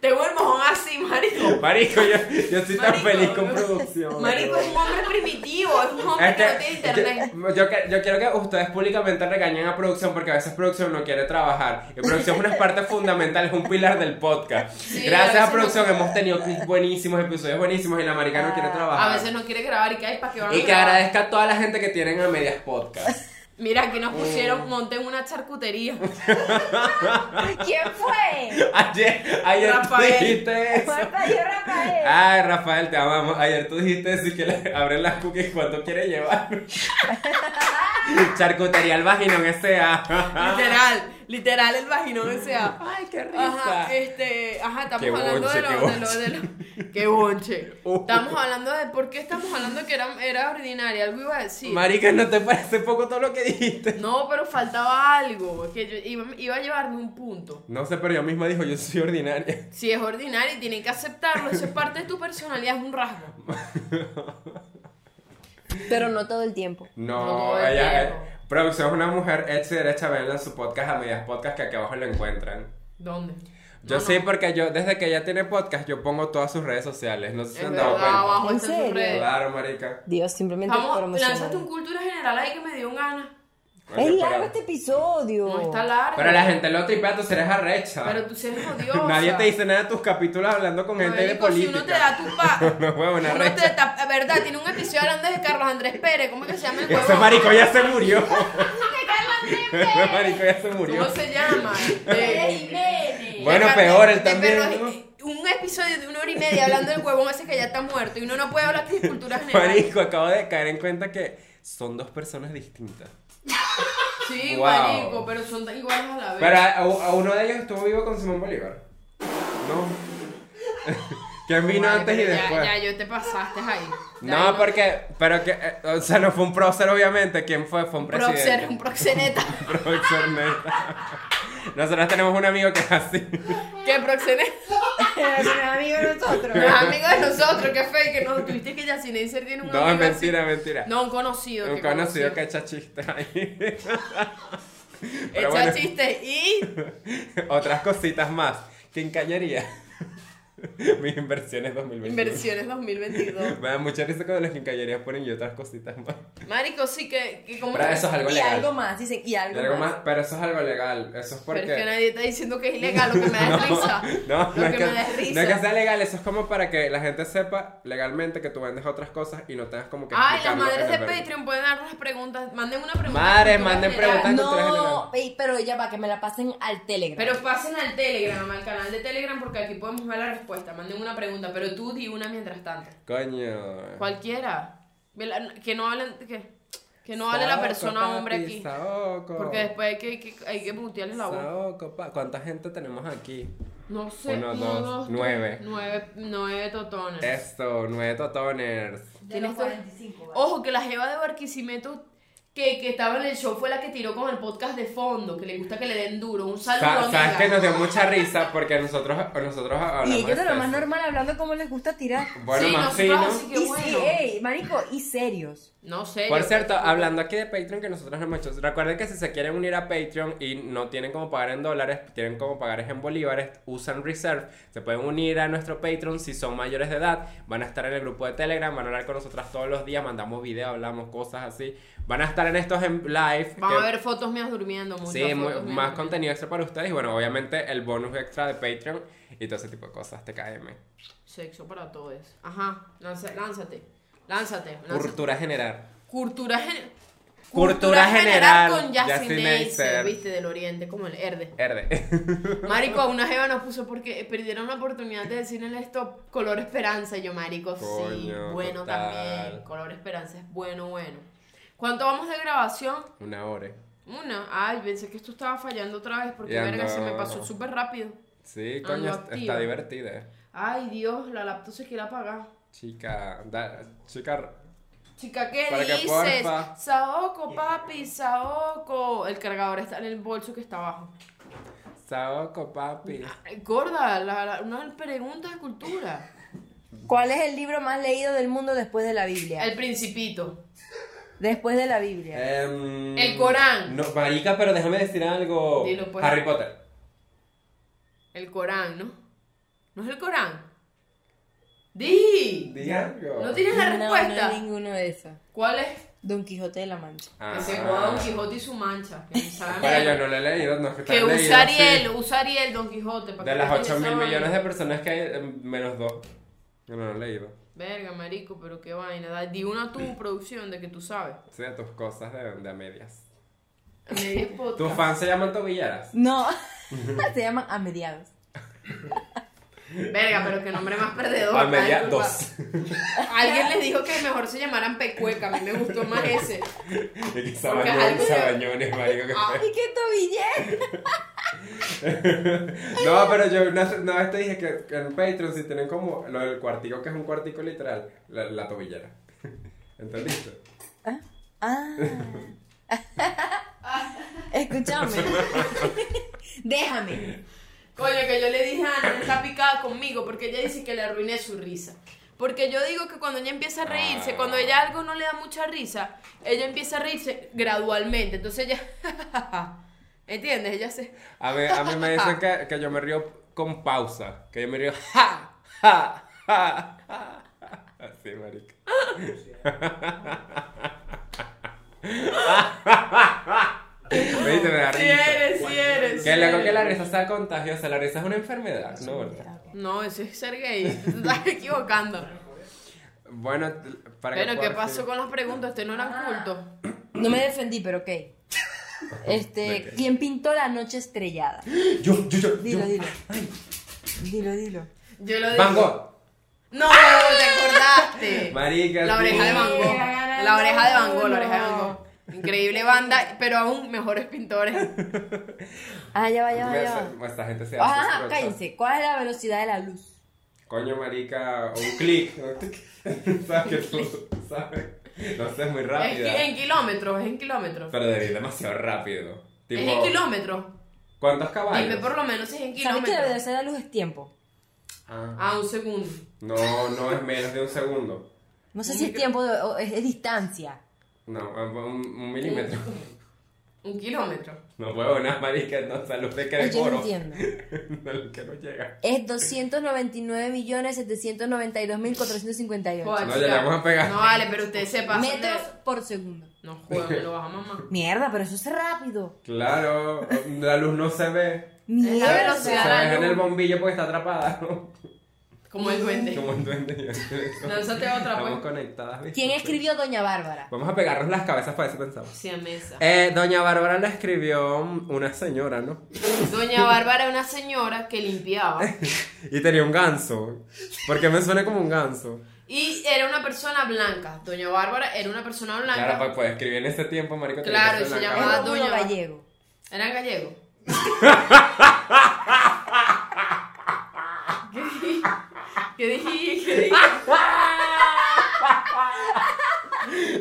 [SPEAKER 2] Tengo el mojón así, Marico.
[SPEAKER 1] Marico, yo, yo estoy tan
[SPEAKER 2] Marico.
[SPEAKER 1] feliz con producción.
[SPEAKER 2] Marico es un hombre primitivo, es un hombre
[SPEAKER 1] Es
[SPEAKER 2] que no tiene
[SPEAKER 1] que
[SPEAKER 2] internet.
[SPEAKER 1] Este, yo, yo que- yo quiero que ustedes públicamente regañen a producción porque a veces producción no quiere trabajar. Y producción
[SPEAKER 2] (laughs)
[SPEAKER 1] es una parte fundamental, es un pilar del podcast.
[SPEAKER 2] Sí, a
[SPEAKER 1] Gracias
[SPEAKER 2] veces
[SPEAKER 1] a producción
[SPEAKER 2] no-
[SPEAKER 1] hemos tenido clips buenísimos, episodios buenísimos y la marica no quiere trabajar.
[SPEAKER 2] Ah, A veces no quiere grabar y que hay para que van a
[SPEAKER 1] Ah. Y que
[SPEAKER 2] grabar?
[SPEAKER 1] agradezca a toda la gente que tienen a medias
[SPEAKER 2] (laughs)
[SPEAKER 1] podcast.
[SPEAKER 2] Mira, aquí
[SPEAKER 1] Mm.
[SPEAKER 2] nos pusieron, monten una charcutería.
[SPEAKER 3] (laughs) ¿Quién
[SPEAKER 1] (laughs)
[SPEAKER 3] fue?
[SPEAKER 1] Ayer, ayer tú
[SPEAKER 2] Rafael.
[SPEAKER 1] dijiste eso.
[SPEAKER 3] Marta, yo Rafael.
[SPEAKER 1] Ay, Rafael, te amamos. Ayer tú dijiste eso y que le abren las cookies cuando quiere llevar.
[SPEAKER 2] (laughs)
[SPEAKER 1] Charcutería al vagino en S.A.
[SPEAKER 2] literal, literal el vaginón ese.
[SPEAKER 1] Ah.
[SPEAKER 2] ah.
[SPEAKER 1] Ay, qué
[SPEAKER 2] Ajá, este, ajá, estamos
[SPEAKER 1] Qué
[SPEAKER 2] hablando
[SPEAKER 1] bonche,
[SPEAKER 2] de
[SPEAKER 1] qué
[SPEAKER 2] lo, de lo, de lo-
[SPEAKER 1] (laughs)
[SPEAKER 2] qué bonche.
[SPEAKER 1] Uh.
[SPEAKER 2] Estamos hablando de por qué estamos hablando que era, era ordinaria, algo iba a decir.
[SPEAKER 1] Marica, ¿no te parece poco todo lo que dijiste?
[SPEAKER 2] no, pero faltaba algo, que yo iba, iba a llevarme un punto.
[SPEAKER 1] No sé, pero yo misma dijo, yo soy ordinaria.
[SPEAKER 2] Si es ordinaria, tienen que aceptarlo, eso es parte de tu personalidad, es un rasgo.
[SPEAKER 3] Pero no todo el tiempo.
[SPEAKER 1] No,
[SPEAKER 2] No,
[SPEAKER 1] ella
[SPEAKER 2] es
[SPEAKER 1] eh, producción es una mujer hecha y derecha, véanla en su podcast a medias podcast que aquí abajo lo encuentran.
[SPEAKER 2] ¿Dónde?
[SPEAKER 1] Yo
[SPEAKER 2] No,
[SPEAKER 1] sí,
[SPEAKER 2] no.
[SPEAKER 1] porque yo desde que ella tiene podcast, yo pongo todas sus redes sociales. No sé si
[SPEAKER 2] Es
[SPEAKER 1] se han dado
[SPEAKER 2] verdad,
[SPEAKER 1] cuenta.
[SPEAKER 2] abajo
[SPEAKER 3] ¿En
[SPEAKER 2] están sus
[SPEAKER 3] serio?
[SPEAKER 2] redes.
[SPEAKER 1] Claro, marica.
[SPEAKER 3] Dios, simplemente
[SPEAKER 2] Vamos, lanzaste
[SPEAKER 3] promocionar.
[SPEAKER 2] un cultura general ahí que me dio ganas.
[SPEAKER 1] Coño,
[SPEAKER 3] Es largo
[SPEAKER 1] pero-
[SPEAKER 3] este episodio.
[SPEAKER 2] No está
[SPEAKER 3] (laughs)
[SPEAKER 2] largo.
[SPEAKER 1] Pero la gente lo tripea, tú serás arrecha.
[SPEAKER 2] Pero
[SPEAKER 1] (laughs)
[SPEAKER 2] tú seas odiosa.
[SPEAKER 1] Nadie te dice nada de tus capítulos hablando con gente de
[SPEAKER 2] Marico,
[SPEAKER 1] política.
[SPEAKER 2] Si uno te da tu pa.
[SPEAKER 1] (laughs) No, huevo, una
[SPEAKER 2] uno
[SPEAKER 1] recha.
[SPEAKER 2] te da- es verdad, tiene un episodio hablando de Carlos Andrés Pérez. ¿Cómo es que se llama el
[SPEAKER 1] (laughs)
[SPEAKER 2] huevo?
[SPEAKER 1] Ese marico ya se
[SPEAKER 2] (laughs)
[SPEAKER 1] murió.
[SPEAKER 2] Carlos Andrés
[SPEAKER 1] Ese
[SPEAKER 2] Pérez.
[SPEAKER 1] marico ya se murió.
[SPEAKER 2] ¿Cómo se llama?
[SPEAKER 1] (laughs)
[SPEAKER 4] Pérez
[SPEAKER 2] De-
[SPEAKER 4] Jiménez.
[SPEAKER 1] Bueno,
[SPEAKER 2] de-
[SPEAKER 1] peor, él
[SPEAKER 2] de-
[SPEAKER 1] también,
[SPEAKER 2] pero es- Un episodio de una hora y media hablando del huevón ese que ya está muerto y uno no puede hablar de cultura general.
[SPEAKER 1] Marico, acabo de caer en cuenta que son dos personas distintas.
[SPEAKER 2] Sí,
[SPEAKER 1] Wow.
[SPEAKER 2] marico, pero son tan iguales a la vez.
[SPEAKER 1] Pero a, a- a uno de ellos estuvo vivo con Simón Bolívar. No. (laughs) ¿Quién vino
[SPEAKER 2] Vale,
[SPEAKER 1] antes y
[SPEAKER 2] pero ya-
[SPEAKER 1] después?
[SPEAKER 2] Ya, yo te pasaste ahí.
[SPEAKER 1] No, porque, pero que, eh, o sea, no fue un prócer, obviamente. ¿Quién fue? Fue un
[SPEAKER 2] Proxer,
[SPEAKER 1] presidente.
[SPEAKER 2] un proxeneta.
[SPEAKER 1] (laughs) Prócer, neta. Nosotros tenemos un amigo que es así.
[SPEAKER 2] ¿Qué proxeneta?
[SPEAKER 1] (laughs)
[SPEAKER 3] Es un amigo de nosotros.
[SPEAKER 2] No, amigo de nosotros, qué fe, que no, tuviste que Yacine Inser tiene un
[SPEAKER 1] No, es
[SPEAKER 2] amigo
[SPEAKER 1] mentira,
[SPEAKER 2] así.
[SPEAKER 1] mentira.
[SPEAKER 2] No, un conocido.
[SPEAKER 1] Un
[SPEAKER 2] que
[SPEAKER 1] conocido que echa chistes ahí. (laughs) Pero
[SPEAKER 2] Echa
[SPEAKER 1] bueno,
[SPEAKER 2] chistes y
[SPEAKER 1] (laughs) otras cositas más. ¿Quién callaría? (laughs) Mis inversiones 2021.
[SPEAKER 2] inversiones 2022.
[SPEAKER 1] Me da mucha risa cuando las quincayerías ponen y otras cositas más.
[SPEAKER 2] Marico, sí que, que como
[SPEAKER 1] Pero eso es algo
[SPEAKER 3] Y
[SPEAKER 1] legal.
[SPEAKER 3] algo más, dicen, y
[SPEAKER 1] Y
[SPEAKER 3] algo,
[SPEAKER 1] algo
[SPEAKER 3] más.
[SPEAKER 1] más, pero eso es algo legal. Eso es
[SPEAKER 2] Pero
[SPEAKER 1] porque.
[SPEAKER 2] es que nadie está diciendo que es ilegal, lo
[SPEAKER 1] (laughs)
[SPEAKER 2] que me da
[SPEAKER 1] no,
[SPEAKER 2] es risa.
[SPEAKER 1] no,
[SPEAKER 2] lo
[SPEAKER 1] no es
[SPEAKER 2] que
[SPEAKER 1] que,
[SPEAKER 2] me da es
[SPEAKER 1] no es que
[SPEAKER 2] risa.
[SPEAKER 1] sea legal, eso es como para que la gente sepa legalmente que tú vendes otras cosas y no tengas como que.
[SPEAKER 2] Ay, las
[SPEAKER 1] explicarlo
[SPEAKER 2] madres
[SPEAKER 1] en
[SPEAKER 2] de
[SPEAKER 1] el verbo.
[SPEAKER 2] Patreon pueden darnos las preguntas. Manden una pregunta.
[SPEAKER 1] Madres,
[SPEAKER 2] de cultura
[SPEAKER 1] manden
[SPEAKER 2] general.
[SPEAKER 1] preguntas. Tanto te la
[SPEAKER 3] No,
[SPEAKER 1] generan.
[SPEAKER 3] ey, pero ella va, que me la pasen al Telegram.
[SPEAKER 2] Pero pasen al Telegram, al canal de Telegram, porque aquí podemos ver la respuesta. Manden una pregunta, pero tú di una mientras tanto.
[SPEAKER 1] Coño.
[SPEAKER 2] Cualquiera. Ve la- Que no hablen. Que, que no hable la
[SPEAKER 1] Saoco,
[SPEAKER 2] persona hombre
[SPEAKER 1] papi,
[SPEAKER 2] aquí.
[SPEAKER 1] saoco.
[SPEAKER 2] Porque después hay que, hay que, hay que mutearles la voz.
[SPEAKER 1] Saoco, pa- ¿Cuánta gente tenemos aquí?
[SPEAKER 2] No sé.
[SPEAKER 1] Uno,
[SPEAKER 2] uno,
[SPEAKER 1] dos,
[SPEAKER 2] dos, tres,
[SPEAKER 1] nueve.
[SPEAKER 2] Nueve, nueve totones.
[SPEAKER 1] Esto, nueve totoners.
[SPEAKER 2] Tienes que- Ojo, que la jeva de Barquisimeto que, que estaba en el show fue la que tiró con el podcast de fondo, que le gusta que le den duro. Un
[SPEAKER 1] Sa-
[SPEAKER 2] saludo. amiga.
[SPEAKER 1] Sabes que nos dio mucha risa porque nosotros, nosotros hablamos.
[SPEAKER 3] y ellos de lo
[SPEAKER 1] de
[SPEAKER 3] más
[SPEAKER 1] eso.
[SPEAKER 3] normal hablando como les gusta tirar.
[SPEAKER 1] Bueno,
[SPEAKER 2] sí,
[SPEAKER 1] más
[SPEAKER 2] nosotros
[SPEAKER 1] fino.
[SPEAKER 2] así que
[SPEAKER 3] y sí,
[SPEAKER 2] bueno.
[SPEAKER 3] ey, marico, y serios.
[SPEAKER 2] No sé.
[SPEAKER 1] Por
[SPEAKER 2] yo-
[SPEAKER 1] cierto, hablando aquí de Patreon que nosotros hemos hecho, recuerden que si se quieren unir a Patreon y no tienen como pagar en dólares, tienen como pagar es en bolívares, usan Reserve, se pueden unir a nuestro Patreon si son mayores de edad, van a estar en el grupo de Telegram, van a hablar con nosotras todos los días, mandamos videos, hablamos cosas así, van a estar en estos en live.
[SPEAKER 2] Van
[SPEAKER 1] que-
[SPEAKER 2] a ver fotos mías durmiendo. Muchas
[SPEAKER 1] Sí, mu-
[SPEAKER 2] fotos mías
[SPEAKER 1] más
[SPEAKER 2] durmiendo.
[SPEAKER 1] contenido extra para ustedes y bueno, obviamente el bonus extra de Patreon y todo ese tipo de cosas, TKM.
[SPEAKER 2] Sexo para todos. Ajá, lanza- lánzate. Lánzate. lánzate.
[SPEAKER 1] Cultura general.
[SPEAKER 2] Cultura, gen-
[SPEAKER 1] Cultura general,
[SPEAKER 2] con Yacine
[SPEAKER 1] Yacine
[SPEAKER 2] Eiser,
[SPEAKER 1] Eiser.
[SPEAKER 2] viste, del oriente, como el herde.
[SPEAKER 1] Erde.
[SPEAKER 2] Marico, una jeva nos puso porque perdieron la oportunidad de decir en esto color esperanza. Y Yo, marico, sí,
[SPEAKER 1] Coño,
[SPEAKER 2] bueno
[SPEAKER 1] total.
[SPEAKER 2] también. Color esperanza es bueno, bueno. ¿Cuánto vamos de grabación?
[SPEAKER 1] (laughs) Una hora.
[SPEAKER 2] Una. Ay, pensé que esto estaba fallando otra vez porque,
[SPEAKER 1] Ya
[SPEAKER 2] verga, se me
[SPEAKER 1] no.
[SPEAKER 2] pasó súper rápido.
[SPEAKER 1] Sí,
[SPEAKER 2] Ah,
[SPEAKER 1] coño,
[SPEAKER 2] no,
[SPEAKER 1] est-
[SPEAKER 2] activa.
[SPEAKER 1] está divertida.
[SPEAKER 2] Ay, Dios, la laptop se quiere apagar.
[SPEAKER 1] Chica, da- chica,
[SPEAKER 2] Chica, ¿qué
[SPEAKER 1] Para que
[SPEAKER 2] dices?
[SPEAKER 1] porfa.
[SPEAKER 2] Saoco, papi, Saoco. El cargador está en el bolso que está abajo.
[SPEAKER 1] saoco, papi.
[SPEAKER 2] Ay, Gorda, la, la- una pregunta de cultura.
[SPEAKER 3] ¿Cuál es el libro más leído del mundo después de la Biblia?
[SPEAKER 2] El Principito.
[SPEAKER 3] Después de la Biblia.
[SPEAKER 1] Em,
[SPEAKER 2] El Corán.
[SPEAKER 1] No, marica, pero déjame decir algo.
[SPEAKER 2] Dilo, pues.
[SPEAKER 1] Harry Potter.
[SPEAKER 2] El Corán, ¿no? ¿No es el Corán? Di.
[SPEAKER 1] Di algo.
[SPEAKER 2] No tienes la respuesta.
[SPEAKER 3] No, no ninguno de esos.
[SPEAKER 2] ¿Cuál es?
[SPEAKER 3] Don Quijote de la Mancha.
[SPEAKER 1] Ah.
[SPEAKER 2] Que se jugaba Don Quijote y su mancha. Que sabe
[SPEAKER 1] Para yo
[SPEAKER 2] leer.
[SPEAKER 1] no lo he leído, no es que tan
[SPEAKER 2] Que
[SPEAKER 1] leído,
[SPEAKER 2] usar
[SPEAKER 1] sí.
[SPEAKER 2] Ariel, usa Ariel Don Quijote.
[SPEAKER 1] De
[SPEAKER 2] ¿para qué
[SPEAKER 1] las
[SPEAKER 2] tienes
[SPEAKER 1] 8 mil
[SPEAKER 2] esa
[SPEAKER 1] millones de
[SPEAKER 2] vaina?
[SPEAKER 1] personas que hay, eh, menos dos. Yo no lo he leído.
[SPEAKER 2] Verga, marico, pero qué vaina. Da- Di una tu producción de que tú sabes.
[SPEAKER 1] Sí, de tus cosas de, de a medias.
[SPEAKER 2] (laughs) Media
[SPEAKER 1] ¿Tus
[SPEAKER 2] podcast.
[SPEAKER 1] fans se llaman tobilleras?
[SPEAKER 3] No, (laughs) se llaman a mediados.
[SPEAKER 2] Verga, pero qué nombre más perdedor.
[SPEAKER 1] A medias
[SPEAKER 2] Ay,
[SPEAKER 1] dos. (laughs)
[SPEAKER 2] disculpa. Alguien les dijo que mejor se llamaran pecueca. A mí me gustó más ese.
[SPEAKER 1] Y que
[SPEAKER 2] Porque
[SPEAKER 1] Sabañón,
[SPEAKER 2] algo-
[SPEAKER 1] Sabañones, marico, que fue.
[SPEAKER 3] ¡Ay, qué tobillera!
[SPEAKER 1] No, pero yo una, una vez te dije que, que en Patreon si tienen como lo del cuartico, que es un cuartico literal, la, la tobillera. (laughs) ¿Entendiste?
[SPEAKER 3] Ah. (laughs) Escúchame. Déjame.
[SPEAKER 2] Coño, que yo le dije a Ana, está picada conmigo porque ella dice que le arruiné su risa. Porque yo digo que cuando ella empieza a reírse,
[SPEAKER 1] Ah.
[SPEAKER 2] cuando ella algo no le da mucha risa, ella empieza a reírse gradualmente. Entonces ella. (laughs) ¿Me entiendes? Ella se.
[SPEAKER 1] A mí, a mí me dicen que, que yo me río con pausa, que yo me río ja, ja, ja, ja. Así, (laughs) marico. Me dice, me da
[SPEAKER 2] Si
[SPEAKER 1] risa.
[SPEAKER 2] eres, si eres.
[SPEAKER 1] Que
[SPEAKER 2] sí
[SPEAKER 1] luego
[SPEAKER 2] eres.
[SPEAKER 1] que la risa sea contagiosa, la risa es una enfermedad, ¿no? ¿verdad?
[SPEAKER 2] No, eso es ser gay. (laughs) Te estás equivocando.
[SPEAKER 1] Bueno, para que
[SPEAKER 2] Bueno, ¿qué
[SPEAKER 1] puedas-
[SPEAKER 2] pasó con las preguntas? Ustedes no eran cultos.
[SPEAKER 3] No me defendí, pero ok. Este, ¿quién pintó la noche estrellada?
[SPEAKER 1] Yo, yo, yo,
[SPEAKER 3] Dilo,
[SPEAKER 1] yo.
[SPEAKER 3] dilo. Dilo, dilo.
[SPEAKER 2] Yo lo dije.
[SPEAKER 1] Van Gogh.
[SPEAKER 2] No, te acordaste.
[SPEAKER 1] Marica,
[SPEAKER 2] La
[SPEAKER 1] sí.
[SPEAKER 2] oreja de Van Gogh.
[SPEAKER 3] Mira,
[SPEAKER 2] La oreja de Van Gogh, la
[SPEAKER 3] no.
[SPEAKER 2] oreja de Van Gogh. Increíble banda, pero aún mejores pintores.
[SPEAKER 3] Ah, ya va, ya va,
[SPEAKER 1] Me-
[SPEAKER 3] ya va.
[SPEAKER 1] se- pues, Esta gente se hace
[SPEAKER 3] Ajá,
[SPEAKER 1] escrocha.
[SPEAKER 3] cállense. ¿Cuál es la velocidad de la luz?
[SPEAKER 1] Coño, marica, un clic. (laughs) ¿Sabes que tú sabes? Lo haces muy
[SPEAKER 2] Es
[SPEAKER 1] rápido.
[SPEAKER 2] ki- en kilómetros, es en kilómetros.
[SPEAKER 1] Pero debí demasiado rápido. Tipo,
[SPEAKER 2] es en kilómetros.
[SPEAKER 1] ¿Cuántos caballos?
[SPEAKER 2] Dime por lo menos si es en
[SPEAKER 3] ¿Sabes que la
[SPEAKER 2] kilómetros.
[SPEAKER 3] velocidad de la luz es tiempo?
[SPEAKER 1] Ah.
[SPEAKER 2] A un segundo.
[SPEAKER 1] No, no es menos de un segundo.
[SPEAKER 3] No sé si es tiempo de- o es, es distancia.
[SPEAKER 1] No, un, un
[SPEAKER 2] (laughs)
[SPEAKER 1] milímetro.
[SPEAKER 2] Un kilómetro.
[SPEAKER 1] No puedo, unas maricas, no, salud de que de
[SPEAKER 3] Pues Yo no
[SPEAKER 1] coro.
[SPEAKER 3] entiendo.
[SPEAKER 1] (laughs) No, que no llega.
[SPEAKER 3] Es 299.792.458
[SPEAKER 2] Joder,
[SPEAKER 1] No,
[SPEAKER 2] chica.
[SPEAKER 1] ya le vamos a pegar.
[SPEAKER 2] No vale, pero usted se pasa.
[SPEAKER 3] metros por segundo.
[SPEAKER 2] No juega, me lo baja mamá.
[SPEAKER 3] Mierda, pero eso es rápido.
[SPEAKER 1] Claro, la luz no se ve.
[SPEAKER 2] Es la
[SPEAKER 3] Mierda.
[SPEAKER 1] Se
[SPEAKER 2] velocidad
[SPEAKER 1] ve
[SPEAKER 2] de
[SPEAKER 1] en
[SPEAKER 2] la
[SPEAKER 1] el
[SPEAKER 2] luz.
[SPEAKER 1] bombillo porque está atrapada, ¿no? (laughs)
[SPEAKER 2] Como el duende.
[SPEAKER 1] Como el duende.
[SPEAKER 2] Lánzate otra,
[SPEAKER 1] Estamos
[SPEAKER 2] pues.
[SPEAKER 1] conectadas. ¿viste?
[SPEAKER 3] ¿Quién escribió Doña Bárbara?
[SPEAKER 1] Vamos a pegarnos las cabezas para eso pensamos.
[SPEAKER 2] Sí, a mesa.
[SPEAKER 1] Eh, Doña Bárbara la escribió una señora, ¿no?
[SPEAKER 2] Doña Bárbara es una señora que limpiaba.
[SPEAKER 1] Y tenía un ganso. Porque me suena como un ganso.
[SPEAKER 2] Y era una persona blanca. Doña Bárbara era una persona
[SPEAKER 1] Claro, para
[SPEAKER 2] blanca.
[SPEAKER 1] poder escribir en ese tiempo, marico. tenía
[SPEAKER 2] Claro,
[SPEAKER 1] que ser
[SPEAKER 2] y se
[SPEAKER 1] blanca.
[SPEAKER 2] llamaba- Ah,
[SPEAKER 3] Rómulo
[SPEAKER 2] Doña Bárbara.
[SPEAKER 3] Gallego. (laughs)
[SPEAKER 2] Era gallego. ¿Qué dije? ¿Qué dije?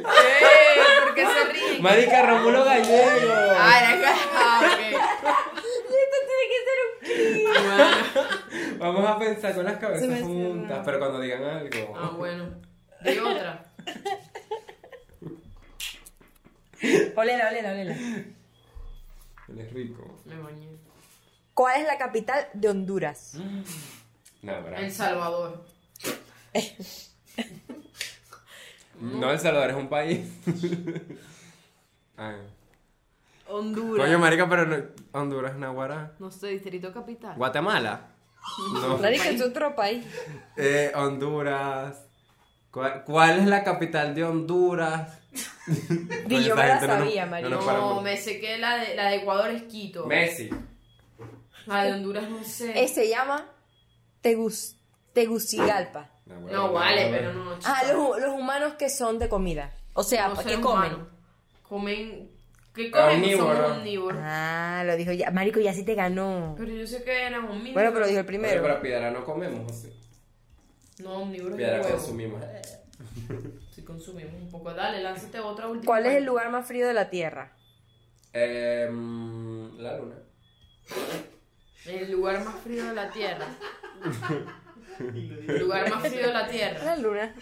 [SPEAKER 2] Eh, ¿Por qué se ríen?
[SPEAKER 1] Marica, Rómulo Gallego.
[SPEAKER 2] Ah, era gallego. Ah, ok. Ah, Bueno.
[SPEAKER 1] Vamos a pensar con las
[SPEAKER 3] Se me
[SPEAKER 1] cabezas
[SPEAKER 3] cierra.
[SPEAKER 1] juntas, pero cuando digan algo.
[SPEAKER 2] Ah, bueno. Y otra.
[SPEAKER 3] Olela, olela, olela.
[SPEAKER 1] Él es rico.
[SPEAKER 2] Me bañé.
[SPEAKER 3] ¿Cuál es la capital de Honduras?
[SPEAKER 2] Mm.
[SPEAKER 1] No, ¿verdad?
[SPEAKER 2] El Salvador.
[SPEAKER 1] No, El Salvador es un
[SPEAKER 2] (laughs)
[SPEAKER 1] país. Ay.
[SPEAKER 2] Honduras.
[SPEAKER 1] Coño, marica, pero no- Honduras, Naguará.
[SPEAKER 2] No sé, Distrito Capital.
[SPEAKER 1] Guatemala. No.
[SPEAKER 3] Marica, es otro país.
[SPEAKER 1] Eh, Honduras. ¿Cuál, cuál es la capital de Honduras? Coño,
[SPEAKER 3] yo
[SPEAKER 1] esa
[SPEAKER 3] me la
[SPEAKER 1] gente no nos-
[SPEAKER 3] sabía, marico.
[SPEAKER 1] no nos para
[SPEAKER 2] No,
[SPEAKER 1] por-
[SPEAKER 2] me sé que la de, la de Ecuador es Quito.
[SPEAKER 1] Messi.
[SPEAKER 2] La de Honduras no sé.
[SPEAKER 3] Eh, se llama Tegus- Tegucigalpa.
[SPEAKER 2] No vale, pero no. chica.
[SPEAKER 3] Ah, los, los humanos que son de comida. O sea,
[SPEAKER 2] No
[SPEAKER 3] ¿qué
[SPEAKER 2] seres
[SPEAKER 3] comen?
[SPEAKER 2] humanos. Comen. ¿Qué comen?
[SPEAKER 1] Omnívoro.
[SPEAKER 2] Somos omnívoros.
[SPEAKER 3] Ah, lo dijo ya. Marico, ya sí te ganó.
[SPEAKER 2] Pero yo sé que eran omnívoros.
[SPEAKER 3] Bueno, pero lo dijo el
[SPEAKER 1] Primero.
[SPEAKER 3] primero.
[SPEAKER 1] Pero piedra no comemos, ¿o sí?
[SPEAKER 2] No, omnívoros
[SPEAKER 1] Piedra
[SPEAKER 2] es huevo.
[SPEAKER 1] consumimos.
[SPEAKER 2] Si consumimos un poco. Dale, lánzate otra última.
[SPEAKER 3] ¿Cuál es el lugar más frío de la Tierra?
[SPEAKER 1] Eh, mm, la luna. (laughs)
[SPEAKER 2] El lugar más frío de la tierra. El lugar más frío de la tierra.
[SPEAKER 3] luna.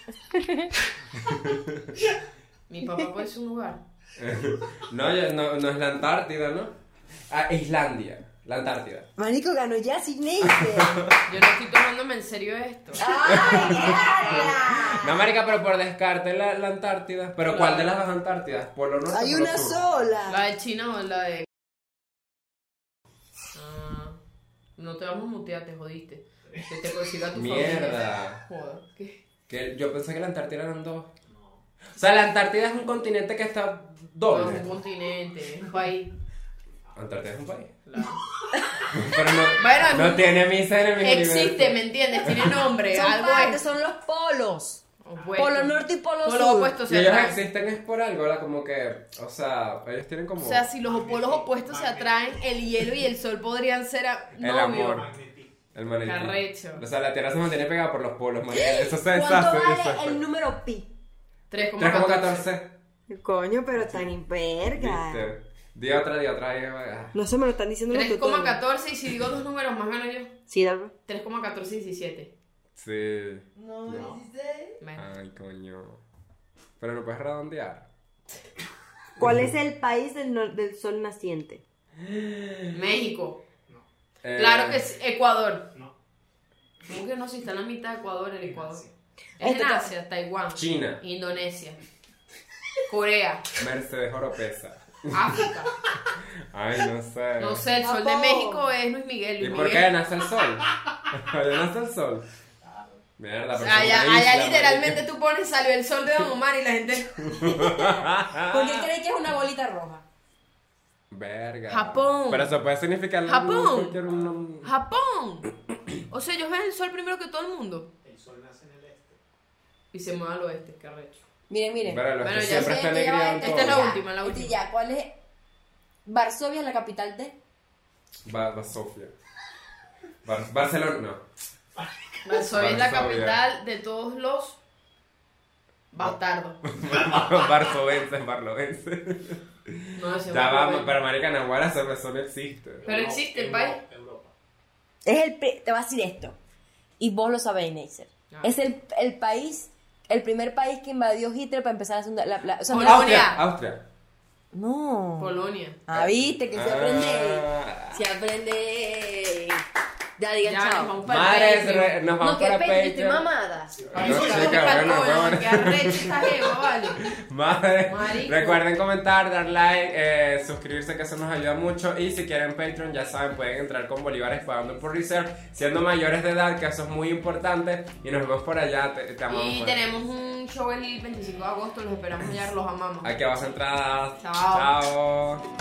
[SPEAKER 2] Mi papá puede ser un lugar.
[SPEAKER 1] No, ya- no, no es la Antártida, ¿no? Ah, Islandia. La Antártida.
[SPEAKER 4] Marico ganó ya sin
[SPEAKER 3] (laughs)
[SPEAKER 4] ley.
[SPEAKER 2] Yo no estoy tomándome en serio esto.
[SPEAKER 3] Ah.
[SPEAKER 1] No, marica, pero por descarte la, la Antártida. ¿Pero cuál de las dos Antártidas? ¿Polo norte
[SPEAKER 4] Hay
[SPEAKER 1] o polo
[SPEAKER 4] una
[SPEAKER 1] sur?
[SPEAKER 4] sola.
[SPEAKER 2] ¿La de China o la de.? Ah, no te vamos a mutear, te jodiste. Que te consiga tu
[SPEAKER 1] Mierda.
[SPEAKER 2] familia. Joder, ¿qué?
[SPEAKER 1] Que yo pensé que la Antártida eran dos. O sea, la Antártida es un continente que está
[SPEAKER 2] No, es
[SPEAKER 1] doble.
[SPEAKER 2] un continente, es un país.
[SPEAKER 1] Antártida es un país.
[SPEAKER 2] claro.
[SPEAKER 1] (laughs) Pero no,
[SPEAKER 2] Bueno,
[SPEAKER 1] no tiene mis enemigos.
[SPEAKER 2] Existe, ¿me entiendes? Tiene nombre,
[SPEAKER 3] Son
[SPEAKER 2] algo
[SPEAKER 3] partes,
[SPEAKER 2] es.
[SPEAKER 3] son los polos.
[SPEAKER 2] Opuesto.
[SPEAKER 3] Polo norte y polo,
[SPEAKER 2] Polo
[SPEAKER 3] sur.
[SPEAKER 2] opuesto
[SPEAKER 1] Y
[SPEAKER 2] se
[SPEAKER 1] ellos
[SPEAKER 2] atraen.
[SPEAKER 1] existen es por algo, ¿verdad? Como que, o sea, ellos tienen como
[SPEAKER 2] O sea, si los polos opuestos se atraen, el hielo y el sol podrían ser a-
[SPEAKER 1] el
[SPEAKER 2] novios.
[SPEAKER 1] amor. El magnetismo.
[SPEAKER 2] Carrecho.
[SPEAKER 1] O sea, la Tierra se mantiene pegada por los polos, marica. Eso se
[SPEAKER 3] ¿Cuánto
[SPEAKER 1] deshace.
[SPEAKER 3] vale el número pi?
[SPEAKER 2] 3,14.
[SPEAKER 1] 3,14.
[SPEAKER 4] Coño, pero tan imperga.
[SPEAKER 1] Viste. Di otra, di otra. Ah, ahí va.
[SPEAKER 4] No se me lo están diciendo los tutones.
[SPEAKER 2] 3,14 y si digo dos números más gano yo.
[SPEAKER 4] Sí, dame.
[SPEAKER 2] 3,14 y 17.
[SPEAKER 1] Sí.
[SPEAKER 2] Bueno.
[SPEAKER 1] Ay, coño. Pero no puedes redondear.
[SPEAKER 4] ¿Cuál es el país del, nor- del sol naciente?
[SPEAKER 2] México.
[SPEAKER 1] Ah. Eh,
[SPEAKER 2] Claro que es Ecuador. No. ¿Cómo que no? Si está en la mitad de Ecuador, el Ecuador. Es en Asia, Taiwán.
[SPEAKER 1] China.
[SPEAKER 2] Indonesia.
[SPEAKER 1] (laughs)
[SPEAKER 2] Corea.
[SPEAKER 1] Mercedes Oropesa.
[SPEAKER 2] África.
[SPEAKER 1] Ay, no sé.
[SPEAKER 2] No sé, el sol de México es Luis Miguel.
[SPEAKER 1] ¿Y
[SPEAKER 2] Luis
[SPEAKER 1] por qué
[SPEAKER 2] Miguel.
[SPEAKER 1] nace el sol? ¿Allá nace el sol? Mierda, pero
[SPEAKER 2] Allá,
[SPEAKER 1] es una
[SPEAKER 2] allá
[SPEAKER 1] isla,
[SPEAKER 2] literalmente tú pones salió el sol de Don Omar y la gente.
[SPEAKER 1] (laughs) Ah.
[SPEAKER 3] ¿Por qué cree que es una bolita roja?
[SPEAKER 1] Verga.
[SPEAKER 2] Japón.
[SPEAKER 1] Pero eso puede significar
[SPEAKER 2] Japón. Ah,
[SPEAKER 1] cualquier un-
[SPEAKER 2] ¡Japón! O sea, ellos ven el sol primero que todo el mundo. El sol nace en el este. Y se mueve al oeste, qué arrecho.
[SPEAKER 3] Miren, miren.
[SPEAKER 1] Pero los
[SPEAKER 2] Bueno,
[SPEAKER 1] que
[SPEAKER 2] ya
[SPEAKER 1] siempre
[SPEAKER 2] sé,
[SPEAKER 1] está
[SPEAKER 3] ya va,
[SPEAKER 1] alegría en
[SPEAKER 2] esta es la
[SPEAKER 1] todo.
[SPEAKER 2] última, la
[SPEAKER 3] Este
[SPEAKER 2] última.
[SPEAKER 3] ya, ¿cuál es? Varsovia es la capital de.
[SPEAKER 1] Va, va Sofía. Bar- Barcelona, no. (laughs)
[SPEAKER 2] Varsovia es la
[SPEAKER 1] Varsovia.
[SPEAKER 2] capital de todos los bastardos.
[SPEAKER 1] Barsovenses, barlovenses.
[SPEAKER 2] No, ese
[SPEAKER 1] Ya
[SPEAKER 2] es
[SPEAKER 1] va,
[SPEAKER 2] Varsovia.
[SPEAKER 1] para Marica Nahuara esa persona existe.
[SPEAKER 2] Pero existe el país.
[SPEAKER 3] Es el. pri- Te voy a decir esto. Y vos lo sabéis, Neisser.
[SPEAKER 2] Ah.
[SPEAKER 3] Es el, el país. El primer país que invadió Hitler para empezar la segunda. La, la- o sea,
[SPEAKER 2] Hola.
[SPEAKER 3] la-
[SPEAKER 1] Austria,
[SPEAKER 2] Polonia.
[SPEAKER 1] Austria.
[SPEAKER 3] no.
[SPEAKER 2] Polonia.
[SPEAKER 3] Ah, viste que se aprende.
[SPEAKER 1] Ah,
[SPEAKER 4] Se aprende. Ya digan
[SPEAKER 2] Ya, nos
[SPEAKER 4] chao.
[SPEAKER 2] vamos para
[SPEAKER 1] Madres, re-
[SPEAKER 2] el país.
[SPEAKER 1] nos
[SPEAKER 4] No,
[SPEAKER 1] vamos
[SPEAKER 4] que
[SPEAKER 1] para
[SPEAKER 4] pecho, estoy
[SPEAKER 1] Patreon.
[SPEAKER 4] mamada.
[SPEAKER 2] Ay,
[SPEAKER 1] No,
[SPEAKER 2] chica,
[SPEAKER 1] chica,
[SPEAKER 2] qué
[SPEAKER 1] bueno,
[SPEAKER 2] alcohol,
[SPEAKER 1] bueno.
[SPEAKER 2] qué arrecho esta jeva, vale.
[SPEAKER 1] Madre,
[SPEAKER 2] Marico.
[SPEAKER 1] recuerden comentar, dar like, eh, suscribirse que eso nos ayuda mucho y si quieren Patreon ya saben pueden entrar con bolívares pagando por reserve siendo mayores de edad que eso es muy importante y nos vemos por allá, te, te amamos.
[SPEAKER 2] Y
[SPEAKER 1] pues.
[SPEAKER 2] tenemos un show el 25 de agosto, los esperamos ya, los amamos.
[SPEAKER 1] Aquí abajo entradas.
[SPEAKER 2] Chao.
[SPEAKER 1] Chao.